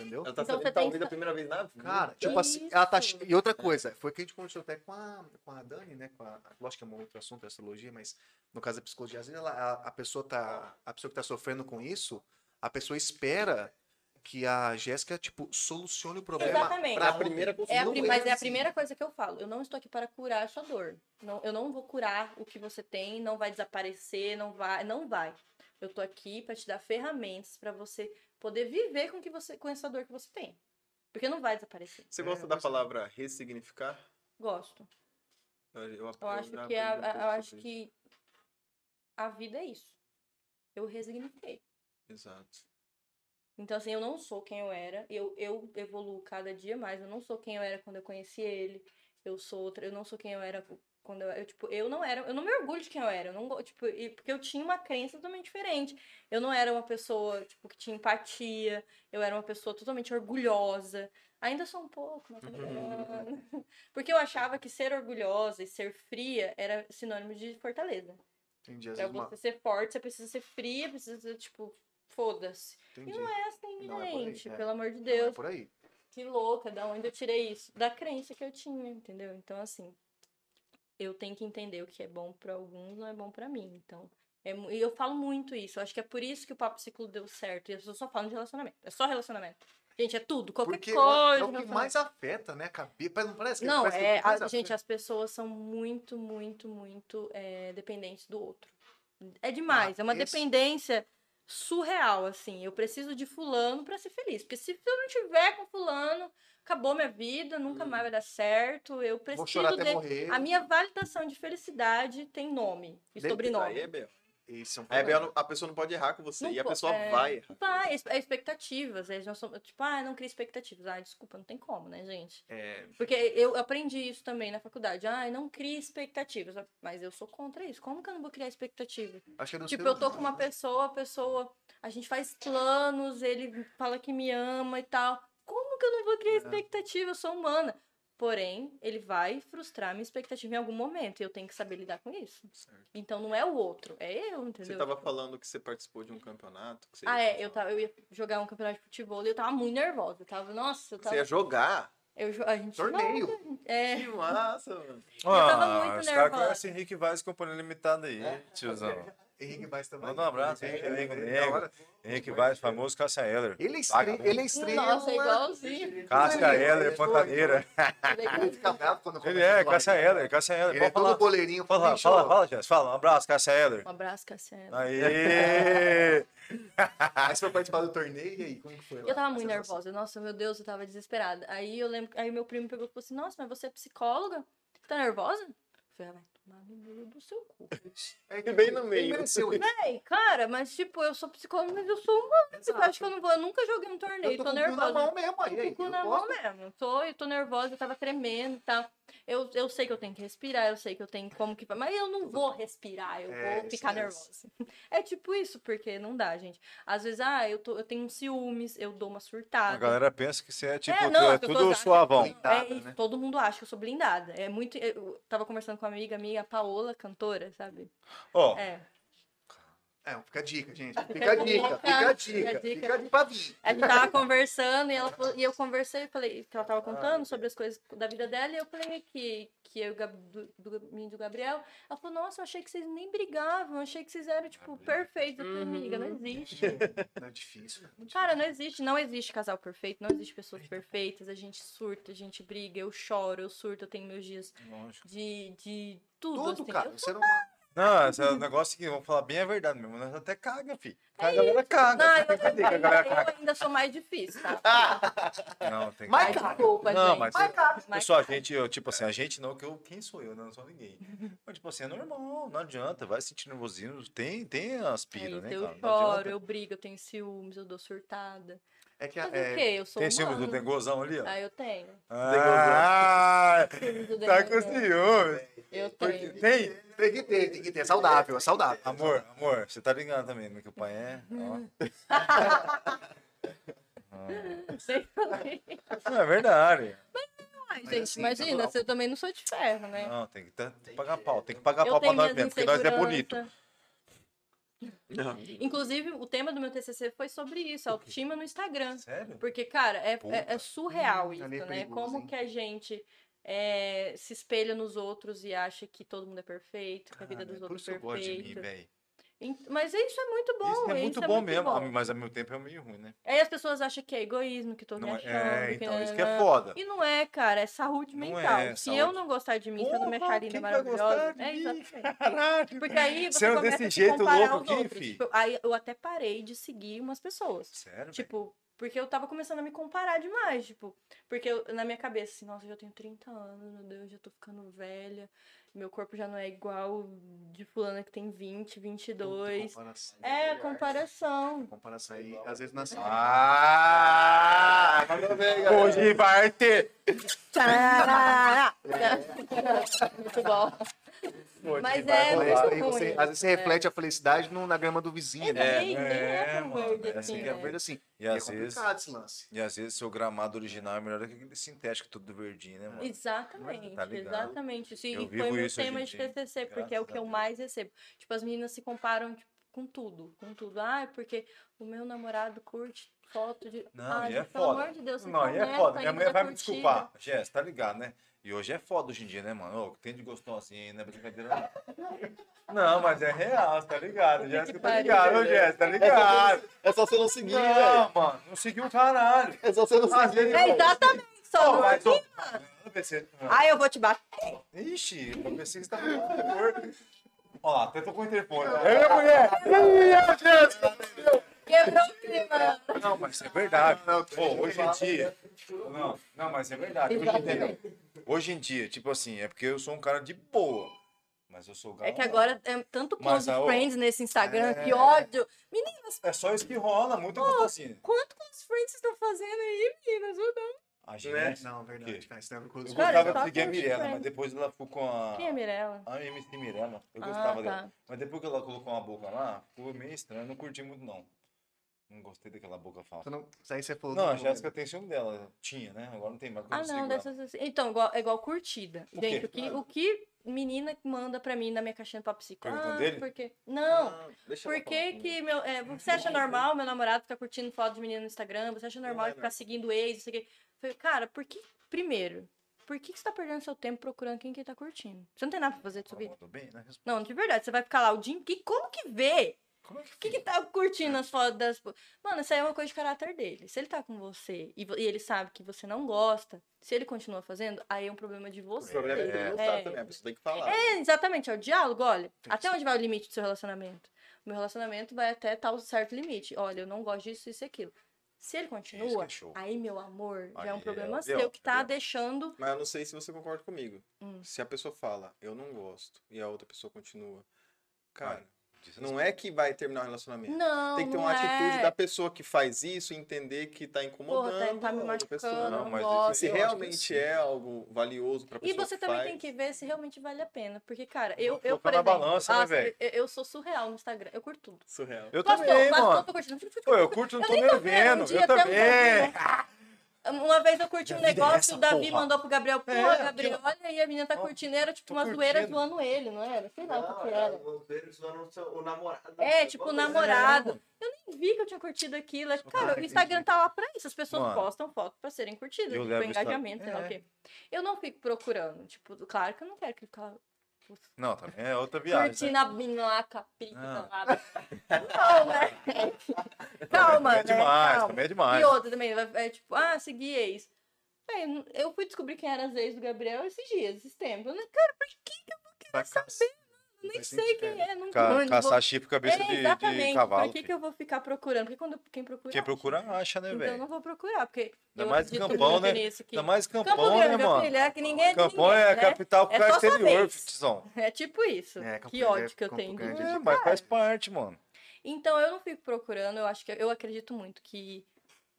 S1: entendeu?
S2: Ela tá
S4: Então
S2: sabendo
S4: você
S2: que tá
S4: tem
S2: ouvindo
S4: que-
S2: a primeira vez na vida.
S1: Cara,
S4: Que
S1: tipo assim, ela tá.
S4: isso?
S1: che- E outra coisa, foi que a gente conversou até com a, com a Dani, né? Com a, lógico que é um outro assunto, é astrologia, mas no caso da psicologia, às vezes ela- a, a pessoa tá. A pessoa que tá sofrendo com isso, a pessoa espera que a Jéssica, tipo, solucione o problema.
S4: Exatamente.
S1: pra
S2: a primeira
S4: É a
S2: Não
S4: pri-
S2: é
S4: mas é a
S2: assim.
S4: primeira coisa que eu falo. Eu não estou aqui para curar a sua dor. Não, eu não vou curar o que você tem, não vai desaparecer, não vai, não vai. Eu tô aqui para te dar ferramentas para você poder viver com que você com essa dor que você tem. Porque não vai desaparecer.
S2: Você gosta
S1: É,
S2: da
S1: mas-
S2: palavra ressignificar?
S4: Gosto.
S2: Eu, eu,
S4: Eu acho
S2: já
S4: que é a,
S2: aprendi um
S4: a-
S2: pouco
S4: eu acho
S2: sobre
S4: que a vida é isso. Eu resignifiquei.
S2: isso. Exato.
S4: Então, assim, eu não sou quem eu era. Eu, eu evoluo cada dia mais. Eu não sou quem eu era quando eu conheci ele. Eu sou outra. Eu não sou quem eu era quando eu, eu tipo, eu não era, eu não me orgulho de quem eu era. Eu não, go- tipo, e- porque eu tinha uma crença totalmente diferente. Eu não era uma pessoa, tipo, que tinha empatia. Eu era uma pessoa totalmente orgulhosa. Ainda sou um pouco, mas tô melhorando. Porque eu achava que ser orgulhosa e ser fria era sinônimo de fortaleza.
S1: Entendi, às
S4: Pra
S1: vezes uma-
S4: É você ser forte, você precisa ser fria, precisa ser, tipo, foda-se.
S1: Entendi.
S4: não É assim,
S1: Não, é por aí,
S4: gente,
S1: é.
S4: pelo amor de
S1: Não, é
S4: Deus.
S1: por aí.
S4: Que louca, da onde eu tirei isso? Da crença que eu tinha, entendeu? Então, assim, eu tenho que entender o que é bom pra alguns não é bom pra mim. Então, é mu- e eu falo muito isso. Eu acho que é por isso que o Papo Ciclo deu certo. E as pessoas só falam de relacionamento. É só relacionamento. Gente, é tudo, qualquer
S1: Porque é o-
S4: coisa.
S1: é o que
S4: relacionamento.
S1: mais afeta, né? A cabeça. Não parece que
S4: Não,
S1: parece que
S4: é,
S1: o que mais
S4: a- gente,
S1: afeta-
S4: as pessoas são muito, muito, muito é, dependentes do outro. É
S1: Ah,
S4: demais, é uma
S1: esse-
S4: dependência surreal, assim. Eu preciso de fulano pra ser feliz, porque se eu não tiver com fulano, acabou minha vida, nunca mais vai dar certo. Eu
S1: Hum. Vou chorar
S4: preciso
S1: até
S4: de...
S1: morrer.
S4: A minha validação de felicidade tem nome e
S1: Deve-
S2: Isso
S4: sobrenome.
S2: aí é B.O.
S1: Esse é um
S2: Aí é
S1: problema.
S2: B.O. a pessoa não pode errar com você.
S4: Não
S2: e a
S4: po-
S2: pessoa
S4: é,
S2: vai errar.
S4: Vai, é expectativas. Eles não são, tipo, ah, não cria expectativas. Ah, desculpa, não tem como, né, gente?
S1: É,
S4: Porque eu aprendi isso também na faculdade. Ah, não cria expectativas. Mas eu sou contra isso. Como que eu não vou criar expectativa?
S1: acho que é do
S4: Tipo,
S1: ser
S4: eu tô
S2: tá
S1: humano,
S4: com uma
S1: né?
S4: pessoa, a pessoa. A gente faz planos, ele fala que me ama e tal. Como que eu não vou
S2: É.
S4: criar expectativa? Eu sou humana. Porém, ele vai frustrar minha expectativa em algum momento. E eu tenho que saber lidar com isso.
S2: Certo.
S4: Então não é o outro, é eu, entendeu?
S2: Você tá tava
S4: Tipo,
S2: falando que você participou de um campeonato. que você
S4: Ah,
S2: ia
S4: é,
S2: fazer
S4: eu,
S2: uma-
S4: tava, eu ia jogar um campeonato de futebol e eu tava muito nervosa. Eu tava, nossa, eu tava.
S2: Você ia jogar?
S4: Eu, jo- a gente
S1: Torneio.
S4: joga, É,
S2: Que massa, mano.
S4: tava muito
S3: Ah, os caras
S4: nervosa.
S3: conhecem Henrique Vaz Companhia Limitada aí,
S1: É?
S3: tiozão.
S1: Henrique Baez também.
S3: Manda um abraço, Henrique Nego Nego. Henrique Vaz, famoso Cássia Heller.
S1: Ele é estrela. Ele é estrela.
S4: Nossa, é igualzinho.
S3: Cássia
S1: Ele é
S3: Heller,
S1: doido.
S3: pantaneira.
S1: Ele fica bravo quando
S3: Ele
S1: começa a
S3: é,
S1: falar.
S3: Cássia Heller, Cássia Heller.
S1: Ele é
S3: Pode
S1: todo
S3: falar.
S1: boleirinho.
S3: Fala,
S1: bicho,
S3: fala, fala, Jess. Fala, um abraço, Cássia Heller.
S4: Um abraço, Cassiano.
S3: Aê!
S1: Mas "Ah, foi participar do torneio e aí, como que foi? lá?
S4: Eu tava muito
S1: Essa sensação.
S4: nervosa. Nossa, meu Deus, eu tava desesperada. Aí eu lembro, aí meu primo pegou e falou assim: "Nossa, mas você é psicóloga? Tá nervosa?" Eu falei: "Ah, vai tomar no meio do seu cu".
S1: É que
S2: Bem no
S1: ele
S2: meio.
S1: mereceu isso.
S4: Véi, cara, mas tipo, eu sou psicóloga, mas eu sou humana. Você acha que eu não vou? Eu nunca joguei um torneio,
S1: Eu
S4: tô,
S1: tô com o cu na
S4: nervosa.
S1: mão mesmo.
S4: Tô
S1: Aí,
S4: com
S1: aí,
S4: o cu
S1: eu
S4: na
S1: posso-
S4: mão mesmo. Eu Tô, eu tô nervosa, eu tava tremendo e tal. Eu, eu sei que eu tenho que respirar, eu sei que eu tenho como que. Mas eu não vou respirar, eu
S1: É,
S4: vou ficar
S1: isso mesmo.
S4: nervosa. É tipo isso, porque não dá, gente. Às vezes, ah, eu, tô, eu tenho ciúmes, eu dou uma surtada.
S3: A galera pensa que você é tipo,
S4: É,
S3: tu
S4: não,
S3: é
S4: as pessoas
S3: tudo
S4: acham-
S3: suavão.
S1: blindada,
S4: É isso,
S1: né?
S4: todo mundo acha que eu sou blindada. É muito. Eu tava conversando com uma amiga minha, a Paola, cantora, sabe?
S3: Ó,
S4: É.
S1: É, fica a dica, gente. Fica a dica, fica a dica.
S4: dica.
S1: Fica a dica pra vir.
S4: A gente tava conversando e, ela, falou- e eu conversei, falei, que ela tava contando sobre as coisas da vida dela, e eu falei que, que eu e o Gab- do, do, mim e do Gabriel. Ela falou, nossa, eu achei que vocês nem brigavam, eu achei que vocês eram, tipo, perfeitos. Eu falei, amiga, não existe.
S1: Não é difícil. cara, é muito
S4: Cara, não existe, não existe casal perfeito, não existe pessoas perfeitas, a gente surta, a gente briga, eu choro, eu surto, eu tenho meus dias
S3: lógico.
S4: de, de tudo,
S1: Tudo,
S4: assim.
S1: cara.
S4: Eu-
S1: Você não...
S3: Não, esse é um negócio que, vamos falar bem a verdade mesmo, nós até caga, fi.
S4: É
S3: a galera caga.
S4: Não,
S3: Não,
S4: eu,
S3: tem que a galera
S4: ainda,
S3: caga.
S4: eu ainda sou mais difícil, tá?
S3: Não, tem que
S4: Ai, desculpa,
S3: Não,
S4: gente.
S3: mas
S4: Mas tá.
S3: eu-
S4: caga.
S3: Eu sou a gente, eu, tipo assim, a gente não, que eu, quem sou eu, né? Não sou ninguém. Mas, tipo assim, é normal, não adianta, vai sentir nervosismo, tem, tem as
S4: É
S3: piras,
S4: isso,
S3: né,
S4: eu
S3: cara? Não
S4: choro,
S3: adianta.
S4: eu brigo, eu tenho ciúmes, eu dou surtada.
S1: É que
S4: Mas o
S1: é,
S4: quê? Eu sou um
S3: Tem ciúme
S4: humana.
S3: do dengozão ali, ó?
S4: Ah, eu tenho.
S3: Ah,
S4: Ciúmes do
S3: tá com
S4: Dengozão.
S3: ciúme.
S4: Eu
S3: Porque-
S4: tenho.
S3: Tem?
S1: tem que ter, tem que ter. É saudável, é saudável.
S3: Amor, amor, você tá ligando também, né? Que o pai é. Ó. Não, é verdade. é
S4: Ai,
S1: Mas
S4: gente,
S3: tá
S1: assim,
S4: imagina,
S1: natural.
S4: você também não sou de ferro, né?
S3: Não, tem que, tá- tem que pagar pau. Tem que pagar
S4: Eu
S3: pau pra
S4: tenho
S3: nós
S4: minhas
S3: mesmo, porque nós é bonito.
S4: inseguranças. Inclusive, o tema do meu TCC foi sobre isso, autoestima no Instagram.
S3: Sério?
S4: Porque, cara, é, é- é surreal
S1: Hum,
S4: isso,
S1: ali é
S4: né?
S1: perigoso,
S4: Como
S1: hein?
S4: que a gente é, se espelha nos outros e acha que todo mundo é perfeito, que a vida
S3: Cara,
S4: dos
S3: por
S4: outros
S3: isso
S4: é
S3: eu gosto de mim,
S4: perfeita.
S3: velho.
S4: Ent- Mas isso é muito bom.
S3: Isso é muito bom mesmo,
S4: bom.
S3: mas ao mesmo tempo é meio ruim, né?
S4: Aí as pessoas acham que é egoísmo, que tô me
S3: Não é-
S4: achando.
S3: é,
S4: que
S3: então, isso que
S4: nananã.
S3: é foda.
S4: E não é, cara, é saúde
S3: Não
S4: mental.
S3: é,
S4: se
S3: saúde.
S4: eu não gostar de mim, se eu não me
S3: Porra,
S4: achar linda,
S3: quem vai gostar
S4: maravilhosa.
S3: de
S4: É,
S3: mim?
S4: exatamente.
S3: Caralho.
S4: Porque aí você
S3: Sendo
S4: começa
S3: desse
S4: a se
S3: jeito
S4: comparar
S3: louco
S4: aos
S3: aqui,
S4: outros.
S3: fi.
S4: Tipo, aí eu até parei de seguir umas pessoas.
S3: Sério? velho?
S4: Tipo, porque eu tava começando a me comparar demais, tipo, porque eu- na minha cabeça, assim, nossa, eu já tenho 30 anos, meu Deus, já tô ficando velha, meu corpo já não é igual de fulana que tem 20, 22.
S1: Comparação.
S4: É, a comparação.
S1: Comparação aí, às vezes é assim. nasce.
S3: Ah!
S2: Manda ver, galera.
S3: Hoje vai ter!
S4: Tarará. muito bom. Mas é
S1: Aí você- aí
S4: muito
S1: você-
S4: ruim.
S1: às vezes você reflete a felicidade no- na grama do vizinho.
S4: É,
S1: né?
S3: assim,
S4: nem, nem é
S3: mano,
S4: tão verde
S3: é
S4: assim,
S3: assim
S1: Porque,
S3: que
S1: na
S4: né?
S1: verdade, assim,
S3: E
S1: é
S3: às vezes.
S1: complicado esse lance.
S3: E às vezes seu gramado original é melhor do que aquele sintético todo verdinho, né, mano?
S4: Exatamente,
S3: Tá ligado?
S4: exatamente. Isso, e
S3: Eu
S4: foi
S3: vivo
S4: meu
S3: isso hoje
S4: tema
S3: em
S4: de
S3: dia,
S4: TCC, porque é o
S3: graças
S4: que
S3: a
S4: eu
S3: Deus.
S4: mais recebo. Tipo, as meninas se comparam tipo, com tudo, com tudo. Ah, é porque o meu namorado curte foto de...
S3: Não,
S4: ah,
S3: e é
S4: gente, pelo
S3: foda.
S4: amor de Deus, você tá
S3: Não, e é
S4: começa
S3: foda. Minha
S4: ainda
S3: mulher
S4: da
S3: vai me
S4: curtida.
S3: desculpar. Jess, tá ligado, né? E hoje é foda hoje em dia, né, mano? Ô, que tem de gostosinho aí, não é brincadeira não. Não, mas é real, você tá ligado? Jéssica, tá
S4: pariu,
S3: ligado, ô Jéssica, tá ligado?
S2: É só você não seguir,
S4: Então-
S2: velho.
S3: Não, mano, não seguiu o caralho.
S2: É só você não
S3: Às
S2: seguir.
S3: vezes
S4: É, exatamente, só
S3: Pô,
S4: não
S3: mas
S4: Tá aqui.
S3: tô- Eu pensei-
S4: Ah, eu vou te bater.
S3: Ixi, eu pensei que você tava com o telefone. Ó lá, até tô com o interfone. É, mulher! Ih, a Jéssica!
S4: Quebrou o clima.
S3: Não, mas é verdade. Pô, hoje em dia. Não, não, mas é verdade. Hoje em dia, hoje em dia, tipo assim, é porque eu sou um cara de boa. Mas eu sou o
S4: É que
S3: galão.
S4: agora é tanto
S3: Então, Mas, É.
S4: close
S3: ah, ô,
S4: friends nesse Instagram, que ódio. Meninas,
S3: É só isso que rola, assim. muito gostosinho.
S4: quanto close friends vocês estão fazendo aí, meninas? Ô, não.
S3: A gente.
S1: né? Não, verdade,
S3: quê?
S1: cara. Isso não é
S3: Eu
S1: coisa.
S4: Cara,
S3: gostava
S4: só
S3: de seguir a
S4: curte
S3: Mirella,
S4: friends.
S3: mas depois ela ficou com
S4: Quem é
S3: a.
S4: Mirella?
S3: A MC Mirella. Ah. Eu
S4: Ah,
S3: gostava
S4: tá.
S3: dela. Mas depois que ela colocou uma boca lá, ficou meio estranho. Eu não curti muito, não. Não gostei daquela boca falsa.
S1: Você não- Isso aí você falou.
S3: Não,
S1: do-
S3: a Jéssica tem ciúme dela. Tinha, né? Agora não tem mais. porque eu
S4: Ah,
S3: sigo
S4: não,
S3: ela.
S4: dessas. assim. Então, igual, é igual curtida.
S3: O
S4: Gente,
S3: quê?
S4: o que, o que menina manda pra mim na minha caixinha do papo psico?
S3: Perguntou
S4: Ah,
S3: dele? Ah,
S4: porque. Não.
S2: Deixa
S4: Por
S2: ela
S4: que
S2: falar.
S4: que meu.
S3: né? é,
S4: é, você acha normal meu namorado ficar curtindo foto de menina no Instagram? Você acha normal ele ficar seguindo ex? Não sei o quê? Eu Falei, cara, por que. Primeiro, por que, que você tá perdendo seu tempo procurando quem que tá curtindo? Você não tem nada pra fazer da sua
S3: Ela
S4: vida?
S3: mandou bem, né? Responde.
S4: Não, de verdade, você vai ficar lá o dia que Como que vê?
S3: Como é que
S4: que que tá curtindo as fotos das. po- Mano, isso aí é uma coisa de caráter dele. Se ele tá com você e, vo- e ele sabe que você não gosta, se ele continua fazendo, aí é um problema de
S2: O
S4: você.
S2: problema é que ele não sabe
S4: É.
S2: também, a pessoa tem que falar.
S4: É, exatamente, é o diálogo, olha. até onde vai o limite do seu relacionamento? O meu relacionamento vai até tal certo limite. Olha, eu não gosto disso, isso e aquilo. Se ele
S5: Isso que
S4: continua,
S5: é show.
S4: aí, meu amor, já é um
S5: Aí,
S4: problema
S5: ó,
S4: seu
S5: viu?
S4: que tá
S5: Viu?
S4: deixando.
S2: Mas eu não sei se você concorda comigo.
S4: Hum.
S2: Se a pessoa fala, eu não gosto, e a outra pessoa continua. Cara,
S5: Diz
S2: não é que vai terminar o relacionamento.
S4: Não,
S2: Tem que ter
S4: não
S2: uma
S4: é.
S2: atitude da pessoa que faz isso, entender que tá
S4: Porra,
S2: incomodando
S4: tá, tá me
S2: a outra
S4: machucando,
S2: pessoa.
S4: não,
S5: Não, mas
S4: gosto.
S2: Se
S5: Eu acho que
S2: realmente
S5: sim.
S2: é algo valioso pra
S4: E
S2: pessoa
S4: você
S2: que
S4: também
S2: faz,
S4: tem que ver se realmente vale a pena. Porque, cara, eu, eu
S3: Colocar
S4: por
S3: na
S4: exemplo,
S3: balança, né,
S4: nossa,
S3: velho?
S4: eu, eu sou surreal no Instagram. Eu curto tudo.
S2: Surreal.
S3: Eu
S4: Passou,
S3: também,
S4: passou,
S3: mano.
S4: tô curtindo.
S3: Pô, eu curto, não tô
S4: Eu nem
S3: nem vendo.
S4: um dia
S3: Eu
S4: até um
S3: também.
S4: pouquinho. Uma vez eu curti um
S3: Minha vida é
S4: negócio,
S3: essa,
S4: o Davi
S3: porra.
S4: mandou pro Gabriel, pô,
S3: É,
S4: Gabriel, olha aí, a menina tá
S3: Ó,
S4: curtindo, era tipo
S3: tô
S4: uma zoeira
S3: curtindo. é.
S4: zoando ele, não era? Sei lá o que que era.
S1: Eles zoando o seu- o namorado.
S4: É, tipo, o
S1: Uma coisa-
S4: namorado. Eu nem vi que eu tinha curtido aquilo. É que, Cara, o Instagram tá lá pra isso. As pessoas
S3: Mano,
S4: postam foto pra serem curtidas.
S3: eu
S4: Tipo,
S3: levo o Insta-
S4: engajamento, sei lá o
S3: É.
S4: quê. Eu não fico procurando. Tipo, claro que eu não quero que ele fica lá
S3: Não, também é outra viagem.
S4: curtindo
S3: né?
S4: a menina lá com a
S3: Ah.
S4: pica lá. Não, né? Calma,
S3: Também
S4: né?
S3: É demais,
S4: Calma.
S3: também é
S4: E
S3: demais.
S4: outra também, vai- é tipo, ah, segui ex. Véi, eu- eu fui descobrir quem era as ex do Gabriel esses dias, esses tempos. Eu, não- cara, por que que eu
S6: Vai saber.
S4: nem sei quem é? Não
S3: Ca-
S4: não vou-
S3: Caçar chifre com cabeça
S4: É,
S3: de- de,
S4: exatamente.
S3: cavalo.
S4: por que,
S3: filho.
S4: que eu vou ficar procurando? Porque quando, quem procura.
S3: Quem
S4: acha.
S3: procura acha, né,
S4: Então
S3: velho?
S4: eu não vou procurar, porque.
S3: Ainda
S4: eu
S3: mais em
S4: acredito
S3: Campão,
S4: muito
S3: né?
S4: nisso, que-
S3: Ainda mais campão,
S4: Campo
S3: né,
S4: Grande, meu
S3: mano?
S4: filho, é que ninguém é de
S3: Campão
S4: ninguém,
S3: é a
S4: né?
S3: capital que
S4: É
S3: é
S4: só sua
S3: exterior,
S4: vez.
S3: Fitzão.
S4: É tipo isso.
S1: É, Campo
S4: que
S1: Grande é-
S4: ódio que eu
S1: Campo
S4: tenho. de-
S1: Grande
S3: É, mas faz parte, mano.
S4: Então eu não fico procurando, eu acho que eu acredito muito que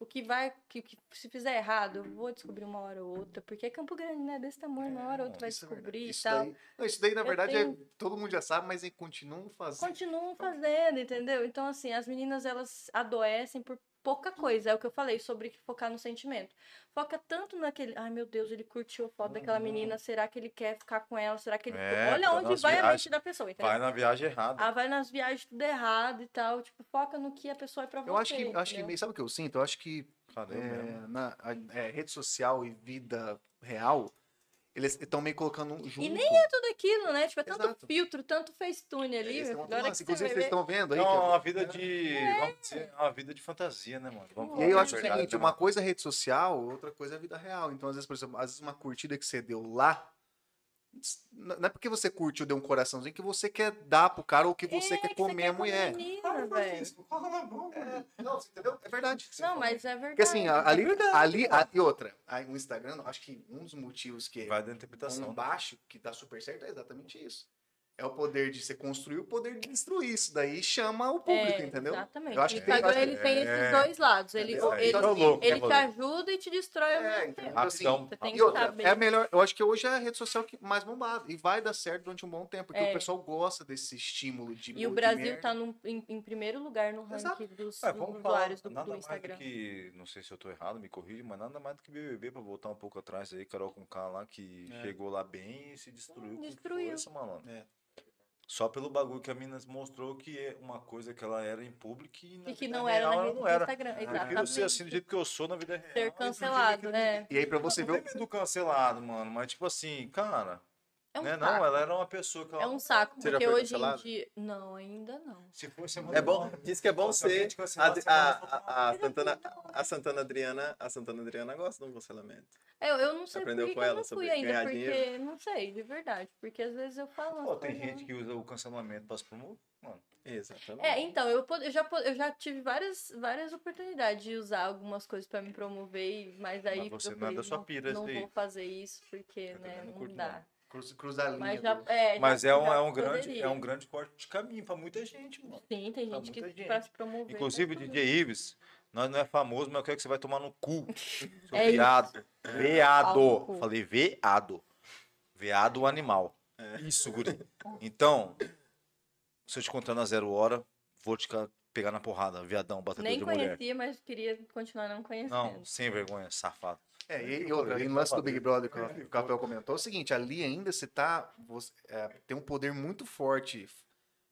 S4: o que vai, que, que se fizer errado, eu vou descobrir uma hora ou outra, porque é Campo Grande, né? Desse tamanho, uma hora ou outra vai
S1: Isso é verdade.
S4: descobrir e
S1: Isso
S4: tal.
S1: daí- não, isso daí, na
S4: Eu
S1: verdade, é-
S4: tenho-
S1: todo mundo já sabe, mas eles continuam fazendo.
S4: Continuam fazendo, entendeu? Então, assim, as meninas elas adoecem por pouca coisa. É o que eu falei sobre focar no sentimento. Foca tanto naquele. Ai, meu Deus, ele curtiu a foto daquela
S1: Uhum.
S4: menina. Será que ele quer ficar com ela? Será que ele.
S3: É,
S4: Olha
S3: pra
S4: onde
S3: nós
S4: vai a mente
S3: viagem.
S4: da pessoa, entendeu?
S3: Vai na viagem errada.
S4: Ah, vai nas viagens tudo errado e tal. Tipo, foca no que a pessoa é pra você.
S1: Eu acho que, eu acho que
S4: entendeu?
S1: meio- sabe o que eu sinto? Eu acho que
S4: Ah,
S3: Cadê
S1: é,
S3: mesmo?
S1: na a- é, rede social e vida real, eles estão meio colocando um junto.
S4: nem é tudo aquilo, né? Tipo, é tanto
S1: Exato.
S4: filtro, tanto facetune ali.
S1: Eles têm uma
S4: agora que
S1: nuance. assim,
S4: você
S1: Inclusive,
S4: vai
S1: vocês
S4: ver...
S1: estão vendo aí.
S3: É
S1: que
S3: uma
S1: eu-
S3: vida de. Vamos dizer, é uma vida de fantasia, né, mano? Vamos
S4: E
S1: E
S3: falar
S1: aí eu
S3: a
S1: acho o
S3: verdade,
S1: seguinte,
S3: né,
S1: uma
S3: mano?
S1: coisa é rede social, outra coisa é vida real. Então, às vezes, por exemplo, às vezes uma curtida que você deu lá, não não é porque você curtiu, deu um coraçãozinho, que você quer dar pro cara ou que você
S4: É,
S1: quer
S4: que
S1: comer a
S4: com
S1: mulher.
S4: menina, velho.
S1: Não, você entendeu? É verdade.
S4: Não, mas é verdade.
S1: Porque assim, a- ali, ali a- e outra, aí o Instagram, acho que um dos motivos que é
S3: Vai da interpretação.
S1: um baixo, que dá super certo, é exatamente isso. É o poder de você construir, o poder de destruir. Isso daí chama o público,
S4: É,
S1: entendeu?
S4: Exatamente.
S1: Eu acho
S4: o
S1: que tem-
S4: Instagram
S1: acho-
S4: ele tem esses
S3: é.
S4: dois lados. Ele,
S1: Entendeu?
S4: ele, tá assim,
S1: Então,
S3: é o louco,
S4: ele
S3: né,
S4: te
S3: mano?
S4: ajuda e te destrói ao
S1: É,
S4: mesmo
S1: entendeu?
S4: tempo.
S1: Então, assim,
S3: Rapidão.
S4: Você tem que
S1: E outra,
S4: saber.
S1: é a melhor, eu acho que hoje é a rede social que mais bombada e vai dar certo durante um bom tempo, porque
S4: É.
S1: o pessoal gosta desse estímulo de
S4: E o
S1: de
S4: Brasil
S1: merda.
S4: tá num- em, em primeiro lugar no ranking
S1: Exato.
S4: dos
S3: É,
S4: dos
S3: vamos falar,
S4: usuários do,
S3: nada
S4: do
S3: mais
S4: Instagram.
S3: do que, não sei se eu tô errado, me corrija, mas nada mais do que BBB pra voltar um pouco atrás aí, Carol com K lá, que chegou lá bem e se destruiu
S4: É. destruiu.
S3: com força, malandro.
S1: É.
S3: Só pelo bagulho que a mina mostrou que é uma coisa que ela era em público e na
S4: E que
S3: vida
S4: não era
S3: real
S4: na
S3: ela
S4: rede
S3: não
S4: do
S3: era.
S4: Instagram.
S3: Eu prefiro ser assim do
S4: Exatamente.
S3: jeito que eu sou na vida real. e do
S4: Ser
S3: jeito que
S4: cancelado,
S3: eu-
S4: né?
S1: E aí pra
S3: Você
S1: você
S3: não
S1: ver,
S3: tem medo do cancelado, mano, mas tipo assim, cara,
S4: É um
S3: né,
S4: saco.
S3: não, ela era uma pessoa que ela...
S4: É um saco,
S2: Você já
S4: porque
S2: foi
S4: hoje em
S2: cancelado?
S4: dia. Não, ainda não.
S3: Se fosse
S2: É bom, diz que é bom
S3: Se alguém
S2: ser.
S3: te cancelar,
S2: A,
S3: você
S2: a,
S3: vai voltar.
S2: a,
S4: assim,
S2: a Santana,
S4: tá
S2: a Santana Adriana, a Santana Adriana gosta de um cancelamento.
S4: É, Eu, eu não sei por
S2: aprendeu
S4: que
S2: com
S4: que eu
S2: ela
S4: não
S2: sobre
S4: fui ainda,
S2: ganhar
S4: porque.
S2: dinheiro?
S4: Não sei, de verdade. Porque às vezes eu falo. umas
S3: Pô, tem
S4: coisas,
S3: gente que usa o cancelamento pra se promover, mano.
S2: Exatamente.
S4: É, então, eu, pod- eu já, pod- eu já tive várias, várias oportunidades de usar algumas coisas pra me promover, e- mas aí
S3: você
S4: eu
S3: não é
S4: falei,
S3: da sua
S4: não,
S3: pira, Tá
S4: não
S3: isso aí.
S4: vou fazer isso, porque,
S3: Eu
S4: né,
S3: também não
S4: não,
S3: curto,
S4: dá.
S1: cruz, cruzar a linha.
S4: Mas já,
S1: do-
S4: é, já-
S3: Mas é um,
S4: já
S3: é um grande,
S4: poderia.
S3: é um grande corte de caminho pra muita gente, mano.
S4: Sim, tem
S3: pra
S4: gente que
S3: Tá, muita
S4: pra
S3: gente.
S4: se promover... tá
S3: Inclusive,
S4: tudo.
S3: DJ Ives, nós não é famoso, mas eu quero que você vai tomar no cu. Seu
S4: É isso.
S3: veado.
S4: Pau no cu.
S3: Veado. Falei veado. Veado o animal. Isso, guri. Então, se eu te contar na zero hora, vou te ca- pegar na porrada, viadão, batedor
S4: Nem
S3: de mulher.
S4: conhecia, mas queria continuar não conhecendo.
S3: Não, sem vergonha, safado.
S1: É, e, e outra, e no lance do Big Brother que o é, Capel comentou, é o seguinte, ali ainda você tá. você, é, tem um poder muito forte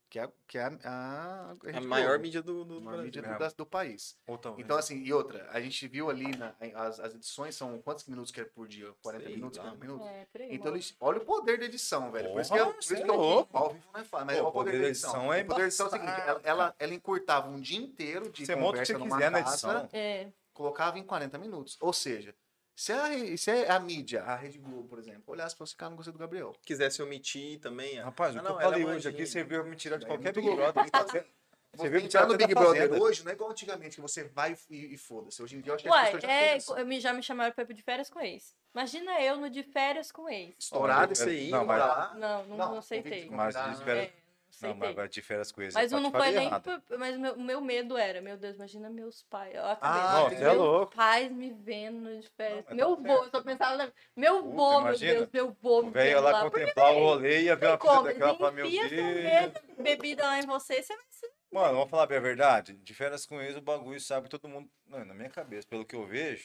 S1: que é, que é a, a,
S2: A
S4: tipo,
S1: gente
S2: maior
S1: viu,
S2: mídia do, do
S1: a maior
S2: Brasil. É.
S1: mídia do,
S3: Brasil.
S1: da- do país.
S3: Ou talvez.
S1: Então, assim, e outra, a gente viu ali, na- as, as edições são quantos minutos que é por dia? 40
S2: Sei
S1: minutos,
S2: lá,
S1: 50 minutos?
S4: É, por aí.
S1: Então, eles, olha o poder da edição, velho. Por isso que,
S3: Porra,
S1: eu- por isso
S3: cê
S1: que
S3: é
S1: eu-
S3: louco.
S1: ao vivo não é fácil, mas
S3: Pô,
S1: olha o poder, da edição.
S3: é
S1: o poder da edição é o seguinte,
S3: embaçado,
S1: ela, ela, ela encurtava um dia inteiro de
S3: Você monta o que
S1: conversa
S3: você
S1: numa
S3: quiser na
S1: casa,
S3: edição.
S4: É,
S1: colocava em 40 minutos. Ou seja, se é a, se a mídia, a Rede Globo, por exemplo, olhasse pra você, cara, não gostei do Gabriel.
S2: Quisesse omitir também. ó.
S3: Rapaz,
S2: Ah,
S3: o que eu
S2: não, ela é
S3: falei hoje aqui,
S2: mandinha.
S3: você veio me tirar de
S1: Isso daí é
S3: qualquer Big
S1: muito louco.
S3: Brother. Você- Você veio me
S1: entrar
S3: tirar
S1: no
S3: até da
S1: Big Brother
S3: fazenda.
S1: hoje, não é igual antigamente, que você vai e, e foda-se. Hoje em dia, eu acho que as
S4: Uai,
S1: pessoas já
S4: é,
S1: pensam.
S4: eu me- já me chamaram pra ir de férias com ex. Imagina eu no de férias com ex.
S1: Estourado esse aí,
S3: Não,
S1: vai
S3: mas-
S1: lá.
S4: Não, não, não aceitei.
S3: convidado. Mas de
S4: É,
S3: férias-
S4: não
S3: Não, mas
S4: aceitei.
S3: vai de férias com eles.
S4: Mas
S3: eu
S4: eu não
S3: te
S4: foi
S3: falei
S4: nem.
S3: errado.
S4: pra- Mas o meu, o meu medo era, meu Deus, imagina meus pais. Ó, a
S1: Ah,
S4: cabeça.
S1: não,
S3: você é louco.
S4: pais me vendo no de férias.
S3: Não, mas
S4: meu
S3: tá
S4: vô, eu só pensava na. Meu
S3: Puta,
S4: vô, meu
S3: imagina.
S4: Deus, meu vô. me
S3: O velho ia
S4: vendo
S3: lá
S4: Por que
S3: contemplar o
S4: não?
S3: rolê e ia ver uma
S4: Tem
S3: coisa
S4: como,
S3: daquela
S4: ele
S3: e falar, meu
S4: enfia
S3: Deus.
S4: cerveja, Bebida lá em você, você vai se
S3: Mano, vamos falar bem a verdade. De férias com eles, o bagulho sabe todo mundo. Não, na minha cabeça, pelo que eu vejo,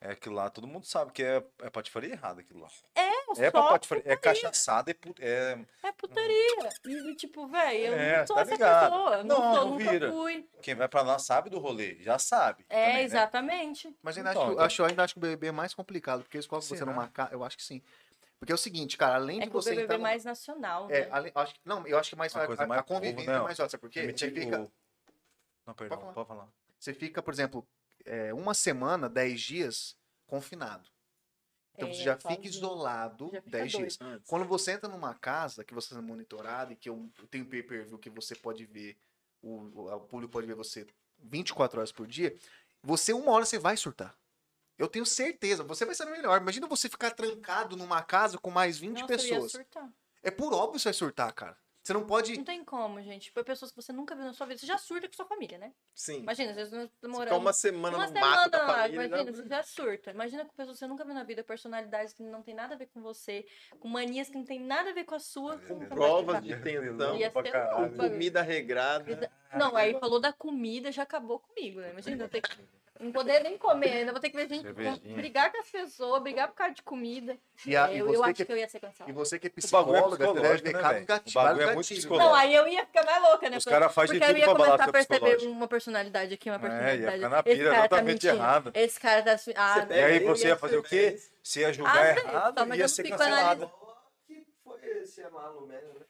S3: é aquilo lá, todo mundo sabe que é, é patifaria errada aquilo lá. É, pra
S4: um só.
S3: patifaria, é cachaçada, é, put- é
S4: É putaria. E tipo, velho, eu
S3: É,
S4: não sou
S3: tá
S4: essa
S3: ligado.
S4: pessoa.
S3: Não,
S4: Não, sou,
S3: não
S4: nunca
S3: vira.
S4: fui.
S3: Quem vai pra lá sabe do rolê, já sabe.
S4: É,
S3: também, né?
S4: exatamente.
S1: Mas ainda
S3: Então,
S1: acho, que-
S3: então-
S1: acho, eu ainda acho que o BBB é mais complicado, porque eles colocam você
S3: Será?
S1: numa casa. Eu acho que sim. Porque é o seguinte, cara, além
S4: É
S1: de
S4: que o
S1: você
S4: BBB
S1: entrar.
S4: é
S1: num-
S4: mais nacional,
S1: É,
S4: né?
S1: além, acho que, não, eu acho que é mais
S3: Uma
S1: a,
S3: coisa
S1: a-
S3: mais
S1: a convivência
S3: povo, né?
S1: é mais ótima, porque
S3: É
S1: você
S3: metido-
S1: fica,
S3: Não, perdão, pode falar.
S1: falar. você fica, por exemplo, é, uma semana, 10 dias confinado. Então
S4: É,
S1: você já fica
S4: sozinho.
S1: isolado
S4: Já fica
S1: 10
S4: doido.
S1: dias. Quando você entra numa casa que você é monitorado e que eu, eu tenho pay per view que você pode ver, o, o- o público pode ver você 24 horas por dia, você uma hora você vai surtar. Eu tenho certeza, você vai saber melhor. Imagina você ficar trancado numa casa com mais 20
S4: Nossa, eu ia
S1: pessoas.
S4: surtar.
S1: É por óbvio que você vai surtar, cara. Você não pode.
S4: Não tem como, gente. Tipo, é pessoas que você nunca viu na sua vida. Você já surta com sua família, né?
S2: Sim.
S4: Imagina, às vezes nós
S2: Você
S4: demoramos
S2: ficar uma semana
S4: uma
S2: no mato com a
S4: semana lá.
S2: família. né?
S4: Imagina,
S2: já-
S4: você já surta. Imagina com pessoas que você nunca viu na vida, personalidades que não tem nada a ver com você, com manias que não tem nada a ver com a
S3: Com
S4: sua. você nunca vai
S2: Provas
S4: ficar- é
S2: de tensão.
S4: Ia ser um
S2: Com
S4: louco.
S2: comida regrada.
S4: Não, aí falou da comida, já acabou comigo, né? Imagina, eu ter que... não poder nem comer, ainda vou ter que ver gente
S3: Cervejinha.
S4: brigar com as pessoas, brigar por causa de comida.
S1: E, a-
S4: É,
S1: e
S4: eu, eu
S1: você
S4: acho
S1: que,
S4: que eu ia ser cansada.
S1: e você que é
S3: O bagulho é
S1: psicóloga, você deve
S3: psicológico,
S1: ver
S3: né,
S1: cada
S3: velho?
S1: gatilho.
S3: O bagulho
S1: vários
S3: é muito
S1: gatilhos,
S3: psicológico.
S4: Não, aí eu ia ficar mais louca, né?
S3: Os caras fazem
S4: Porque
S3: de
S4: eu
S3: tudo
S4: ia
S3: pra
S4: começar
S3: abalar
S4: a
S3: seu
S4: perceber
S3: psicológico.
S4: uma personalidade aqui, uma
S3: É,
S4: personalidade.
S3: ia ficar
S4: aqui.
S3: na pira,
S4: Esse cara tá
S3: totalmente
S4: mentindo.
S3: errada.
S4: Esse cara tá. assim, Ah,
S3: E aí
S2: Eu
S3: você
S2: ia
S3: ia fazer o quê? Se ia julgar
S4: Ah, sei, tá,
S3: errado,
S4: mas
S3: ia
S4: eu
S3: ser Tá.
S4: fico
S3: cancelada.
S8: que foi esse a Lumena, né?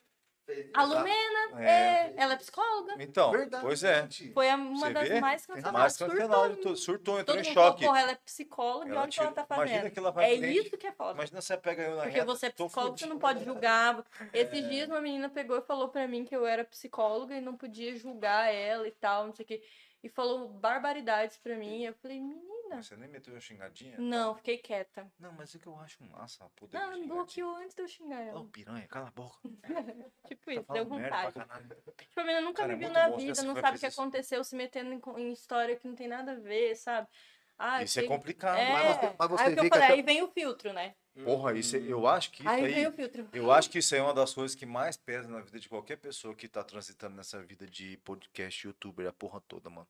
S8: Fez-
S4: a Lumena,
S3: É.
S4: é, ela é psicóloga.
S3: Então,
S1: Verdade.
S3: pois é.
S4: Foi a- uma
S3: Você
S4: das
S3: vê?
S4: mais
S3: Mas
S4: canceladas.
S3: cancelado,
S4: Surtou. um-
S3: surtou, surtou entrou
S4: Todo
S3: em
S4: mundo falou,
S3: choque.
S4: porra, ela é psicóloga, e
S3: Ela
S4: olha o que ela
S3: tira-
S4: tá
S3: imagina
S4: fazendo.
S3: que ela vai
S4: É
S3: frente.
S4: isso que é foda.
S3: Imagina você pega eu na
S4: Porque
S3: reta,
S4: você é
S3: tô
S4: psicólogo, você
S3: fudido. É.
S4: não pode julgar. Esses dias uma menina pegou e falou pra mim que eu era psicóloga e não podia julgar ela e tal, não sei o quê. E falou barbaridades pra mim. Eu falei, menina.
S3: Você nem meteu uma xingadinha?
S4: Não, fiquei quieta.
S3: Não, mas o que eu acho massa, poder de
S4: Hum. Não, ela me
S3: xingadinha.
S4: bloqueou antes de eu xingar
S3: Ô,
S4: ela.
S3: piranha, cala a boca.
S4: Tipo
S3: Tá
S4: isso, deu
S3: falando merda pra
S4: vontade.
S3: caralho.
S4: Tipo, a menina nunca
S3: Cara, é
S4: me viu
S3: muito
S4: na
S3: bom,
S4: vida,
S3: essa
S4: não
S3: vai
S4: sabe o que
S3: fazer isso.
S4: aconteceu, se metendo em, co- em história que não tem nada a ver, sabe? Ah,
S3: Isso é
S4: fiquei-
S3: complicado.
S4: É.
S1: Mas você- mas você
S4: aí o que
S1: vê que
S4: eu falei,
S1: até-
S4: aí vem o filtro, né?
S3: Porra, isso,
S2: Hum,
S3: é- eu acho que isso
S4: Uhum. Aí
S3: aí...
S4: vem o filtro.
S3: Eu acho que isso aí é uma das coisas que mais pesa na vida de qualquer pessoa que tá transitando nessa vida de podcast, youtuber, a porra toda, mano.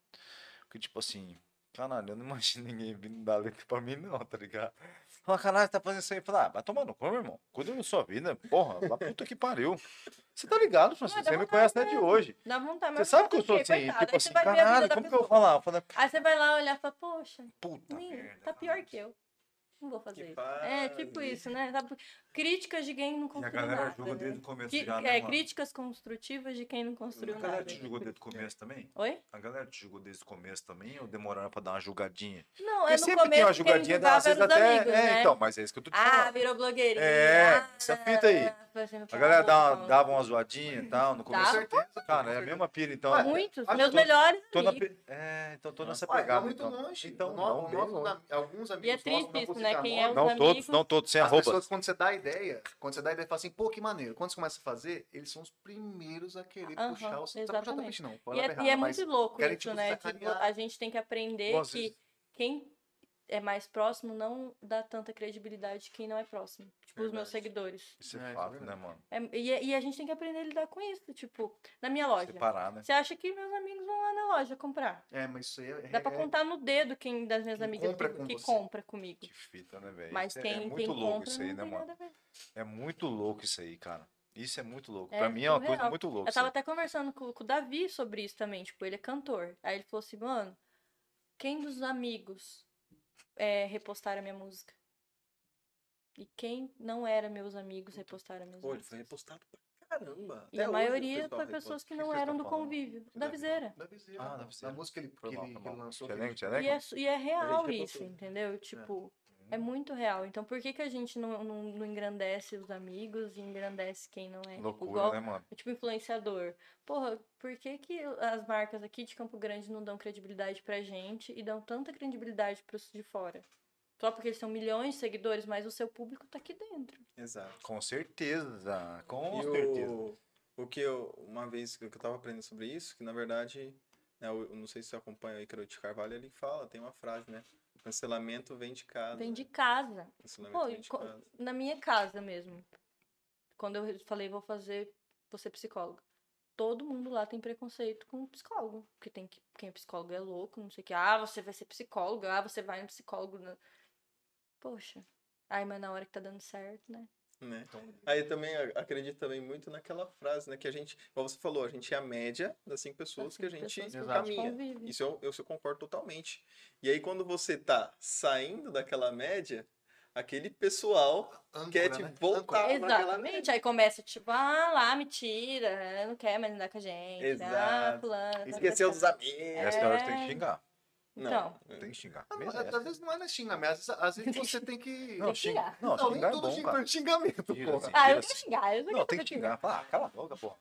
S3: Porque, tipo assim, caralho, eu não imagino ninguém vindo dar letra pra mim, não, tá ligado? Fala, caralho, tá fazendo isso aí. Fala, ah, vai tomar no cu, meu irmão. Cuida da sua vida, porra, da puta que pariu. Você tá ligado, Francisco?
S4: dá
S3: Você me
S4: vontade
S3: conhece até de
S4: mesmo.
S3: hoje.
S4: Dá vontade,
S3: Você
S4: mas
S3: sabe que eu
S4: fazer
S3: sou
S4: o quê,
S3: assim,
S4: coitada?
S3: tipo
S4: Aí você
S3: assim,
S4: vai ver a vida
S3: caralho,
S4: da
S3: como que eu vou
S4: pessoa.
S3: falar? Eu falo,
S4: Aí você vai lá olhar e fala, poxa,
S3: puta
S4: menino,
S3: merda.
S4: tá pior que eu. Não vou fazer
S2: Que
S4: isso.
S2: fase.
S4: É, tipo isso, né? Tá- Críticas de quem não
S3: E a
S4: construiu
S3: galera
S4: nada.
S3: julga
S4: né?
S3: desde o começo
S4: Que-
S3: já, né,
S4: é,
S3: mano?
S4: críticas construtivas de quem não construiu
S3: A
S4: nada.
S3: galera te
S4: né?
S3: julgou desde o começo também?
S4: Oi?
S3: A galera te julgou desde o começo também ou demoraram pra dar uma julgadinha?
S4: Não,
S3: Porque
S4: é no começo quem
S3: dá,
S4: julgava eram os amigos,
S3: é,
S4: né?
S3: então, mas é isso que eu tô te
S4: Ah,
S3: falando.
S4: virou blogueirinha.
S3: É,
S4: ah,
S3: essa fita aí.
S4: você me
S3: a
S4: fala,
S3: galera dava,
S4: não.
S3: dava uma zoadinha e tal, no começo.
S4: Dava.
S3: certeza. Cara, é a mesma pira, então. é-
S4: Muitos,
S1: Acho
S4: meus
S3: que tô-
S4: melhores
S3: tô na
S4: amigos.
S3: pe- É, então tô nessa
S1: Ué, tá
S3: pegada.
S1: muito
S3: então.
S1: longe.
S3: Então,
S1: No-
S3: não, bem
S1: nossos
S3: longe.
S1: am- alguns amigos
S4: é triste
S1: nossos, não
S4: isso,
S1: vou
S4: né,
S1: citar
S4: quem é
S1: nome,
S4: os
S3: Não todos,
S4: amigos-
S3: não todos, sem
S1: As
S3: arroba.
S1: pessoas, quando você dá a ideia, quando você dá a ideia, fala assim, pô, que maneiro. Quando você começa a fazer, eles são os primeiros a querer
S4: Aham,
S1: puxar o seu. Não
S4: exatamente.
S1: puxar não,
S4: E
S1: palavra
S4: é,
S1: errada,
S4: e é
S1: mas
S4: muito louco
S1: querem,
S4: isso,
S1: tipo,
S4: né?
S1: sacanear.
S4: Tipo, a gente tem que aprender
S3: Nossa,
S4: que
S3: isso-
S4: quem é mais próximo não dá tanta credibilidade que quem não é próximo. Tipo, os meus seguidores.
S3: Isso
S1: É,
S3: é
S1: isso é
S3: fato, né,
S1: verdade.
S3: mano?
S4: É- e, é- e a gente tem que aprender a lidar com isso. Tipo, na minha loja.
S3: Separar, né?
S4: Você acha que meus amigos vão lá na loja comprar?
S1: É, mas isso aí é.
S4: Dá pra
S1: é-
S4: contar no dedo quem das minhas
S1: Quem
S4: amigas
S1: compra
S4: que,
S1: com
S4: que
S1: você.
S4: compra comigo.
S3: Que fita, né, velho?
S4: Mas
S3: Isso é-
S4: quem,
S3: É muito
S4: quem
S3: louco
S4: compra
S3: isso aí,
S4: não
S3: né,
S4: tem
S3: mano?
S4: nada a ver.
S3: É muito louco isso aí, cara. Isso é muito louco.
S4: É,
S3: pra mim é uma
S4: surreal.
S3: coisa muito louca.
S4: Eu tava
S3: assim.
S4: até conversando com, com o Davi sobre isso também, tipo, ele é cantor. Aí ele falou assim, mano, quem dos amigos é, repostaram a minha música? E quem não era meus amigos repostaram minhas
S2: Pô, ele
S4: músicas?
S2: foi repostado pra caramba.
S4: E a
S2: hoje o
S4: maioria
S2: pessoal
S4: foi
S2: reposta.
S4: pessoas que
S3: que
S4: não
S3: vocês
S4: eram
S3: tão
S4: do
S3: falando?
S4: convida,
S3: Que
S4: da
S3: Davi-
S4: viseira.
S1: Da viseira.
S3: Ah,
S1: mano.
S3: da viseira.
S1: Da música que ele,
S3: Foi
S1: que
S3: mal,
S1: ele,
S3: foi
S1: que ele
S3: mal.
S1: lançou.
S3: Te
S1: que
S3: alegre,
S1: ele-
S3: te
S4: E
S3: alegre?
S4: é, su- e é real
S2: repostou.
S4: isso, entendeu? Tipo, é muito real. Então por que, que a gente não, não, não engrandece os amigos e engrandece quem não é? Tipo,
S3: Loucura,
S4: igual-
S3: né, mano?
S4: É tipo influenciador. Porra, por que, que as marcas aqui de Campo Grande não dão credibilidade pra gente e dão tanta credibilidade pros de fora? Só porque eles são milhões de seguidores, mas o seu público tá aqui dentro.
S2: Exato.
S3: Com certeza. Com
S2: E
S3: certeza.
S2: o, o que eu, uma vez que eu tava aprendendo sobre isso, que na verdade, né, eu eu não sei se você acompanha aí, Carol de Carvalho, ele fala, tem uma frase, né? O cancelamento vem de casa.
S4: Vem de casa.
S2: O Cancelamento
S4: Pô,
S2: vem
S4: e
S2: de
S4: co-
S2: casa.
S4: na minha casa mesmo. Quando eu falei, vou fazer, vou ser psicóloga. Todo mundo lá tem preconceito com psicólogo. Porque tem que, quem é psicólogo é louco, não sei o que. Ah, você vai ser psicóloga, ah, você vai no psicólogo. né? Poxa. Ai, mas na hora que tá dando certo, né?
S2: Né? Aí também a- acredito também muito naquela frase, né? Que a gente, como você falou, a gente é a média das cinco pessoas
S4: Assim,
S2: que a gente caminha.
S4: convive.
S2: Isso eu, eu concordo totalmente. E aí, quando você tá saindo daquela média, aquele pessoal
S1: Âncora,
S2: quer te
S1: né?
S2: voltar
S1: Âncora.
S2: naquela
S4: Exatamente.
S2: média.
S4: Aí começa, tipo, ah lá, mentira, não quer mais andar com a gente. Ah,
S2: Exato.
S4: fulano. tá
S2: Esqueceu
S4: gostando.
S2: dos amigos.
S3: Essa hora que tem que xingar.
S4: Então,
S2: Não.
S3: Tem que xingar.
S1: Ah, não,
S3: Merece.
S1: Às vezes não é na xingamento, às vezes, às vezes você tem que.
S3: Não,
S4: que
S3: xinga.
S4: xingar.
S3: Não,
S1: Não,
S3: xingar é
S1: tudo
S3: bom,
S1: xinga-
S3: cara.
S1: xingamento,
S3: Tira,
S1: porra.
S3: assim.
S4: ah, eu
S3: Vira
S4: quero xingar. Eu
S3: Não, tem que xingar. Ah, cala a boca, porra.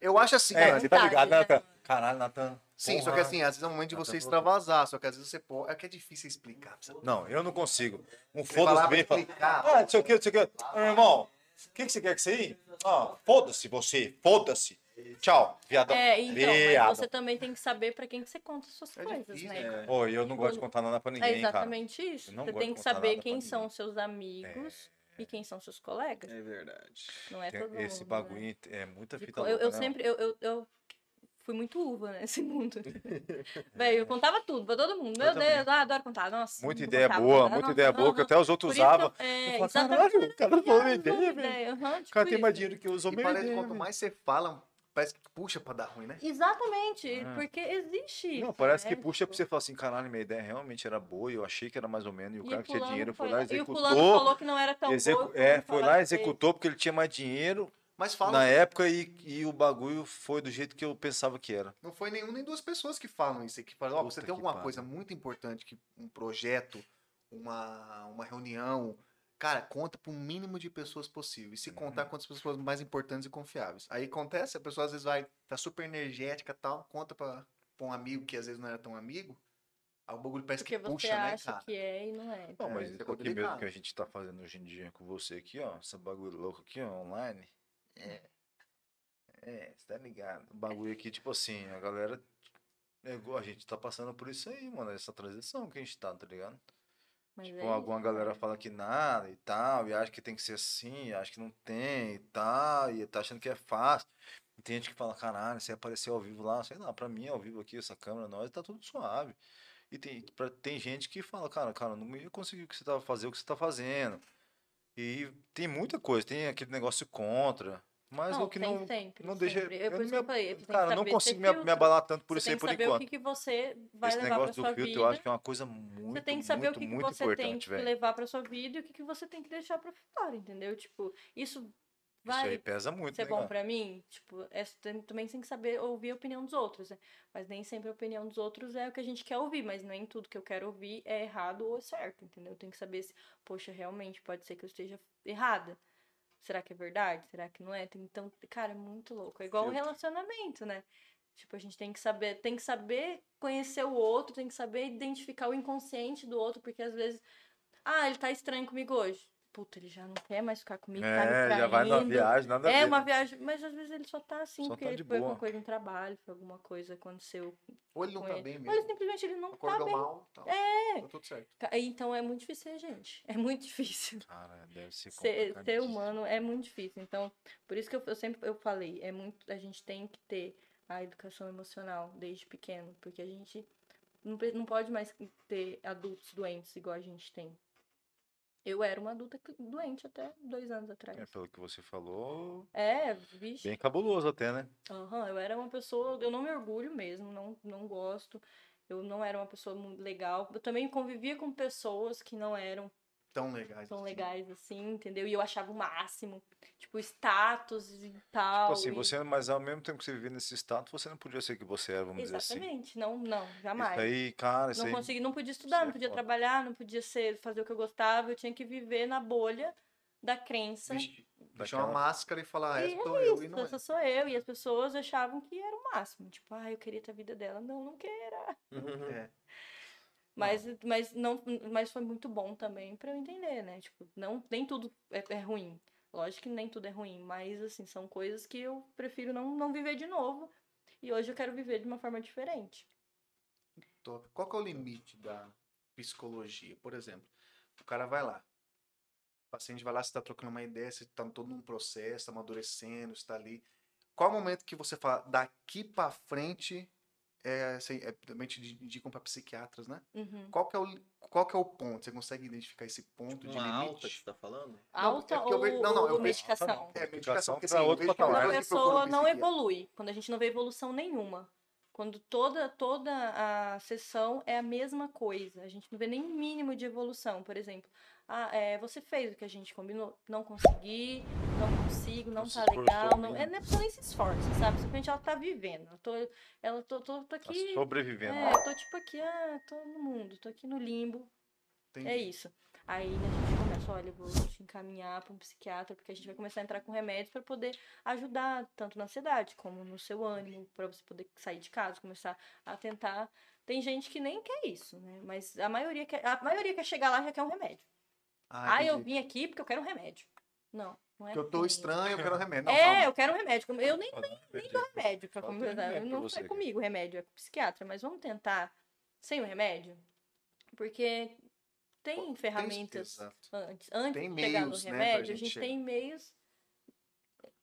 S1: Eu acho assim,
S3: É,
S1: cara.
S3: você tá ligado, né,
S4: Verdade,
S3: Natan? Caralho, Natan.
S1: Sim, só que
S3: porra.
S1: assim, às vezes é um momento de
S3: Ah, tá
S1: você
S3: bom.
S1: extravasar, só que às vezes você pode. É que é difícil explicar. Precisa...
S3: Não, eu não consigo. Um
S1: Você vai lá
S3: foda-se
S1: pra
S3: bem fala.
S1: explicar.
S3: Ah, não sei o que, não sei o que. Meu irmão, o que, que você quer que você ir? Ah, foda-se você, foda-se. Tchau, viadão.
S4: É, então,
S3: viado.
S4: mas você também tem que saber pra quem que você conta suas
S1: É
S4: coisas,
S1: difícil,
S4: né?
S2: É.
S3: Oi, eu não gosto de contar nada pra
S4: É
S3: ninguém, cara.
S4: exatamente isso.
S3: Eu não
S4: Você
S3: gosto
S4: tem
S3: de
S4: que
S3: contar
S4: saber
S3: nada pra
S4: quem são
S3: ninguém.
S4: seus amigos e quem são seus colegas.
S2: É verdade.
S4: Não é
S3: Tem-
S4: todo
S3: Esse
S4: mundo, né?
S3: bagulho é muita
S4: De
S3: fita
S4: co-
S3: louca,
S4: eu, eu
S3: né?
S4: sempre, eu, eu, eu fui muito uva né, nesse mundo. Velho, eu contava tudo pra todo mundo. Meu
S3: Eu também.
S4: Deus, ah, adoro contar. Nossa.
S3: Muita
S4: nunca
S3: ideia
S4: contava,
S3: boa,
S4: contava,
S3: muita
S4: nossa,
S3: ideia boa, que
S4: aham.
S3: até os outros
S4: Por isso que
S3: usavam.
S4: eu- É,
S3: eu falo,
S4: exatamente.
S3: caralho, o cara falou uma
S4: Ah,
S3: ideia, velho.
S4: ideia, aham,
S3: O
S4: tipo
S3: cara tem
S4: isso.
S3: mais dinheiro que eu, usou
S1: E
S3: minha
S1: parece que
S3: ideia.
S1: quanto mais você fala, parece que puxa pra dar ruim, né?
S4: Exatamente,
S3: Ah.
S4: porque existe.
S3: Não,
S4: isso,
S3: parece que
S4: né?
S3: puxa pra você falar assim, caralho, minha ideia realmente era boa, eu achei que era mais ou menos, e o
S4: E
S3: cara que tinha
S4: fulano
S3: dinheiro foi
S4: foi
S3: lá,
S4: lá- e o
S3: executou.
S4: fulano falou que não era tão
S3: execu-
S4: bom,
S3: é,
S4: fulano
S3: foi
S4: falou
S3: lá,
S4: que fez.
S3: executou porque ele tinha mais dinheiro
S1: Mas fala,
S3: na assim. época e, e o bagulho foi do jeito que eu pensava que era.
S1: não foi nenhum nem duas pessoas que falam isso aqui. Falam, ó,
S3: Puta
S1: você
S3: que
S1: tem alguma
S3: pariu.
S1: coisa muito importante, que um projeto, uma, uma reunião. Cara, conta pro mínimo de pessoas possível. E
S3: Uhum.
S1: se contar com as pessoas mais importantes e confiáveis. Aí acontece, a pessoa às vezes vai, tá super energética e tal, conta pra, pra um amigo que às vezes não era tão amigo. Aí o bagulho parece
S4: Porque
S1: que
S4: você
S1: puxa, né,
S4: acha
S1: cara?
S4: que é e não é.
S3: Não, mas
S1: É, isso é
S3: isso aqui
S1: complicado.
S3: mesmo que a gente tá fazendo hoje em dia com você aqui, ó, esse bagulho louco aqui, ó, online. É. É, você tá ligado. O bagulho aqui, tipo assim, a galera. é igual, a gente tá passando por isso aí, mano, essa transição que a gente tá, tá ligado?
S4: Mas é
S3: Tipo, alguma
S4: isso,
S3: galera
S4: cara.
S3: fala que nada e tal, e acha que tem que ser assim, acha que não tem e tal, e tá achando que é fácil. E tem gente que fala, caralho, você apareceu ao vivo lá, sei lá, pra mim é ao vivo aqui, essa câmera, nós, tá tudo suave. E tem, pra- tem gente que fala, cara, cara, não ia conseguir o que você tá fazer, o que você tá fazendo. E tem muita coisa, tem aquele negócio contra, mas
S4: Não,
S3: o que
S4: tem
S3: não.
S4: sempre,
S3: não deixa-
S4: sempre.
S3: eu
S4: Eu, por
S3: não
S4: isso
S3: me
S4: que eu falei, você tem que
S3: Cara, eu não
S4: saber ter
S3: consigo me, me
S4: filtro.
S3: abalar tanto por
S4: Você
S3: isso
S4: tem
S3: aí
S4: que
S3: por
S4: saber
S3: enquanto.
S4: o que, que você vai
S3: Esse
S4: levar pra
S3: negócio do
S4: sua
S3: filtro
S4: vida.
S3: eu acho que é uma coisa muito,
S4: Você tem que saber
S3: muito,
S4: o que, que
S3: muito
S4: você tem
S3: importante,
S4: que
S3: velho.
S4: levar pra sua vida e o que, que você tem que deixar pra fora, entendeu? Tipo, isso
S3: Isso aí
S4: vai
S3: pesa muito,
S4: ser
S3: né,
S4: é bom
S3: cara?
S4: pra mim? Tipo, é, tem- também tem que saber ouvir a opinião dos outros, né? Mas nem sempre a opinião dos outros é o que a gente quer ouvir, mas nem tudo que eu quero ouvir é errado ou é certo, entendeu? Eu tenho que saber se, poxa, realmente pode ser que eu esteja errada. Será que é verdade? Será que não é? Tem- Então, cara, é muito louco. É igual o
S2: Filtro.
S4: relacionamento, né? Tipo, a gente tem que saber, tem que saber conhecer o outro, tem que saber identificar o inconsciente do outro, porque às vezes, ah, ele tá estranho comigo hoje. Puta, ele já não quer mais ficar comigo, tá me
S3: É, já vai numa
S4: traindo.
S3: viagem, nada a
S4: É
S3: ver.
S4: uma viagem, mas às vezes ele só tá assim,
S3: Só
S4: porque
S3: tá
S4: ele
S3: de
S4: foi alguma
S3: boa.
S4: coisa no trabalho, foi alguma coisa aconteceu
S1: Ou ele
S4: com
S1: não tá
S4: ele.
S1: bem
S4: Ou ele
S1: mesmo.
S4: simplesmente ele não tá
S1: Acordou
S4: bem.
S1: mal tal. É. Tá tudo certo.
S4: Ca- Então é muito difícil ser gente. É muito difícil.
S3: Cara, deve ser
S4: Ser, ser
S3: complicadíssimo.
S4: humano é muito difícil. Então, por isso que eu, eu sempre eu falei, é muito, a gente tem que ter a educação emocional desde pequeno, porque a gente não, pre- não pode mais ter adultos doentes igual a gente tem. Eu era uma adulta que- doente até dois anos atrás.
S3: É, pelo que você falou,
S4: É, vixe.
S3: bem cabuloso até, né?
S4: Aham, eu era uma pessoa, eu não me orgulho mesmo, não, não gosto. Eu não era uma pessoa muito legal. Eu também convivia com pessoas que não eram
S1: Tão legais.
S4: tão
S1: assim.
S4: legais assim, entendeu? E eu achava o máximo, tipo, status e tal.
S3: Tipo assim,
S4: e-
S3: você, mas ao mesmo tempo que você vivia nesse status, você não podia ser que você era, vamos dizer assim.
S4: Exatamente, não, não, jamais.
S3: Isso aí, cara, isso
S4: não
S3: aí.
S4: consegui, não podia estudar,
S3: é
S4: não podia
S3: foda.
S4: trabalhar, não podia ser, fazer o que eu gostava, eu tinha que viver na bolha da crença.
S1: Vestir, vestir
S3: daquela-
S1: uma máscara e falar,
S4: né? E
S1: essa
S4: é
S1: sou eu
S4: isso,
S1: e não é.
S4: essa sou eu. E as pessoas achavam que era o máximo. Tipo, ah, eu queria ter a vida dela. Não, não queira.
S2: Uhum.
S1: É.
S4: Mas, mas, não, mas foi muito bom também pra eu entender, né? Tipo, não, nem tudo é, é ruim. Lógico que nem tudo é ruim, mas assim, são coisas que eu prefiro não, não viver de novo. E hoje eu quero viver de uma forma diferente.
S1: Top. Qual que é o limite da psicologia? Por exemplo, o cara vai lá. O paciente vai lá, você está trocando uma ideia, você está todo num processo, está amadurecendo, está ali. Qual o momento que você fala, daqui para frente, é, assim, é, também te di- indicam para psiquiatras, né?
S4: Uhum.
S1: Qual que, é o, li- qual que é o ponto? Você consegue identificar esse ponto
S3: Tipo
S1: de
S2: Uma
S1: limite?
S2: alta que você tá falando?
S4: Alta
S1: é porque eu
S4: ou,
S1: vejo- não, não,
S4: ou
S1: eu vejo-
S4: medicação?
S1: É, medicação, porque
S3: Pra
S1: assim, eu
S3: outro
S1: vejo que
S3: patamar.
S4: quando
S1: mulheres
S4: a
S1: que procuram
S4: pessoa não
S1: psiquiatra-
S4: evolui, quando a gente não vê evolução nenhuma. Quando toda, toda a sessão é a mesma coisa. A gente não vê nem mínimo de evolução. Por exemplo, ah, é, você fez o que a gente combinou. Não consegui, não consigo, não,
S3: Não se
S4: tá
S3: esforçou
S4: legal. Não,
S3: mesmo.
S4: é, nem a pessoa nem se esforça, sabe? Simplesmente ela tá vivendo. Eu tô, ela tô, tô, tô
S3: Tá
S4: aqui.
S3: sobrevivendo.
S4: É, tô tipo aqui, ah, tô no mundo, tô aqui no limbo.
S1: Entendi.
S4: É isso. Aí né, a gente começa, olha, eu vou te encaminhar para um psiquiatra, porque a gente vai começar a entrar com remédios para poder ajudar tanto na ansiedade como no seu ânimo, para você poder sair de casa, começar a tentar. Tem gente que nem quer isso, né? Mas a maioria quer, a maioria quer chegar lá já quer um remédio. Ah, eu
S1: entendi.
S4: vim aqui porque eu quero um remédio. Não, não é.
S1: Que eu tô
S4: assim.
S1: estranho, eu quero remédio. Não,
S4: é,
S1: calma.
S4: eu quero um remédio. Eu nem
S3: nem
S4: remédio pra
S3: Só tem
S4: completar.
S3: remédio pra
S4: Não
S3: você,
S4: é
S3: cara.
S4: comigo o remédio, é com o psiquiatra, mas vamos tentar sem o remédio? Porque tem ferramentas
S1: exato.
S4: antes. Antes
S1: Tem
S4: de pegar no
S1: meios, né, pra
S4: remédio, a
S1: gente
S4: gente
S1: chegar.
S4: tem meios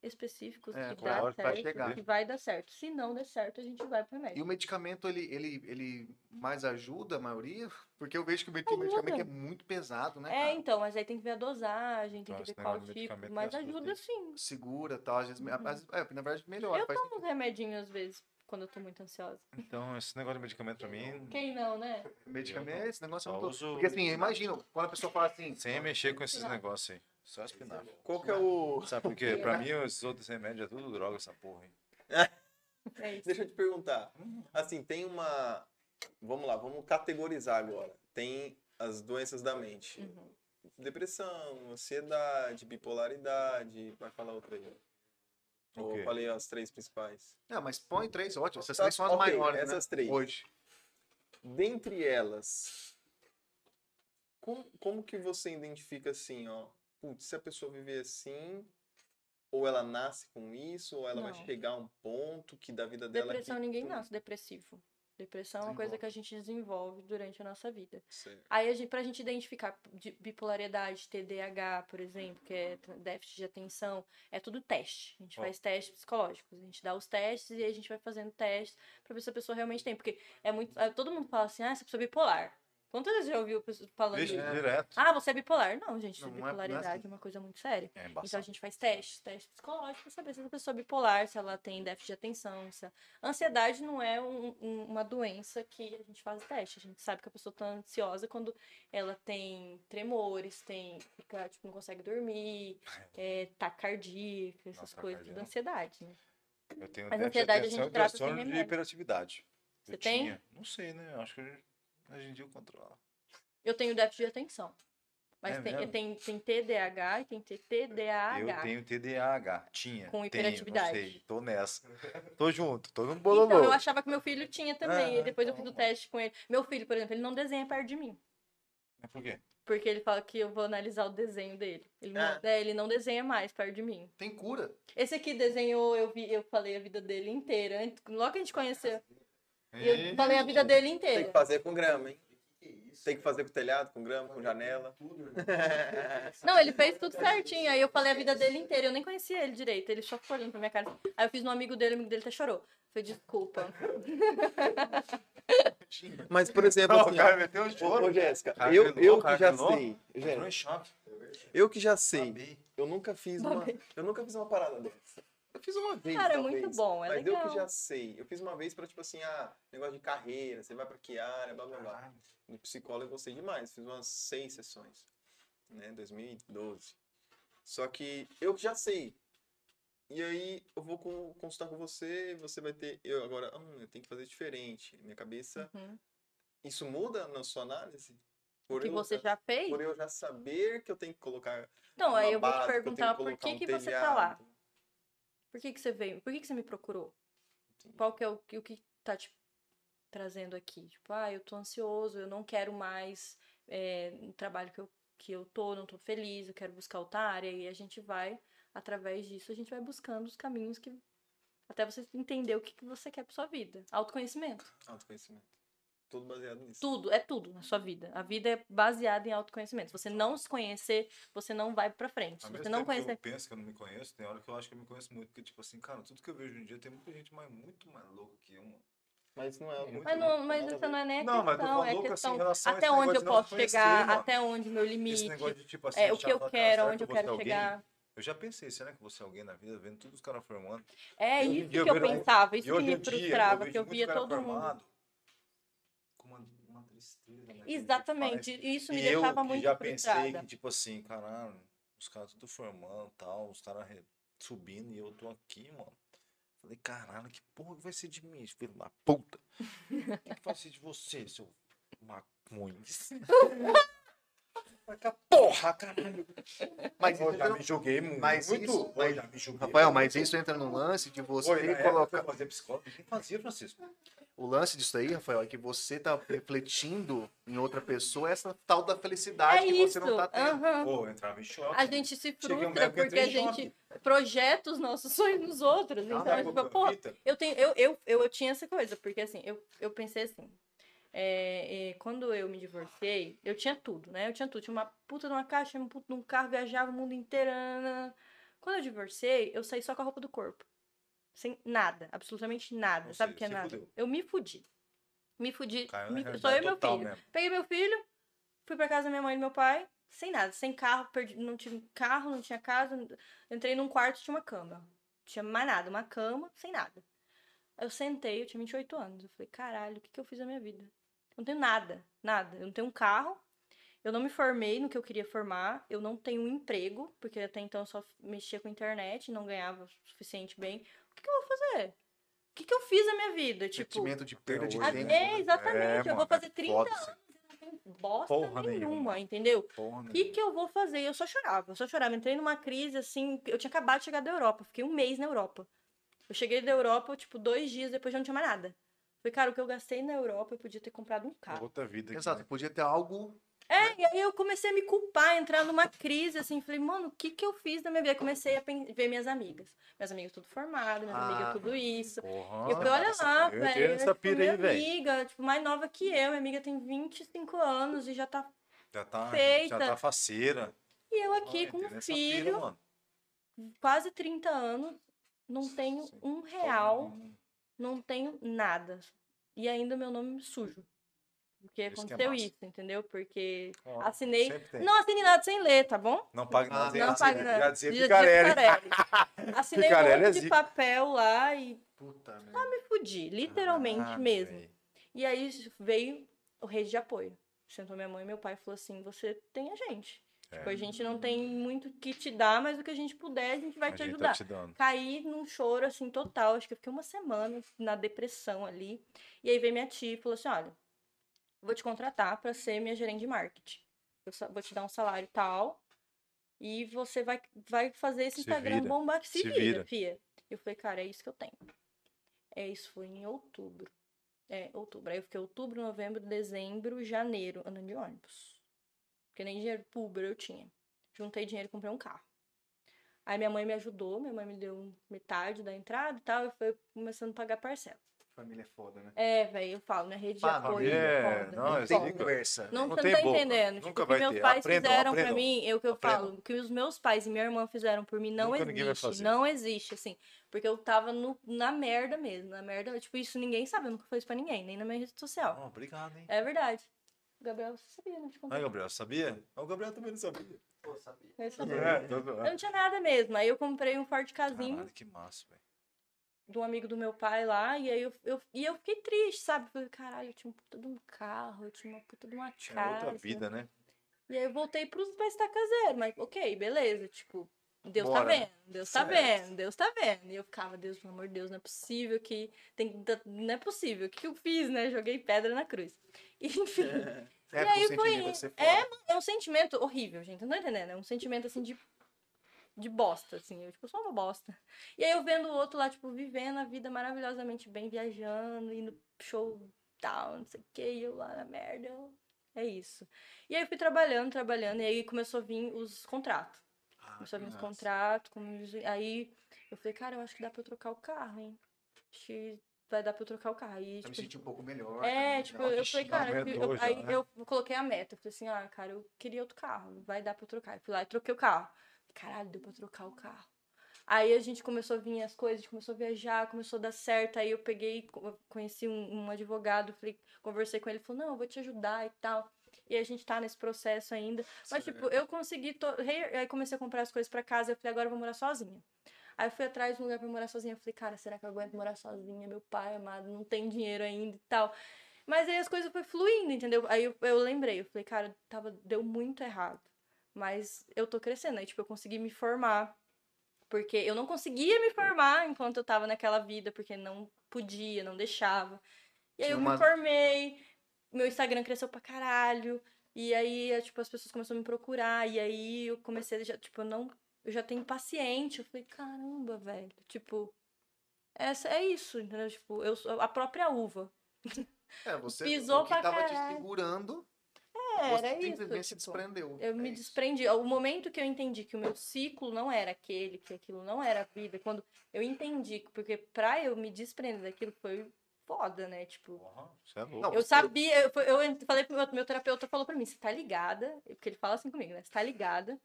S4: específicos
S1: É,
S4: que,
S1: pra
S4: dá
S3: hora- pra
S4: certo,
S1: chegar.
S4: que vai dar certo. Se não der certo, a gente vai pro
S1: E
S4: remédio.
S1: o medicamento, ele, ele, ele mais ajuda a maioria? Porque eu vejo que o med- o
S4: Ajuda.
S1: medicamento é muito pesado, né?
S4: É,
S1: cara?
S4: então, mas aí tem que ver a dosagem, tem
S3: Então,
S4: que
S3: esse
S4: ver qual
S3: negócio de
S4: tipo,
S3: medicamento
S4: mas
S3: é absurdo,
S4: ajuda
S3: hein?
S4: sim.
S1: Segura tal, às vezes.
S4: Uhum.
S1: às- é, na verdade, melhora.
S4: eu
S1: faz
S4: tomo uns remedinhos às vezes, quando eu tô muito ansiosa.
S3: Então, esse negócio de medicamento pra mim,
S1: Hum.
S4: Quem não, né?
S1: Medicamento, esse negócio é
S3: só
S1: muito.
S3: uso-
S1: Porque assim, eu imagino, quando a pessoa fala assim.
S3: sem mexer com esses
S4: Espinafre.
S3: negócios aí. Só espinafre.
S2: Qual que é o.
S3: Sabe por quê?
S4: né?
S3: Pra mim, esses outros remédios é tudo droga, essa porra, hein?
S4: É isso.
S2: Deixa eu te perguntar. Assim, tem uma. Vamos lá, vamos categorizar agora. Tem as doenças da mente.
S4: Uhum.
S2: Depressão, ansiedade, bipolaridade. Vai falar outra aí.
S3: O
S2: Ou
S3: quê?
S2: eu falei as três principais.
S1: Não, mas põe três, ótimo. Essas
S2: Tá,
S1: três são as
S2: ok,
S1: maiores.
S2: Essas
S1: né?
S2: três.
S1: Hoje.
S2: Dentre elas, como, como que você identifica assim, ó? Putz, se a pessoa viver assim, ou ela nasce com isso, ou ela vai
S4: Não.
S2: chegar a um ponto que da vida dela.
S4: Depressão
S2: que
S4: ninguém
S2: tu-
S4: nasce depressivo. Depressão é uma coisa que a gente desenvolve durante a nossa vida.
S2: Certo.
S4: Aí a gente, pra gente identificar de- bipolaridade, TDAH, por exemplo, que é tra- déficit de atenção, é tudo teste. A gente
S3: Ó.
S4: faz testes psicológicos, a gente dá os testes e aí a gente vai fazendo testes pra ver se a pessoa realmente tem, porque é muito, é, todo mundo fala assim: "Ah, essa pessoa é bipolar". Quantas vezes já ouviu pessoa falando
S3: Vixe,
S4: isso?
S3: direto.
S4: Ah, você é bipolar? Não, gente,
S1: Não, não é- não é
S4: bipolaridade
S1: assim.
S4: é uma coisa muito séria.
S3: É
S4: Então a
S3: embaçado.
S4: gente faz testes, testes psicológicos para saber se essa pessoa é bipolar, se ela tem déficit de atenção. Se a... Ansiedade não é um- um- uma doença que a gente faz teste. A gente sabe que a pessoa está ansiosa quando ela tem tremores, tem fica, tipo, não consegue dormir, é, taquicardia, essas
S3: Nossa,
S4: coisas
S3: taquicardia
S4: da
S3: não.
S4: ansiedade. Né?
S3: Eu tenho déficit
S4: Mas
S3: de
S4: ansiedade a gente
S3: atenção e
S4: trata sem
S3: transtorno de
S4: remédio.
S3: hiperatividade.
S4: Você tem?
S3: tinha. Não sei, né? Eu Acho que hoje hoje em dia eu controlo.
S4: Eu tenho déficit de atenção. Mas
S3: É
S4: tem,
S3: mesmo?
S4: tem, tem TDAH e tem TDAH.
S3: Eu tenho TDAH. Tinha.
S4: Com
S3: tenho,
S4: hiperatividade.
S3: não sei. Tô nessa. Tô junto. Tô no bololô.
S4: Então, eu achava que meu filho tinha também.
S3: Ah,
S4: e depois eu
S3: então,
S4: fiz o teste com ele. Meu filho, por exemplo, ele não desenha perto de mim.
S3: Mas É Por quê?
S4: Porque ele fala que eu vou analisar o desenho dele. Ele,
S2: Ah.
S4: não, é, ele não desenha mais perto de mim.
S1: Tem cura.
S4: Esse aqui desenhou, eu vi, eu falei a vida dele inteira. antes- Logo que a gente conheceu, eu falei a vida dele
S2: Tem
S4: inteira.
S2: que fazer com grama, hein?
S8: isso.
S2: Tem que fazer com telhado, com grama, com né? janela.
S8: Tudo, irmão.
S4: Não, ele fez tudo certinho. Aí eu falei a vida dele inteira. Eu nem conhecia ele direito. Ele só ficou olhando pra minha cara. Aí eu fiz no amigo dele, o amigo dele até chorou. Falei, desculpa.
S2: Mas, por exemplo, assim, ó,
S3: meteu um
S2: ô, ô, Jéssica,
S3: Cara,
S2: eu,
S3: velou,
S2: eu que
S3: cara,
S2: já
S3: velou.
S2: sei.
S3: Entrou em
S2: Jéssica,
S3: choque.
S2: Eu que já sei.
S3: Acabei.
S2: Eu nunca fiz uma,
S4: Babei.
S2: eu nunca fiz uma parada dessa. Eu fiz uma vez,
S4: Tá Cara, é
S2: talvez,
S4: muito bom, é
S2: Mas eu
S4: legal.
S2: que já sei. Eu fiz uma vez pra, tipo assim, ah, negócio de carreira, você vai pra que área, blá, blá, blá. No psicólogo eu gostei demais. Fiz umas seis sessões, né, 2012. Só que eu que já sei. E aí eu vou con- consultar com você, você vai ter... Eu agora, hum, eu tenho que fazer diferente. Minha cabeça...
S4: Uhum.
S2: Isso muda na sua análise? Por
S4: Que
S2: eu
S4: você já fez?
S2: Por eu já saber que eu tenho que colocar
S4: Então, aí
S2: uma
S4: eu vou
S2: base,
S4: te
S2: que tenho
S4: perguntar por
S2: colocar
S4: que,
S2: um
S4: que você tá
S2: telhado.
S4: lá. Por que, que você veio? Por que, que você me procurou? Qual que é o, que- o que tá te trazendo aqui? Tipo, ah, eu tô ansioso, eu não quero mais é, o trabalho que eu, que eu tô, não tô feliz, eu quero buscar outra área. E a gente vai, através disso, a gente vai buscando os caminhos que. Até você entender o que, que você quer pra sua vida. Autoconhecimento.
S2: um Autoconhecimento. Tudo baseado nisso.
S4: Tudo, é tudo na sua vida. A vida é baseada em autoconhecimento. Se você não se conhecer, você não vai pra frente.
S3: Ao
S4: Se
S3: mesmo
S4: você não né?
S3: tempo que
S4: conhecer.
S3: eu penso que eu não me conheço, tem hora que eu acho que eu me conheço muito. Porque, tipo assim, cara, tudo que eu vejo hoje em dia tem muita gente mais, muito mais louca que eu, mano.
S2: Mas não é muito.
S4: Mas, não, mas essa não é nem a
S3: Não, mas eu tô
S4: questão, é
S3: falando, assim, Lucas,
S4: questão
S3: em relação a
S4: até
S3: esse
S4: onde
S3: negócio
S4: eu
S3: de não
S4: posso
S3: se conhecer,
S4: chegar,
S3: mano.
S4: até onde meu limite,
S3: Esse negócio de, tipo assim,
S4: é o
S3: achar,
S4: que eu
S3: falar, cara,
S4: quero,
S3: será
S4: onde eu
S3: vou
S4: quero
S3: ser alguém?
S4: chegar.
S3: Eu já pensei, será que eu vou ser alguém na vida, vendo todos os caras formando?
S4: É
S3: hoje em
S4: isso
S3: dia
S4: que eu
S3: eu vejo-
S4: pensava,
S3: E
S4: isso que
S3: hoje em
S4: me
S3: dia,
S4: frustrava,
S3: vejo
S4: que eu
S3: muito
S4: via
S3: cara
S4: todo mundo.
S3: formado Com uma, uma tristeza. né, que eu vejo
S4: Exatamente,
S3: demais.
S4: isso me
S3: E eu
S4: deixava
S3: que
S4: muito
S3: já pensei que,
S4: frustrada. É
S3: tipo assim, caralho, os caras tudo formando e tal, os caras re- subindo e eu tô aqui, mano. Falei, caralho, que porra que vai ser de mim, filho da puta? O que, que vai ser de você, seu maconha? Vai com a porra, caralho.
S1: Mas
S3: eu
S1: isso
S3: já
S1: não-
S3: me joguei muito.
S1: mas isso-
S3: eu
S1: mas-
S3: já me joguei.
S1: Rafael, mas isso entra no lance de você
S3: Foi, na
S2: né?
S3: época,
S1: colocar.
S3: eu fazia psicólogo. Quem fazia, Francisco?
S1: O lance disso aí, Rafael, é que você tá refletindo em outra pessoa essa tal da felicidade
S4: É
S1: que
S4: isso.
S1: você não tá tendo.
S4: aham.
S3: Pô, eu entrava em choque.
S4: A gente se
S3: Cheguei um
S4: frustra
S3: momento que eu
S4: porque
S3: entrei
S4: a
S3: em choque.
S4: gente projeta os nossos sonhos nos outros. Então,
S3: Sabe qual
S4: é tipo,
S3: que é a
S4: pô,
S3: fita?
S4: eu tenho eu, eu, eu, eu tinha essa coisa, porque assim, eu, eu pensei assim. é, é, quando eu me divorciei, eu tinha tudo, né? Eu tinha tudo. Tinha uma puta numa caixa, tinha um puta num carro, viajava o mundo inteiro. nananana. Quando eu divorciei, eu saí só com a roupa do corpo. Sem nada, absolutamente nada.
S3: Ou
S4: Sabe o
S3: seja,
S4: que é
S3: se
S4: nada?
S3: fudeu.
S4: Eu me fudi. Me fudi.
S3: Caiu na
S4: me- Só
S3: é realidade
S4: eu e meu
S3: total
S4: filho.
S3: mesmo.
S4: Peguei meu filho, fui pra casa da minha mãe e do meu pai, sem nada, sem carro, perdi, não tinha carro, não tinha casa. n- Entrei num quarto, tinha uma cama. Tinha mais nada, uma cama, sem nada. Aí Eu sentei, eu tinha 28 anos. Eu falei, caralho, o que, que eu fiz na minha vida? Eu não tenho nada, nada. Eu não tenho um carro, eu não me formei no que eu queria formar, eu não tenho um emprego, porque até então eu só mexia com internet, não ganhava o suficiente bem. O que, que eu vou fazer? O que, que eu fiz na minha vida? Tipo,
S1: Sentimento de perda de
S3: hoje,
S4: ah,
S1: tempo.
S4: É, exatamente.
S3: É,
S4: eu vou
S3: mano,
S4: fazer
S3: é
S4: 30
S3: foda,
S4: anos e não tenho bosta
S3: Porra
S4: nenhuma,
S3: nenhuma.
S4: entendeu?
S3: Porra,
S4: O que, que eu vou fazer? Eu só chorava, eu só chorava. Entrei numa crise assim. Eu tinha acabado de chegar da Europa, fiquei um mês na Europa. Eu cheguei da Europa, tipo, dois dias depois já não tinha mais nada. Falei, cara, o que eu gastei na Europa, eu podia ter comprado um carro.
S3: Outra vida. aqui,
S1: Exato,
S3: né?
S1: podia ter algo
S4: É, e aí eu comecei a me culpar, entrar numa crise, assim, falei, mano, o que que eu fiz na minha vida? Aí Comecei a pen- ver minhas amigas. Minhas amigas tudo formadas, minhas
S1: Ah.
S4: amigas tudo isso.
S3: Porra.
S4: E eu falei, olha lá,
S3: Eu entrei
S4: velho,
S3: nessa
S4: tipo,
S3: pira
S4: minha
S3: aí, velho.
S4: amiga, tipo, mais nova que eu, minha amiga tem 25 anos e já tá...
S3: Já tá,
S4: feita.
S3: já tá faceira.
S4: E eu
S3: Porra,
S4: aqui com
S3: entrei
S4: um
S3: nessa pira,
S4: filho,
S3: mano.
S4: quase 30 anos, não tenho
S3: Sim.
S4: um real, não tenho nada. E ainda meu nome sujo. Porque
S3: Isso que é
S4: aconteceu
S3: massa.
S4: isso, entendeu? Porque
S3: Ó,
S4: assinei-
S3: sempre tem.
S4: não assinei nada sem ler, tá bom?
S3: Não pague nada.
S4: Não pague nada.
S3: Já dizia
S4: Já dizia
S3: Picarelli.
S4: Picarelli. Assinei
S3: Picarelli
S4: um
S3: é
S4: monte de
S3: zica.
S4: papel lá e
S1: Puta, né?
S4: me fudi, literalmente
S3: Ah,
S4: mesmo.
S3: velho.
S4: E aí veio o rede de apoio. Sentou minha mãe e meu pai e falou assim: você tem a gente.
S3: É.
S4: Tipo, a gente não tem muito o que te dar, mas o que a gente puder, a gente vai
S3: A
S4: te
S3: gente
S4: ajudar.
S3: tá te dando.
S4: Caí num choro, assim, total. Acho que eu fiquei uma semana na depressão ali. E aí veio minha tia e falou assim: olha, vou te contratar para ser minha gerente de marketing. Eu só- vou te dar um salário tal. E você vai, vai fazer esse
S3: Se
S4: Instagram
S3: vira.
S4: bombar que se,
S3: Se
S4: vira,
S3: vira.
S4: fia. Eu falei, cara, é isso que eu tenho. É isso, foi em outubro. É, outubro. Aí eu fiquei outubro, novembro, dezembro, janeiro, andando de ônibus. Porque nem dinheiro pro Uber eu tinha. Juntei dinheiro e comprei um carro. Aí minha mãe me ajudou, minha mãe me deu metade da entrada e tal, e foi começando a pagar parcela.
S1: Família é foda, né?
S4: É, velho, eu falo, minha rede de
S1: Família,
S4: apoio é foda.
S3: não,
S4: é
S3: é
S4: foda.
S3: zica.
S1: conversa.
S4: Não,
S3: Não
S4: você
S3: tem
S4: não tá
S3: boca.
S4: entendendo.
S3: Nunca
S4: tipo, o que
S3: vai
S4: meus
S3: ter.
S4: pais
S3: Aprendam,
S4: fizeram pra
S3: aprendam.
S4: mim, é o que eu
S3: Aprendam.
S4: falo. O que os meus pais e minha irmã fizeram por mim não
S3: Nunca ninguém vai
S4: existe.
S3: fazer.
S4: Não existe, assim. Porque eu tava no- na merda mesmo. Na merda, tipo, isso ninguém sabe. Eu nunca falei isso pra ninguém, nem na minha rede social.
S3: Ó, obrigado, hein?
S4: É verdade. O Gabriel, você sabia, né, não te contei.
S3: Aí, Gabriel, sabia? Ah, O Gabriel também não sabia.
S8: Pô, sabia.
S4: Eu sabia.
S3: É, tô
S4: Eu
S3: zoando.
S4: não tinha nada mesmo. Aí eu comprei um Ford Casinho.
S3: Caralho, que massa, velho.
S4: de um amigo do meu pai lá, e aí eu, eu, e eu fiquei triste, sabe? Falei, caralho, eu tinha um puta de um carro, eu tinha uma puta de uma
S3: Tinha
S4: casa.
S3: outra vida, né?
S4: E aí eu voltei pros pra estar caseiro, mas ok, beleza, tipo, Deus tá
S3: Bora.
S4: vendo, Deus tá
S3: Certo.
S4: vendo, Deus tá vendo. E eu ficava, Deus, pelo amor de Deus, não é possível que. Tem, não é possível. O que que eu fiz, né? Joguei pedra na cruz. Enfim.
S1: É,
S4: E
S1: porque
S4: aí
S1: o
S4: foi-
S1: sentimento de você
S4: é,
S1: foda.
S4: É um sentimento horrível, gente. Não tô entendendo. É um sentimento assim de. De bosta, assim. Eu, tipo, sou uma bosta. E aí eu vendo o outro lá, tipo, vivendo a vida maravilhosamente bem, viajando, indo pro show tal, não sei o que, eu lá na merda. É isso. E aí eu fui trabalhando, trabalhando, e aí começou a vir os contratos.
S1: Ah,
S4: começou a vir os contratos, como... aí eu falei, cara, eu acho que dá pra eu trocar o carro, hein? Acho que vai dar pra eu trocar o carro. Aí,
S1: Eu me
S4: tipo,
S1: senti um pouco melhor.
S4: é,
S1: também,
S4: tipo,
S1: né?
S4: eu falei, cara, eu, fui- eu-
S3: Aumentou já,
S4: aí
S3: né?
S4: eu coloquei a meta. Eu falei assim, ah, cara, eu queria outro carro, vai dar pra eu trocar. Eu fui lá e troquei o carro. Caralho, deu pra trocar o carro. Aí a gente começou a vir as coisas, a gente começou a viajar, começou a dar certo. Aí eu peguei, co- conheci um, um advogado, falei, conversei com ele, ele falou, não, eu vou te ajudar e tal. E a gente tá nesse processo ainda. Mas, tipo, eu consegui. to- re- Aí comecei a comprar as coisas pra casa. Eu falei, agora eu vou morar sozinha. Aí eu fui atrás de um lugar pra morar sozinha. Eu falei, cara, será que eu aguento morar sozinha? Meu pai amado não tem dinheiro ainda e tal. Mas aí as coisas foi fluindo, entendeu? Aí eu, eu lembrei, eu falei, cara, tava, deu muito errado. Mas eu tô crescendo. Aí, tipo, eu consegui me formar. Porque eu não conseguia me formar enquanto eu tava naquela vida, porque não podia, não deixava. E aí
S1: Tinha
S4: eu
S1: uma-
S4: me formei, meu Instagram cresceu pra caralho. E aí, é, tipo, as pessoas começaram a me procurar. E aí eu comecei, a já, tipo, eu não. Eu já tenho paciente. Eu falei, caramba, velho. Tipo, essa, é isso, entendeu? Tipo, eu sou a própria uva.
S1: É, você
S4: pisou
S1: o que
S4: pra
S1: tava te
S4: caralho.
S1: segurando,
S4: É,
S1: você
S4: era
S1: simplesmente
S4: isso.
S1: se
S4: tipo,
S1: desprendeu.
S4: eu
S1: É
S4: me
S1: isso.
S4: desprendi. O momento que eu entendi que o meu ciclo não era aquele, que aquilo não era a vida, quando eu entendi, porque pra eu me desprender daquilo foi foda, né? Tipo,
S3: Porra, você é louco.
S1: Não,
S4: Eu sabia, eu, eu ent- falei pro meu, meu terapeuta, falou pra mim, você tá ligada, porque ele fala assim comigo, né? Você tá ligada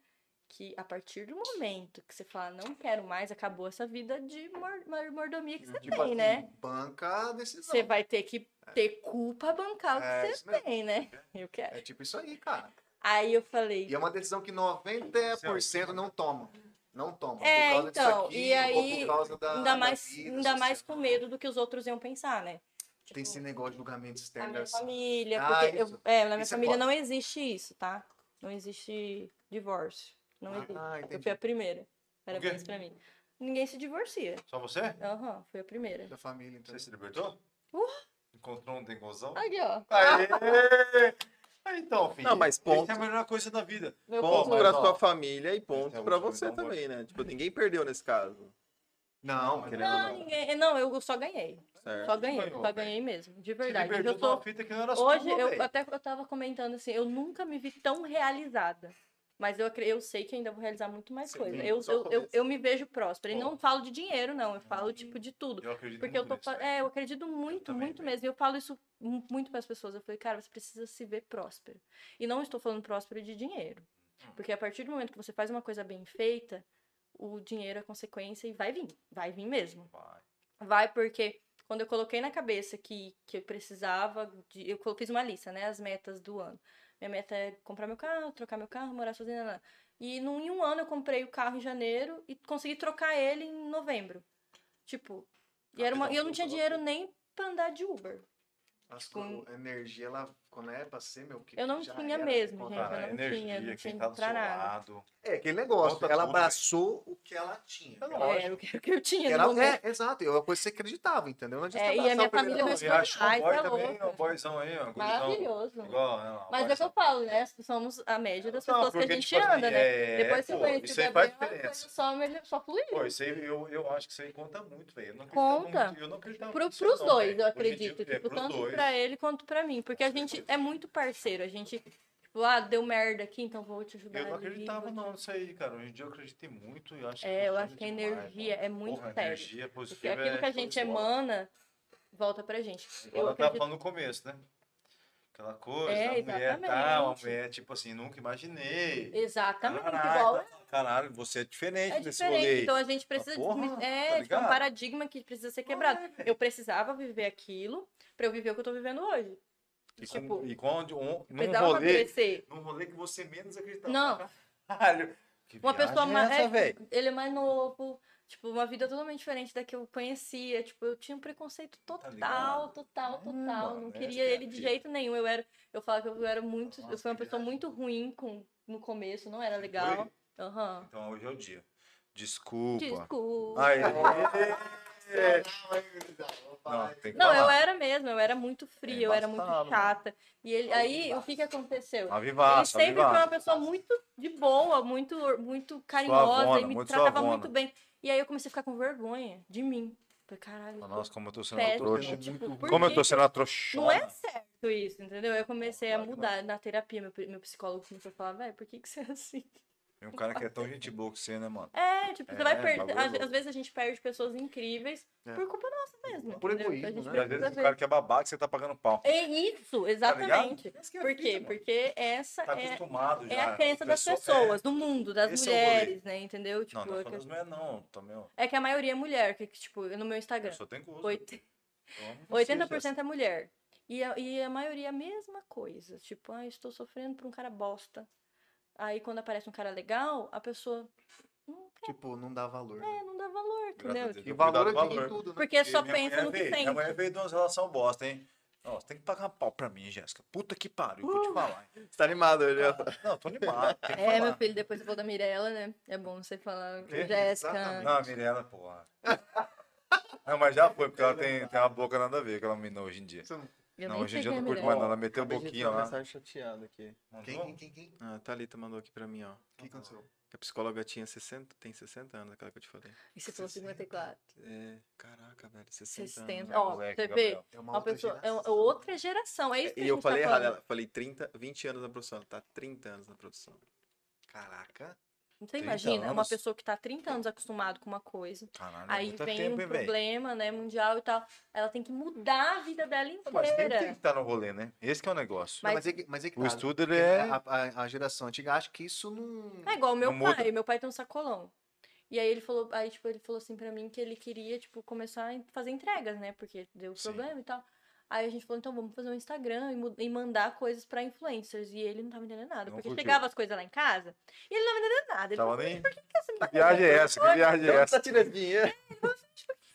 S4: que a partir do momento que você fala, não quero mais, acabou essa vida de mor- mor- mordomia que você
S1: tipo
S4: tem,
S1: assim,
S4: né?
S1: Banca a decisão.
S4: Você vai ter que ter culpa bancar o que
S1: É,
S4: você
S1: isso mesmo.
S4: tem, né? Eu quero.
S1: É tipo isso aí, cara.
S4: Aí eu falei,
S1: E é uma decisão que 90% não tomam. Não tomam. por
S4: É,
S1: causa disso
S4: então,
S1: aqui,
S4: e
S1: ou
S4: aí,
S1: por causa da,
S4: ainda
S1: da
S4: mais,
S1: vida
S4: ainda mais
S1: social.
S4: com medo do que os outros iam pensar, né?
S1: Tem esse negócio de julgamento
S4: Na
S1: externo.
S4: minha
S1: assim.
S4: família,
S1: Ah,
S4: porque eu-
S1: isso.
S4: é, na minha
S1: Isso é
S4: família
S1: foda.
S4: não existe isso, tá? Não existe divórcio. Não
S1: Ah,
S4: existe. né? Eu
S1: entendi.
S4: fui a primeira. Parabéns pra mim. Ninguém se divorcia.
S3: Só você?
S4: Aham, fui a primeira.
S1: Da família, então.
S3: Você se libertou?
S4: Uh.
S3: Encontrou um dengozão?
S4: Aqui, ó.
S3: Aê! Ah, então, filho.
S2: Não, mas ponto.
S3: Isso é a melhor coisa da vida.
S4: Meu
S3: Bom,
S4: ponto.
S2: Ponto
S3: mas
S2: pra
S3: ó,
S2: sua família e ponto
S3: é o
S2: pra
S3: último,
S2: você
S3: então vai.
S2: também, né? Tipo, ninguém perdeu nesse caso.
S1: Não,
S3: querendo ou
S4: Não,
S3: não.
S4: Ah, ninguém. Não, eu só ganhei.
S2: Certo?
S4: Só ganhei.
S3: bom,
S4: Só
S3: velho.
S4: ganhei mesmo. De
S3: Se
S4: verdade. Hoje
S3: libertou
S4: eu
S3: de uma
S4: tô.
S3: fita que não era
S4: Hoje,
S3: sua,
S4: eu
S3: velho.
S4: até eu tava comentando assim, eu nunca me vi tão realizada. Mas eu, acre- eu sei que ainda vou realizar muito mais
S2: Sim,
S4: coisa.
S2: sim,
S4: Eu,
S2: só
S4: eu, eu,
S2: começo.
S4: eu me vejo próspera. E
S3: Bom.
S4: não falo de dinheiro, não. Eu falo, tipo, de tudo.
S3: Eu acredito
S4: Porque eu
S3: muito
S4: tô
S3: nisso,
S4: fa-
S3: velho.
S4: é, eu acredito muito,
S3: também,
S4: muito
S3: velho.
S4: mesmo. E eu falo isso mu- muito para as pessoas. Eu falei, cara, você precisa se ver próspero. E não estou falando próspero de dinheiro.
S3: Hum.
S4: Porque a partir do momento que você faz uma coisa bem feita, o dinheiro é consequência e vai vir. Vai vir mesmo.
S3: Vai.
S4: Vai porque quando eu coloquei na cabeça que, que eu precisava de. Eu colo- fiz uma lista, né? As metas do ano. Minha meta é comprar meu carro, trocar meu carro, morar sozinha. nanã. E num, em um ano eu comprei o carro em janeiro e consegui trocar ele em novembro. Tipo, e era uma, e eu não tinha dinheiro nem pra andar de Uber.
S1: As
S4: Tipo,
S1: co- a energia, ela, quando é pra ser, meu querido.
S4: Eu não
S1: já
S4: tinha
S1: era.
S4: mesmo,
S1: Conta-
S4: gente. eu
S3: Cara,
S4: não tinha,
S3: energia,
S4: não
S3: quem
S4: tinha
S3: tá do
S4: pra
S3: seu
S4: nada.
S3: lado.
S1: É aquele negócio.
S3: Conta
S1: ela
S3: tudo, né?
S1: abraçou o que ela tinha.
S3: É
S1: Ela-
S4: É, o que o que eu tinha.
S1: Ela,
S4: não,
S1: é, exato. É uma coisa que você acreditava, entendeu? Não adianta
S4: É, e a
S1: abraçar
S4: minha
S1: o primeiro
S4: família
S1: não.
S4: vai
S3: E
S4: ser-
S3: achou
S4: Ai,
S3: um boy
S4: tá
S3: também,
S4: louca.
S3: ó, um boyzão aí, ó. gurizão.
S4: Maravilhoso.
S3: Igual, né, ó,
S4: Mas é o que eu
S3: boyzão.
S4: falo, né? Somos a média das
S3: Não,
S4: pessoas que a
S3: porque,
S4: gente
S3: tipo assim,
S4: anda, né?
S3: é-
S4: Depois que eu
S3: pô,
S4: conheci
S3: Isso
S4: o
S3: aí faz
S4: Gabriel, a
S3: diferença.
S4: coisa só, melhor- só fluiu.
S3: Pô, isso aí eu, eu acho que isso aí conta muito, velho. Eu não acreditava
S4: Conta.
S3: muito- eu não acreditava
S4: Pro,
S3: muito nisso,
S4: pros
S3: não,
S4: dois,
S3: velho.
S4: eu
S3: Hoje em dia,
S4: acredito.
S3: é,
S4: tipo,
S3: pros
S4: tanto
S3: dois.
S4: pra ele quanto pra mim. Porque a gente é muito parceiro. A gente, tipo, ah, deu merda aqui, então vou te ajudar.
S3: Eu não
S4: ali,
S3: acreditava
S4: vou te-
S3: não nisso aí, cara. Hoje em dia eu acreditei muito e acho que
S4: É, eu
S3: funciona
S4: acho que a
S3: demais,
S4: energia
S3: mano.
S4: é muito
S3: Porra, a
S4: séria.
S3: energia
S4: Porque
S3: positiva
S4: aquilo
S3: é
S4: que a
S3: show
S4: gente
S3: de bola.
S4: emana Volta pra gente. Eu
S3: Ela tava
S4: acredito
S3: falando no começo, né? Aquela coisa,
S4: É,
S3: da mulher tal, uma
S4: exatamente.
S3: mulher, tipo assim, nunca imaginei.
S4: Exatamente,
S3: assim, Caralho,
S4: igual
S3: tá- caralho, você é diferente
S4: é
S3: nesse
S4: diferente.
S3: rolê.
S4: Então a gente precisa.
S3: porra,
S4: desmi-
S3: tá
S4: é, tipo, um
S3: ligado?
S4: paradigma que precisa ser quebrado. eu precisava viver aquilo pra eu viver o que eu tô vivendo hoje.
S3: e, com,
S4: tipo,
S3: e com onde- um, num
S4: Precisava
S3: rolê,
S4: amadurecer.
S3: num rolê que você menos acreditava.
S4: Não,
S3: Caralho, que
S4: uma
S3: viagem
S4: pessoa
S3: é
S4: mais.
S3: essa,
S4: é,
S3: véi?
S4: ele é mais novo. Tipo, uma vida totalmente diferente da que eu conhecia. Tipo, eu tinha um preconceito total,
S3: Tá ligado?
S4: total,
S3: É,
S4: total. não
S3: mano, essa
S4: queria
S3: que é a
S4: ele de
S3: fita.
S4: jeito nenhum. Eu era. Eu falo que eu era muito. eu
S3: Nossa,
S4: fui uma
S3: que
S4: pessoa
S3: viagem.
S4: muito ruim com, no começo, não era legal. Aham.
S3: Então hoje é o dia. Desculpa.
S4: Desculpa.
S3: Aí.
S8: Não,
S3: Não, é tem que
S4: Não, eu
S3: falar.
S4: era mesmo, eu era muito fria, eu era muito
S3: embaçado, É, mano.
S4: chata. E ele, aí, o que que aconteceu? Ele
S3: Avivaço,
S4: sempre foi
S3: avivaço.
S4: uma pessoa muito de boa, muito, muito carinhosa e
S3: Suavona,
S4: me
S3: muito
S4: tratava
S3: suavona.
S4: muito bem. E aí eu comecei a ficar com vergonha de mim. Falei, caralho, eu
S3: Fala,
S4: tô
S3: Nossa, como eu tô sendo uma
S4: péssima,
S3: trouxa.
S4: tipo, por
S3: Como eu
S4: que
S3: tô
S4: que
S3: sendo uma trouxa.
S4: Não é certo isso, entendeu? Eu comecei a
S3: Claro que
S4: mudar na terapia, meu, meu psicólogo começou a falar, velho, por que que você é assim?
S3: Tem um cara que é tão gente boa que você, né, mano?
S4: É, tipo, você
S3: É,
S4: vai perder,
S3: bagulho
S4: às,
S3: louco.
S4: às vezes a gente perde pessoas incríveis
S1: É.
S4: por culpa nossa mesmo.
S1: Por
S4: entendeu?
S1: egoísmo,
S4: a gente
S1: né?
S3: E às vezes o
S4: precisa ver.
S3: cara que é babaca, você tá pagando pau.
S4: É isso, exatamente.
S3: Essa é a
S4: Por
S3: fita,
S4: quê?
S3: mano.
S4: Porque essa
S3: Tá
S4: é,
S3: acostumado já.
S4: é a crença das
S3: Pessoa-
S4: pessoas, do mundo, das
S3: Esse é o rolê.
S4: mulheres, né? Entendeu?
S3: Não,
S4: Tipo,
S3: não,
S4: é, que,
S3: falando não é não, também. ó.
S4: é que a maioria é mulher, que, que, tipo, no meu
S3: Eu
S4: Instagram,
S3: só tenho gosto.
S4: oit-
S3: Então, não precisa.
S4: 80% é mulher. E a, e a maioria é a mesma coisa. Tipo, ah, estou sofrendo por um cara bosta. Aí quando aparece um cara legal, a pessoa não, quer,
S1: Tipo, não dá valor. né?
S4: é, não dá valor,
S3: Graças a
S4: entendeu?
S3: Deus.
S1: E
S3: Cuidado
S1: valor
S3: do
S1: aqui em
S3: valor.
S1: tudo, né?
S4: Porque só
S3: Porque minha
S4: pensa
S3: mulher
S4: no que
S3: veio- Minha mulher
S4: sente.
S3: veio de uma relação bosta, hein? Não, você tem que pagar pau pra mim, Jéssica. Puta que pariu, vou te falar. hein?
S1: Você tá animado, eu já-
S2: Um
S3: Não, tô animado. Tem que
S4: Uh. É, meu
S3: falar. É,
S4: filho, depois você falou da Mirella, né? É bom você falar.
S3: Quê?
S4: Jéssica.
S1: Exatamente.
S3: Não, a Mirella, porra. Não, mas já foi, porque ela tem, tem uma boca nada a ver, aquela menina hoje em dia.
S4: Eu
S3: Não,
S4: nem
S3: hoje em
S4: sei
S3: dia eu
S4: quem
S3: não
S4: é
S3: curto
S4: Mirella.
S3: mais não, ela meteu
S2: Acabei de receber
S3: boquinha
S2: uma
S3: lá.
S2: mensagem chateada aqui.
S1: Quem, quem, quem, quem?
S2: né? Ah, a Thalita mandou aqui pra mim, ó.
S1: O que aconteceu?
S2: Que a psicóloga tinha 60, tem 60 anos, aquela que eu te falei.
S4: E você falou 54.
S2: É, caraca, velho, 60 anos.
S4: 60. Ó,
S3: Moleque, tá
S4: você vê.
S3: Gabriel.
S1: É
S4: Uma pessoa, é
S1: geração.
S4: outra geração. É isso que a
S2: E
S4: gente
S2: eu falei
S4: tá
S2: errado,
S4: falando.
S2: ela, falei 30, 20 anos na produção, ela tá 30 anos na produção.
S1: Caraca.
S4: Você
S3: 30
S4: imagina, é uma
S3: anos.
S4: pessoa que tá 30 anos acostumada com uma coisa.
S3: Caralho, é
S4: aí
S3: muito
S4: vem
S3: tempo,
S4: um
S3: hein, velho?
S4: problema, né, mundial e tal. Ela tem que mudar a vida dela
S3: Mas tem, tem que
S4: inteira.
S3: estar no rolê, né? Esse que é o negócio.
S1: Não,
S4: Mas-
S1: Mas, é que, mas é que
S3: o
S1: tá.
S3: estudo, ele é...
S1: A, a- a geração antiga acha que isso não.
S4: É igual o meu
S3: Não muda.
S4: pai. Meu pai tem um sacolão. E aí ele falou, aí, tipo, ele falou assim pra mim que ele queria, tipo, começar a fazer entregas, né? Porque deu
S3: Sim.
S4: problema e tal. Aí a gente falou, então vamos fazer um Instagram e, mu- e mandar coisas pra influencers. E ele não tava entendendo nada.
S3: Não
S4: porque
S3: curtiu.
S4: chegava as coisas lá em casa e ele não tava entendendo nada. Ele
S3: Tava
S4: falou,
S3: nem-
S4: por que, que essa
S3: Que viagem é essa? Que viagem é essa?
S2: tirando dinheiro?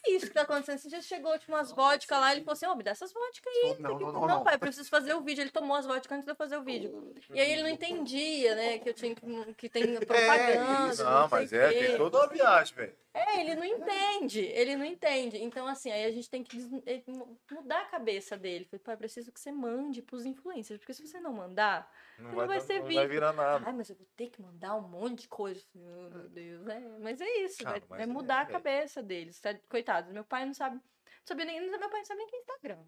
S4: é isso que tá acontecendo? Esse dia chegou, tipo, umas vodka lá, ele falou assim, ô, me dá essas vodka aí.
S1: Não,
S4: Tipo,
S1: não,
S4: não,
S1: não, não.
S4: pai, eu preciso fazer o vídeo. Ele tomou as vodka antes de eu fazer o vídeo. E aí ele não entendia, né, que eu tinha que, que tem propaganda,
S3: É, Não,
S4: não, sei
S3: mas
S4: o
S3: é,
S4: quê.
S3: tem toda uma viagem, velho.
S4: É, ele não entende, ele não entende. Então, assim, aí a gente tem que des- eh, mu- mudar a cabeça dele. Falei, pai, eu preciso que você mande pros influencers, porque se você não mandar,
S3: Não,
S4: Não
S3: vai,
S4: vai
S3: dar-
S4: ser
S3: não vai
S4: visto.
S3: virar nada.
S4: ai, mas eu vou ter que mandar um monte de coisa. Falei, "Oh, meu Deus, é. Mas é isso,
S3: Cara,
S4: vai-
S3: mas
S4: vai
S3: é,
S4: mudar a
S3: velho.
S4: cabeça deles. tá? Coitado, meu pai não sabe, não sabia nem, meu pai não sabe nem que é Instagram.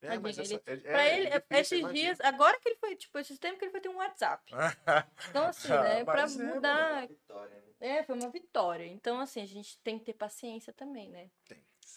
S1: É, mas
S4: Tadinho,
S1: essa- é-
S4: Pra
S1: é
S4: ele,
S1: difícil,
S4: esses
S1: imagina.
S4: dias, agora que ele foi, tipo, esses tempos que ele foi ter um WhatsApp. Então, assim, né,
S3: Ah,
S4: pra
S3: mas é, mano.
S4: mudar,
S8: Vitória, né?
S4: é, foi uma vitória. Então, assim, a gente tem que ter paciência também, né,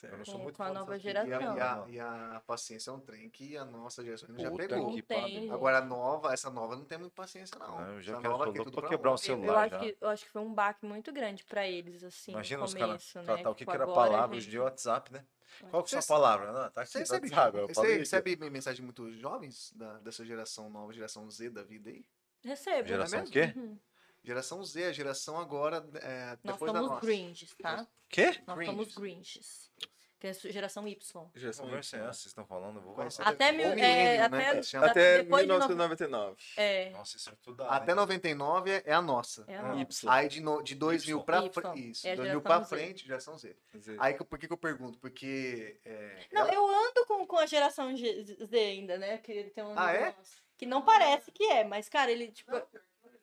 S3: Eu não sou
S4: com,
S3: muito
S4: com a
S3: fã
S4: nova
S3: dessas
S1: E a,
S4: geração.
S1: e, a,
S3: Não.
S1: e a paciência é um trem que a nossa geração ainda já
S3: Puta
S1: pegou.
S4: que
S3: que pariu.
S4: tem.
S1: Agora a nova, essa nova não tem muita paciência,
S4: Ah,
S1: não.
S3: Não, eu já
S1: essa
S3: quero-
S1: nova
S3: sou
S1: quer
S3: louco
S1: tudo
S3: pra
S1: pra
S3: quebrar um
S1: ontem.
S3: celular.
S4: Eu
S3: lá
S4: acho
S3: já.
S4: que, eu acho que foi um baque muito grande pra eles, assim,
S3: Imagina
S4: no
S3: os caras
S4: começo, né?
S3: tratar o que, que
S4: Tipo,
S3: era
S4: agora,
S3: palavra
S4: gente,
S3: de WhatsApp, né? Qual que é a
S1: Vocês-
S3: sua palavra? Não, tá aqui,
S1: Você
S3: tá
S1: recebe,
S3: WhatsApp, eu
S1: você
S3: falei aqui.
S1: recebe mensagem muito jovens da- dessa geração nova, geração Z da vida aí?
S4: Recebo.
S3: Geração
S1: é mesmo?
S3: o quê?
S4: Uhum.
S1: Geração Z, a geração agora, é,
S4: Nós
S1: depois da
S4: somos
S1: nossa.
S4: gringes, tá?
S3: Quê?
S4: Nós somos gringes. Que é su- geração Y.
S3: Que conversa é
S1: né?
S3: essa? Vocês estão falando? Eu vou
S1: Conversa-
S3: falar.
S4: Até, mil,
S1: Ou
S4: é,
S1: milênio, né,
S4: até,
S1: que se chama.
S2: Até
S4: depois de nove-
S2: 1999.
S4: É,
S3: Nossa, isso é tudo da
S1: Até
S3: área.
S1: 99 é é a nossa.
S3: Ah.
S4: é a nossa.
S2: Y.
S1: Aí de, no, de 2000
S3: Y.
S1: pra
S4: Y.
S1: frente, isso,
S4: É a
S1: 2000
S4: geração
S1: pra
S4: Z.
S1: frente, geração Z.
S2: Z.
S1: Aí que eu- por que, que eu pergunto? Porque é,
S4: Não,
S1: ela-
S4: eu ando com, com a geração G- Z ainda, né? Que ele tem um
S1: Ah, é?
S4: nosso. Que não parece que é, mas, cara, ele, tipo,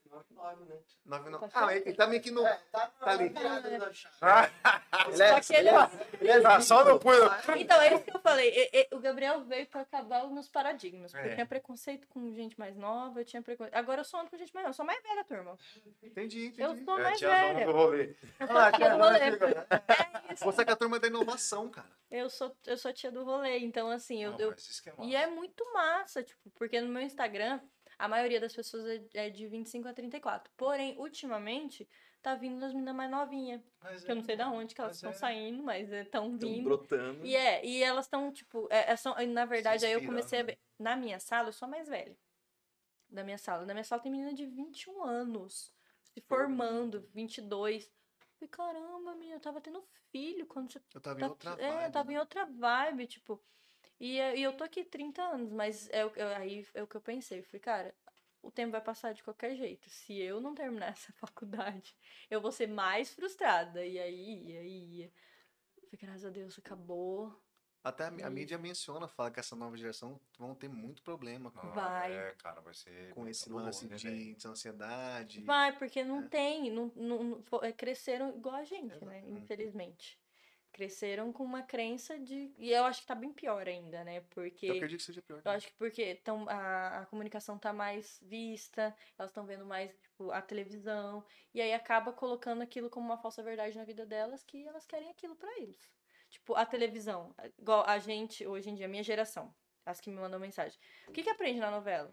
S8: 9,9, né?
S1: 99. Ah, ele tá meio que no.
S8: É, tá,
S1: Tá ali.
S8: ligado na chave.
S4: né? Só que ele-
S8: Ele é
S1: Tá, só no punho.
S4: Então, é isso que eu falei. E- e- o Gabriel veio pra acabar os meus paradigmas. Porque
S1: É.
S4: eu tinha preconceito com gente mais nova, eu tinha preconceito. Agora eu sou ando com gente mais nova, eu sou mais velha, turma.
S1: Entendi, entendi.
S4: Eu sou
S3: É,
S4: mais
S3: tiazão
S4: velha.
S3: do rolê.
S1: Ah,
S4: tia do rolê. É isso.
S1: Você que é a turma da inovação, cara.
S4: Eu sou, eu sou tia do rolê, então assim, eu,
S3: Não,
S4: eu-
S3: mas isso que é
S4: E é muito massa, tipo, porque no meu Instagram, a maioria das pessoas é- é de 25 a 34. Porém, ultimamente, tá vindo das meninas mais novinhas.
S3: Mas
S4: Que eu não sei de onde que elas
S3: mas
S4: estão
S3: é. um
S4: saindo, mas estão
S2: Tão
S4: vindo.
S2: brotando.
S4: E é, e elas estão, tipo, é, é, são, na verdade, aí eu
S3: né? inspirando,
S4: comecei a
S3: né?
S4: ver. Na minha sala, eu sou a mais velha. Da minha sala. Na minha sala tem menina de 21 anos, se formando, 22. Falei, caramba, menina, eu tava tendo filho quando você
S1: Eu tava em
S4: Tá-
S1: outra
S4: é,
S1: vibe,
S4: tava
S1: né?
S4: em outra vibe, tipo. E, é- e eu tô aqui 30 anos, mas é, o que eu- aí é o que eu pensei. eu Falei, cara, o tempo vai passar de qualquer jeito. Se eu não terminar essa faculdade, eu vou ser mais frustrada. E aí, e aí. eu Falei, graças a Deus, acabou.
S1: Até a, mi- a
S4: E-
S1: mídia menciona, fala que essa nova geração vão ter muito problema com,
S3: Ah,
S4: Vai.
S3: É, cara, vai ser.
S1: com esse
S3: cabuloso,
S1: lance
S3: né, velho?
S1: de, de ansiedade.
S4: Vai, porque não
S1: É.
S4: tem. Não, não, não- fo- é, cresceram igual a gente, né?
S1: Exatamente.
S4: Infelizmente. Cresceram com uma crença de. E eu acho que tá bem pior ainda, né? Porque.
S1: Eu acredito que seja pior. né?
S4: Eu acho que porque tão, a, a comunicação tá mais vista, elas estão vendo mais tipo, a televisão, e aí acaba colocando aquilo como uma falsa verdade na vida delas, que elas querem aquilo pra eles. Tipo, a televisão, igual a gente, hoje em dia, a minha geração, as que me mandam mensagem. O que, que aprende na novela?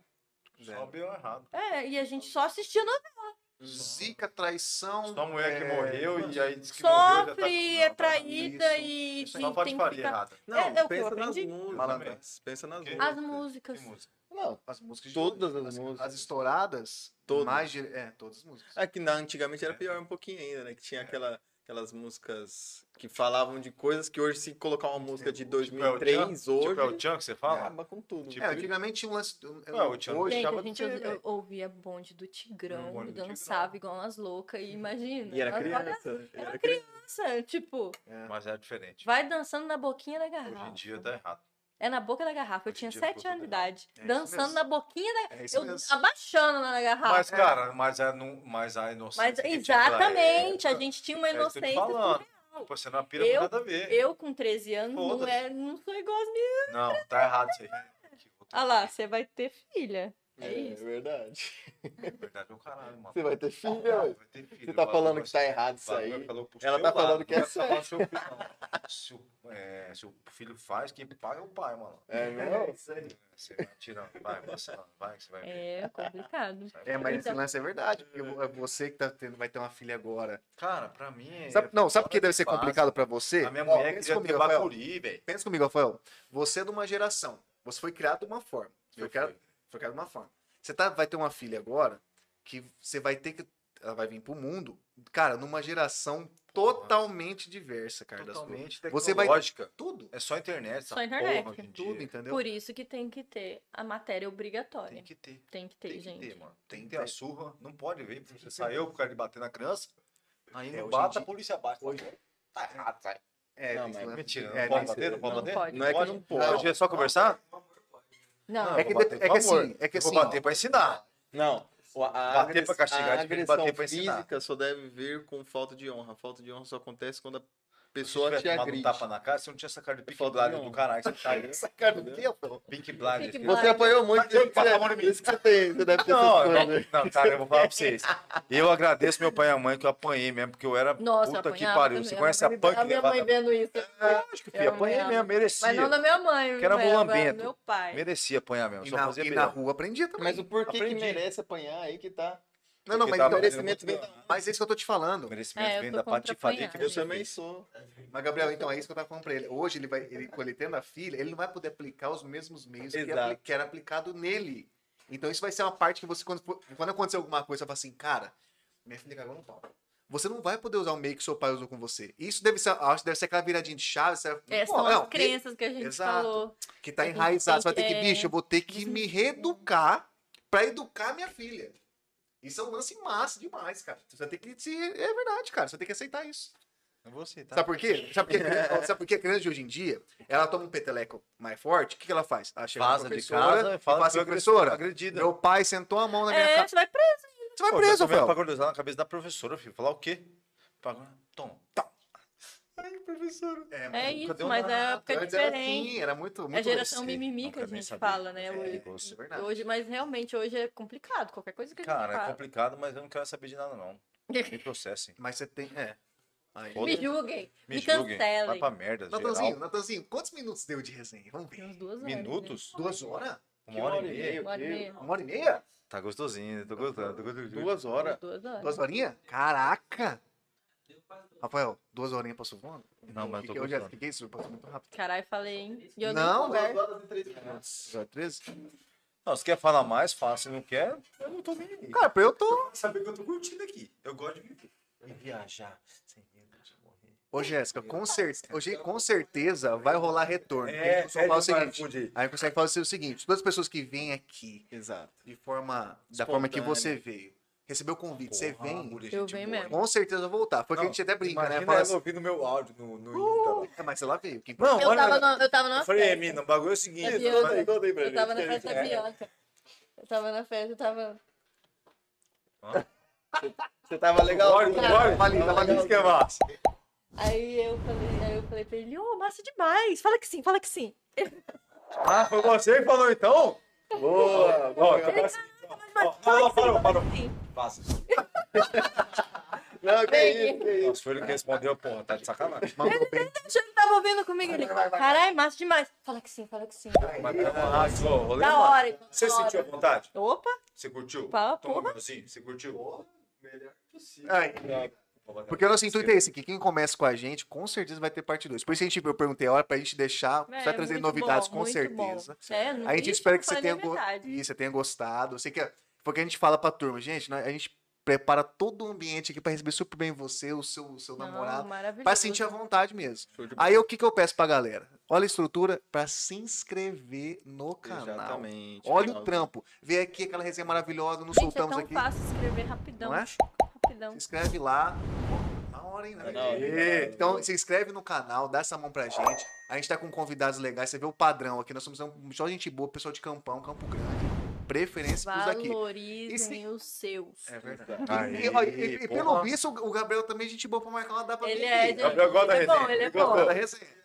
S1: né?
S3: Só bem errado.
S4: É, e a gente só assistiu novela.
S1: Zica, traição.
S3: Só a mulher que
S1: é,
S3: morreu e aí disse que morreu.
S4: Sofre,
S3: já tá com-
S4: é
S3: não, tá-
S4: traída
S1: isso.
S4: e.
S3: é Só
S4: e
S3: pode
S4: tem que
S3: falar Ah,
S4: ficar-
S3: errado.
S2: Não,
S4: É, é o que eu
S2: pensa nas
S4: aprendi.
S2: músicas. Pensa nas
S3: Que-
S2: músicas.
S4: As músicas.
S3: Que música?
S2: Não,
S1: As músicas de
S2: Todas
S1: hoje,
S2: as músicas.
S1: As estouradas.
S2: Todas.
S1: Mais, gere- é, todas as músicas.
S2: É que na, antigamente era pior um pouquinho ainda, né? Que tinha aquela, aquelas músicas que falavam de coisas que hoje, se colocar uma música de
S1: Tipo, é o
S2: 2003, hoje,
S3: Tipo, é o Tchan que você fala?
S2: acaba com tudo.
S3: Tipo,
S1: É, antigamente tinha um lance. eu- eu-
S3: Ué, o Tiago
S1: hoje,
S4: Gente, a
S3: puxava
S4: gente
S3: você,
S4: ou-
S3: velho.
S4: ouvia bonde do Tigrão,
S3: Bonde do
S4: dançava igual umas loucas, e imagina.
S2: E era
S4: olha- olha
S2: criança.
S4: Era
S2: criança.
S4: criança, tipo,
S3: Mas é diferente.
S4: vai dançando na boquinha da
S3: Hoje em
S4: garrafa.
S3: dia tá errado.
S4: É na boca da garrafa. Eu
S3: Hoje em
S4: tinha
S3: dia é
S4: 7
S3: ficou
S4: anos de
S3: tudo errado.
S4: idade.
S1: isso
S4: dançando
S1: mesmo.
S4: na boquinha da
S1: é
S4: Eu
S1: isso mesmo.
S4: abaixando lá na garrafa.
S3: Mas, cara, mas, é, não, mas a inocência.
S4: Mas,
S3: que tinha naquela
S4: exatamente, a
S3: época,
S4: gente tinha uma
S3: é isso que eu tô
S4: inocência.
S3: falando.
S4: surreal.
S3: Pô, você não é pira
S4: Eu-
S3: com nada a ver.
S4: Eu, com 13 anos, não,
S3: Foda-se.
S4: é, não sou igual as minhas.
S3: Não, tá errado isso aí. Que outro-
S4: Ah lá, você vai ter filha. É,
S2: É,
S4: isso.
S2: verdade.
S3: Na verdade é o caralho, mano.
S2: Você vai ter filha, ué.
S3: Vai ter filho,
S2: Você tá
S3: o bagulho
S2: falando
S3: vai
S2: que
S3: ser-
S2: tá errado isso
S3: o bagulho
S2: aí.
S3: falou pro
S2: Ela
S3: seu
S2: tá falando
S3: lado,
S2: que é
S3: não falando seu filho, não. Se o, é, se o filho faz, quem paga é o pai, mano.
S2: É
S8: É
S2: mesmo?
S8: isso aí.
S3: Você vai tirando, vai, você não, vai que você vai ver.
S4: É complicado.
S1: É, mas esse
S4: Então-
S1: lance é verdade. Porque vo- é você que tá tendo, vai ter uma filha agora.
S3: Cara, pra mim é.
S1: Sabe- não, sabe por que deve ser
S3: fácil.
S1: complicado pra você?
S3: A minha
S1: Ó,
S3: mulher
S1: pensa
S3: queria ter
S1: comigo, Rafael.
S3: bacuri, velho.
S1: Pensa comigo, Rafael. Você é de uma geração. Você foi criado de uma forma. Foi
S3: Eu
S1: criado, foi criado de uma forma. Você tá, vai ter uma filha agora que você vai ter que. Ela vai vir pro mundo, cara, numa geração totalmente diversa, cara. das coisas.
S3: Totalmente
S1: Você vai-
S3: tecnológica.
S1: Tudo.
S3: É só internet, essa
S4: Só internet.
S3: porra hoje em
S1: Tudo,
S3: dia.
S1: entendeu?
S4: Por isso que tem que ter a matéria obrigatória.
S3: Tem que ter.
S4: Tem que ter,
S3: Tem que
S4: gente.
S3: ter, mano. Tem que
S1: Tem
S3: ter a
S1: que
S3: surra. Não pode ver. porque Você saiu por causa de bater na criança. Aí
S1: É, hoje
S3: não
S1: em
S3: bate,
S1: dia-
S3: a polícia bate. Tá errado, sai.
S1: É,
S2: Não,
S1: tem
S2: mas
S1: esse lance.
S3: Mentira,
S1: É,
S3: não pode
S1: tem esse-
S3: bater, não pode
S4: Não
S3: bater.
S4: pode.
S2: Não é que não pode.
S3: Hoje é só conversar?
S4: Não,
S1: É que,
S3: eu vou
S1: de-
S3: bater
S1: é
S3: com
S1: que assim,
S3: amor.
S1: é que
S3: Eu vou
S1: assim.
S3: bater pra ensinar.
S2: Não. o- A
S3: Bater pra castigar,
S2: a
S3: de vez em
S2: agressão
S3: bater pra ensinar.
S2: física só deve vir com falta de honra. A falta de honra só acontece quando a
S3: Se você
S2: pessoa te
S3: tivesse tomado um
S2: agride.
S3: tapa na cara, você não tinha essa cara de pink
S2: Falta
S3: blind
S2: não.
S3: do caralho. que Você tá aí.
S2: Cara, do
S3: Pink blind.
S4: Pink
S3: que-
S4: blind.
S2: Você apanhou muito,
S3: Mas eu
S2: isso que
S3: passava no
S2: você, isso que você tem, você deve ter
S3: Não,
S2: essas coisas.
S3: eu- não, cara, eu vou falar pra vocês. Eu agradeço meu pai e a mãe que eu apanhei mesmo, porque eu era
S4: Nossa, eu
S3: puta que
S4: apanhava
S3: pariu.
S4: também.
S3: Você
S4: Eu
S3: conhece a
S4: lembro-
S3: punk
S4: a minha mãe
S3: levada?
S4: vendo isso.
S3: é, Lógico, filho,
S4: Eu
S3: apanhei
S4: apanhava.
S3: mesmo, merecia.
S4: Mas não da minha mãe.
S3: Que era
S4: mas do
S3: mulambento.
S4: Meu pai.
S3: Merecia apanhar mesmo.
S1: E
S3: Só
S1: na,
S3: fazia
S1: e na
S3: melhor.
S1: rua aprendia também.
S2: Mas o porquê
S3: Aprendi.
S2: que merece apanhar aí que tá.
S1: não, não,
S3: porque
S1: mas,
S3: tava
S1: então,
S2: O merecimento vem
S3: muito
S2: da.
S1: mas é isso que eu tô te falando.
S3: O merecimento
S4: É, eu
S3: vem
S4: tô
S3: da parte de
S4: contra
S3: fadia que
S4: apanhar,
S2: Eu
S3: Deus
S4: gente.
S2: também
S3: fez.
S2: sou.
S1: Mas, Gabriel, então é isso que eu tava falando pra ele. Hoje, ele vai, ele, quando ele tendo a filha, ele não vai poder aplicar os mesmos meios que,
S2: Exato.
S1: apli- que era aplicado nele. Então, isso vai ser uma parte que você, quando, for- quando acontecer alguma coisa, você fala assim, cara, minha filha cagou no pau. Você não vai poder usar o meio que seu pai usou com você. Isso deve ser, acho que deve ser aquela viradinha de chave, você vai-
S4: É,
S1: Pô,
S4: são
S1: não,
S4: as crenças que a gente
S1: Exato.
S4: falou.
S1: que, que tá
S4: tem que-
S1: enraizado. Você vai ter que,
S4: é, né?"
S1: bicho, eu vou ter que me reeducar pra educar minha filha. Isso é um lance massa demais, cara. Você vai ter que se. É verdade, cara. Você vai ter que aceitar isso.
S3: Não vou aceitar.
S1: Sabe por quê? Sabe por quê? Ó, Sabe por quê? A criança de hoje em dia, ela toma um peteleco mais forte, o que, que ela faz? Ela chega na
S3: Vaza de
S1: professora
S3: casa,
S1: e fala
S3: fala
S1: assim,
S3: que foi
S1: professora,
S3: agredida.
S1: meu pai sentou a mão na minha
S4: É,
S1: cara.
S4: você vai preso.
S6: Você
S1: tá
S6: vai preso,
S3: velho.
S6: Rafael.
S3: Pra cruzar na cabeça da professora, filho. Falar o quê? Pra... Tom.
S4: É isso, mas é época
S1: Antes era
S4: diferente.
S1: assim, era muito, muito
S4: É geração
S1: esse.
S4: mimimi que a
S3: Nunca nem
S4: gente
S3: sabia.
S4: fala, né? Hoje,
S1: É verdade.
S4: hoje, mas realmente hoje é complicado. Qualquer coisa que a gente
S3: Cara, é
S4: fala.
S3: complicado, mas eu não quero saber de nada, não. Me processem.
S1: Mas você tem. É. Aí.
S4: Me julguem, me,
S3: Me julguem. Vai
S4: cancelem.
S3: pra merda,
S1: Natanzinho,
S3: geral.
S1: Natanzinho, quantos minutos deu de resenha? Vamos
S4: Tem
S1: ver.
S4: uns duas horas, né?
S3: Minutos?
S1: Duas horas?
S3: Uma hora e meia?
S4: Uma hora e meia.
S1: Uma hora e meia?
S3: Tá gostosinho, tô gostando. Tô gostando.
S2: Duas horas.
S4: Duas horas.
S1: Duas horinhas? Caraca! Rafael, duas horinhas passou voando?
S3: Não, mas eu
S1: Fiquei-
S3: tô
S1: eu já
S3: gostando.
S1: fiquei surpreso, passou muito rápido.
S4: Caralho, falei, hein? E eu
S1: Não,
S4: nem converso.
S8: horas e três minutos.
S3: é
S1: Já 13?
S3: Não, se quer falar mais, fala. Se não quer, eu não tô nem aí.
S1: Cara, pra eu tô.
S5: Sabe que eu tô curtindo aqui. Eu gosto de viver. E viajar. Sem medo de morrer.
S1: Ô, Jéssica, com, cer... hoje, com certeza vai rolar retorno. porque
S2: É,
S1: a gente
S3: É,
S1: consegue falar o seguinte. Aí consegue fazer o seguinte: todas as pessoas que vêm aqui
S2: Exato.
S1: de forma. Da forma que você veio, recebeu o convite, você vem,
S4: Eu venho mesmo.
S1: com certeza voltar. Porque a
S3: Não,
S1: gente até brinca, né?
S3: Imagina
S1: Fala
S3: ela
S1: assim,
S3: ouvindo meu áudio no, no Insta lá.
S1: é, mas ela veio. Quem
S3: Não,
S4: Eu tava, no, eu tava numa
S3: Falei, "Ei,
S4: festa.
S3: mina, o bagulho é o seguinte.
S4: É
S3: nós
S4: Bianca.
S3: vai-
S4: Eu tava na festa
S3: é."
S4: da Bianca. Eu tava na festa, eu tava.
S2: Você tava legal.
S3: Bora, bora. Fala isso que é massa.
S4: Aí eu falei, aí eu falei pra ele, ô, massa demais! Fala que sim, fala que sim.
S3: Ah, foi você que falou então? Boa, boa. então é assim, então. Ó, não, não, parou, parou.
S4: Sim.
S3: Passa.
S2: Não, que
S4: Peguei.
S2: isso, que isso.
S3: Nossa, foi ele que respondeu, porra, tá de sacanagem.
S1: mandou bem.
S4: Achou que tava ouvindo comigo ele. Caralho, massa demais. Fala que sim, fala que sim.
S3: Mas tá massa, ó, rolê
S4: Da
S3: massa.
S4: hora. então,
S3: Você
S4: da
S3: sentiu a
S4: hora.
S3: vontade?
S4: Opa,
S3: Você curtiu?
S4: Pá,
S3: Toma,
S4: porra.
S3: Minozinho, você curtiu?
S8: Melhor possível.
S1: Ai,
S3: Toma,
S1: Porque o nosso intuito é esse, que quem começa com a gente, com certeza vai ter parte 2. Por isso a gente, eu perguntei a hora pra gente deixar, você
S4: É,
S1: vai trazer
S4: muito
S1: novidades
S4: bom,
S1: com
S4: muito
S1: certeza.
S4: bom. É, não
S1: A gente
S4: isso
S1: espera que
S4: foi
S1: você
S4: na
S1: tenha, go...
S4: metade.
S1: Isso, você tenha gostado. Você que... Porque a gente fala pra turma, gente, né, a gente prepara todo o ambiente aqui pra receber super bem você, o seu, o seu
S4: Não,
S1: namorado,
S4: maravilhoso.
S1: pra sentir a vontade mesmo.
S2: Show de bola.
S1: Aí o que, que eu peço pra galera? Olha a estrutura pra se inscrever no canal.
S2: Exatamente.
S1: Olha o trampo. Vê aqui aquela resenha maravilhosa, nos
S4: Gente, é
S1: soltamos
S4: tão
S1: aqui.
S4: fácil um escrever rapidão.
S1: Não é?
S4: Rapidão.
S1: Se inscreve lá. Na hora, hein? né?
S2: É Na hora.
S1: Ê, Então, se inscreve no canal, dá essa mão pra gente. A gente tá com convidados legais. Você vê o padrão aqui. Nós somos um- só gente boa, pessoal de Campão, Campo Grande. Preferência pros aqui.
S4: Valorizem
S1: E se-
S4: os seus.
S1: É verdade.
S3: Aí,
S1: E, ó, e- e pelo
S3: porra.
S1: visto, o Gabriel também é gente boa pra marcar uma dá pra
S4: Ele
S1: mim.
S4: é, gente.
S3: Gabriel gosta da
S4: Ele é bom,
S3: resenha,
S4: ele é
S3: ele gosta.
S4: bom.
S1: da resenha.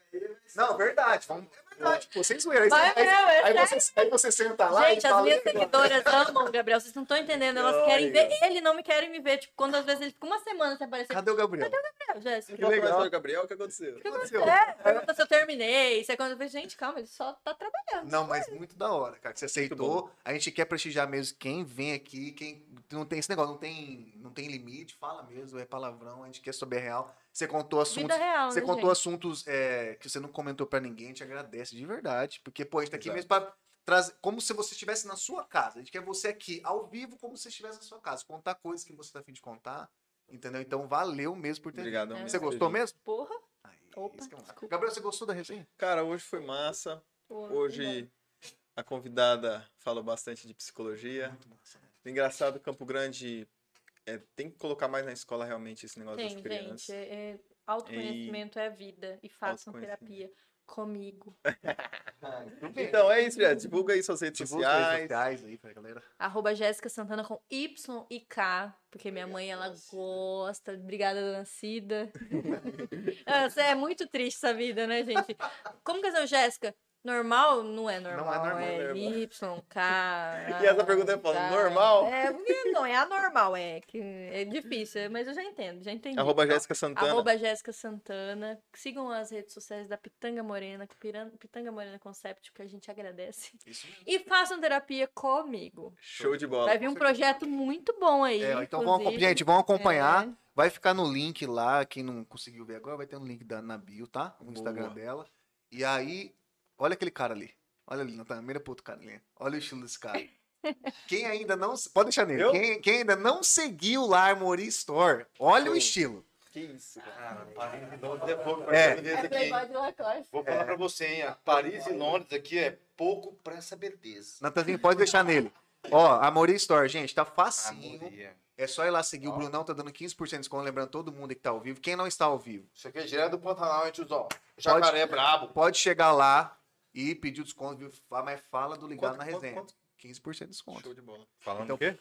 S1: Não, verdade. vamos- É verdade, pô. Sem zoeira. Aí,
S4: Vai
S1: você- aí-
S4: mesmo, é
S1: aí você, aí você senta lá e
S4: Gente, as
S1: fala... assim,
S4: minhas seguidoras amam o Gabriel, vocês não estão entendendo. Elas querem ver ele, não me querem me ver. Tipo, quando às vezes ele fica uma semana sem aparecer.
S1: Cadê o Gabriel? assim,
S4: Gabriel, Jéssica?
S2: Que legal.
S1: legal.
S2: Gabriel, o que aconteceu?
S1: O que aconteceu?
S4: É, pergunta se eu terminei. Se é quando eu vejo, gente, calma, ele só tá trabalhando.
S1: Não, mas muito da hora, cara, que você aceitou. A gente quer prestigiar mesmo quem vem aqui, quem não tem esse negócio, não tem, não tem limite, fala mesmo, é palavrão, a gente quer saber a real. Você contou
S4: Vida
S1: assuntos,
S4: real,
S1: você
S4: né,
S1: contou
S4: gente?
S1: assuntos é, que você não comentou pra ninguém, a gente agradece de verdade, porque pô, a gente tá aqui
S3: Exato.
S1: mesmo pra trazer, como se você estivesse na sua casa. A gente quer você aqui ao vivo como se você estivesse na sua casa, contar coisas que você tá afim de contar, entendeu? Então valeu mesmo por ter. vindo.
S2: Obrigado.
S4: É.
S2: mesmo.
S1: Você gostou mesmo?
S4: Porra.
S1: Aí,
S4: Opa,
S1: isso que é massa.
S4: desculpa.
S1: Gabriel, você gostou da resenha?
S2: Cara, hoje foi massa.
S4: porra,
S2: Hoje a convidada falou bastante de psicologia.
S1: Muito massa. né?
S2: Engraçado, Campo Grande é, tem que colocar mais na escola realmente esse negócio das
S4: Tem,
S2: crianças.
S4: gente. é- é- autoconhecimento é vida. E façam
S2: Autoconhecimento.
S4: terapia comigo.
S8: Ai,
S2: Então é isso, já. Divulga aí suas redes
S1: Divulga as redes
S2: sociais.
S1: Tipo, sociais aí pra galera.
S4: Arroba Jéssica Santana com Y e K. Porque minha mãe, ela gosta. Obrigada, dona Cida. Nossa, é muito triste essa vida, né, gente? Como que é seu Jéssica? Normal não é normal.
S1: normal,
S4: é
S1: né,
S4: Y, K.
S2: E essa pergunta é falando, normal?
S4: É, porque não, é anormal, é. Que é difícil, é, mas eu já entendo, já entendi.
S2: Arroba Jéssica
S1: Então
S2: Santana.
S4: Arroba Jéssica Santana. Sigam as redes sociais da Pitanga Morena, que Piran- Pitanga Morena Concept, que a gente agradece.
S1: Isso mesmo.
S4: E façam terapia comigo.
S2: Show de bola.
S4: Vai vir um projeto muito bom aí.
S1: É, então
S4: inclusive.
S1: vamos, acom- gente, vamos acompanhar.
S4: É.
S1: Vai ficar no link lá, quem não conseguiu ver agora, vai ter um link da na bio, tá? No Instagram dela. E aí, olha aquele cara ali. Olha ali, tá Natan, mira pro outro cara ali. Olha o estilo desse cara. Quem ainda não. Pode deixar nele.
S3: Eu?
S1: Quem, quem ainda não seguiu lá a Armory Store, olha o estilo.
S2: Que isso, cara.
S3: Cara, Paris e Londres é pouco pra
S1: É.
S3: essa beleza
S4: É
S3: aqui, hein?
S4: Playboy de Lacoste.
S3: Vou falar pra você, hein? a Paris e Londres aqui é pouco pra essa beleza.
S1: Natanzinho, pode deixar nele. Ó, Armory Store, gente, tá facinho.
S3: Amoria.
S1: É só ir lá seguir. O Brunão tá dando 15% de desconto, lembrando todo mundo que tá ao vivo. Quem não está ao vivo,
S3: Isso aqui é direto do Pantanal, hein, tiozão? Jacaré é brabo.
S1: pode chegar lá e pedir o desconto, viu? Fa- Mas fala do ligado
S2: Quanto-
S1: na
S2: quanto-
S1: resenha.
S2: quanto?
S1: Ah, 15% de desconto.
S2: Show de bola.
S3: Falando
S1: Então,
S3: o quê?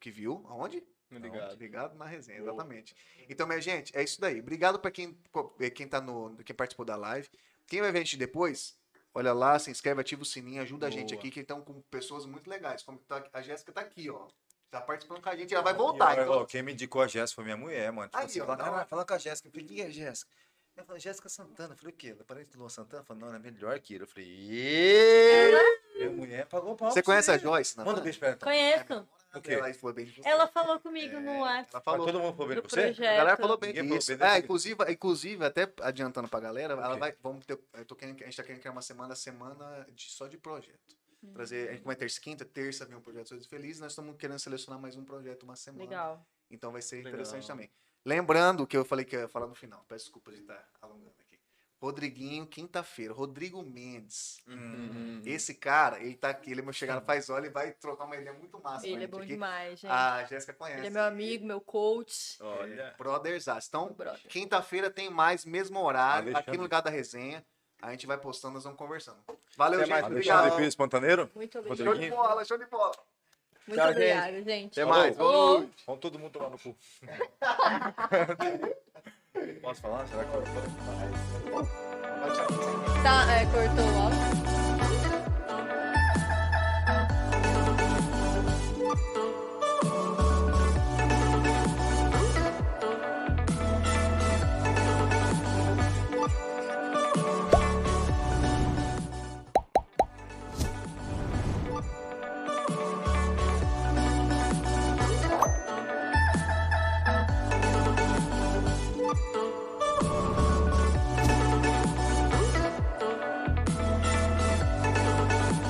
S1: Que viu? Aonde?
S2: Obrigado.
S1: Ligado na resenha, exatamente. Então, minha gente, é isso daí. Obrigado para quem, co- eh, quem tá no, quem participou da live. Quem vai ver a gente depois, olha lá, se inscreve, ativa o sininho, ajuda a gente
S9: Boa.
S1: aqui, que estão com pessoas muito legais. Como tá- a Jéssica tá aqui, ó. Tá participando com a gente, ela vai voltar.
S3: E, ó, ó,
S1: então-
S3: quem me indicou a Jéssica foi minha mulher, mano. Tipo
S1: Aí,
S3: assim,
S1: ó, tá
S3: fala,
S1: da
S3: "Cara,
S1: hora."
S3: fala com a Jéssica. Eu falei, quem é Jéssica? Ela falou, Jéssica Santana. Eu falei, o quê? Ela é parente do Luan Santana? Eu falei, não, ela é melhor que ele. Eu falei, "Ê, minha mulher pagou pau.
S1: Você
S3: pra
S1: conhece a Joyce? Natan?
S3: Manda um beijo pra ela. então.
S4: Conheço.
S3: O quê?
S1: Ela falou bem de você.
S4: Ela falou comigo no
S1: É, Ela
S4: WhatsApp
S3: Mas
S1: falou.
S3: Todo mundo falou bem
S4: do
S3: de você?
S1: A galera falou
S4: projeto.
S1: bem
S3: Ninguém falou
S1: disso.
S3: bem dessa
S1: É,
S3: vida.
S1: inclusive, inclusive, até adiantando pra galera, ela
S3: Ok.
S1: vai, vamos ter, eu tô querendo, a gente tá querendo criar uma semana, semana de, só de projeto.
S4: Hum.
S1: Trazer, a gente vai terça, e quinta, terça vem um projeto Sorriso Feliz, nós estamos querendo selecionar mais um projeto uma semana.
S4: Legal.
S1: Então vai ser
S3: Legal.
S1: interessante também. Lembrando que eu falei que eu ia falar no final, peço desculpa de estar alongando aqui. Rodriguinho, quinta-feira, Rodrigo Mendes.
S3: Hum.
S1: Esse cara, ele tá aqui, ele é meu chegado faz hora e vai trocar uma ideia muito massa. com a
S4: Ele é
S1: gente
S4: bom
S1: aqui.
S4: demais, gente.
S1: A Jéssica conhece.
S4: Ele é meu amigo, meu coach.
S3: é.
S2: Olha.
S1: Brothers Aço. Então,
S4: Meu brother.
S1: quinta-feira tem mais, mesmo horário, aqui
S3: Alexandre.
S1: no lugar da resenha. A gente vai postando, nós vamos conversando. Valeu,
S2: Até
S1: gente.
S2: mais,
S1: obrigado.
S3: Alexandre Pires Pantaneiro?
S4: Muito
S1: Show
S4: obrigada.
S1: de bola, show de bola.
S4: Muito
S2: Tchau, gente.
S4: obrigada, gente.
S1: Até mais. Boa noite.
S3: Vamos todo mundo tomar no cu. Posso falar? Será que eu posso falar?
S4: Tá, é, cortou logo.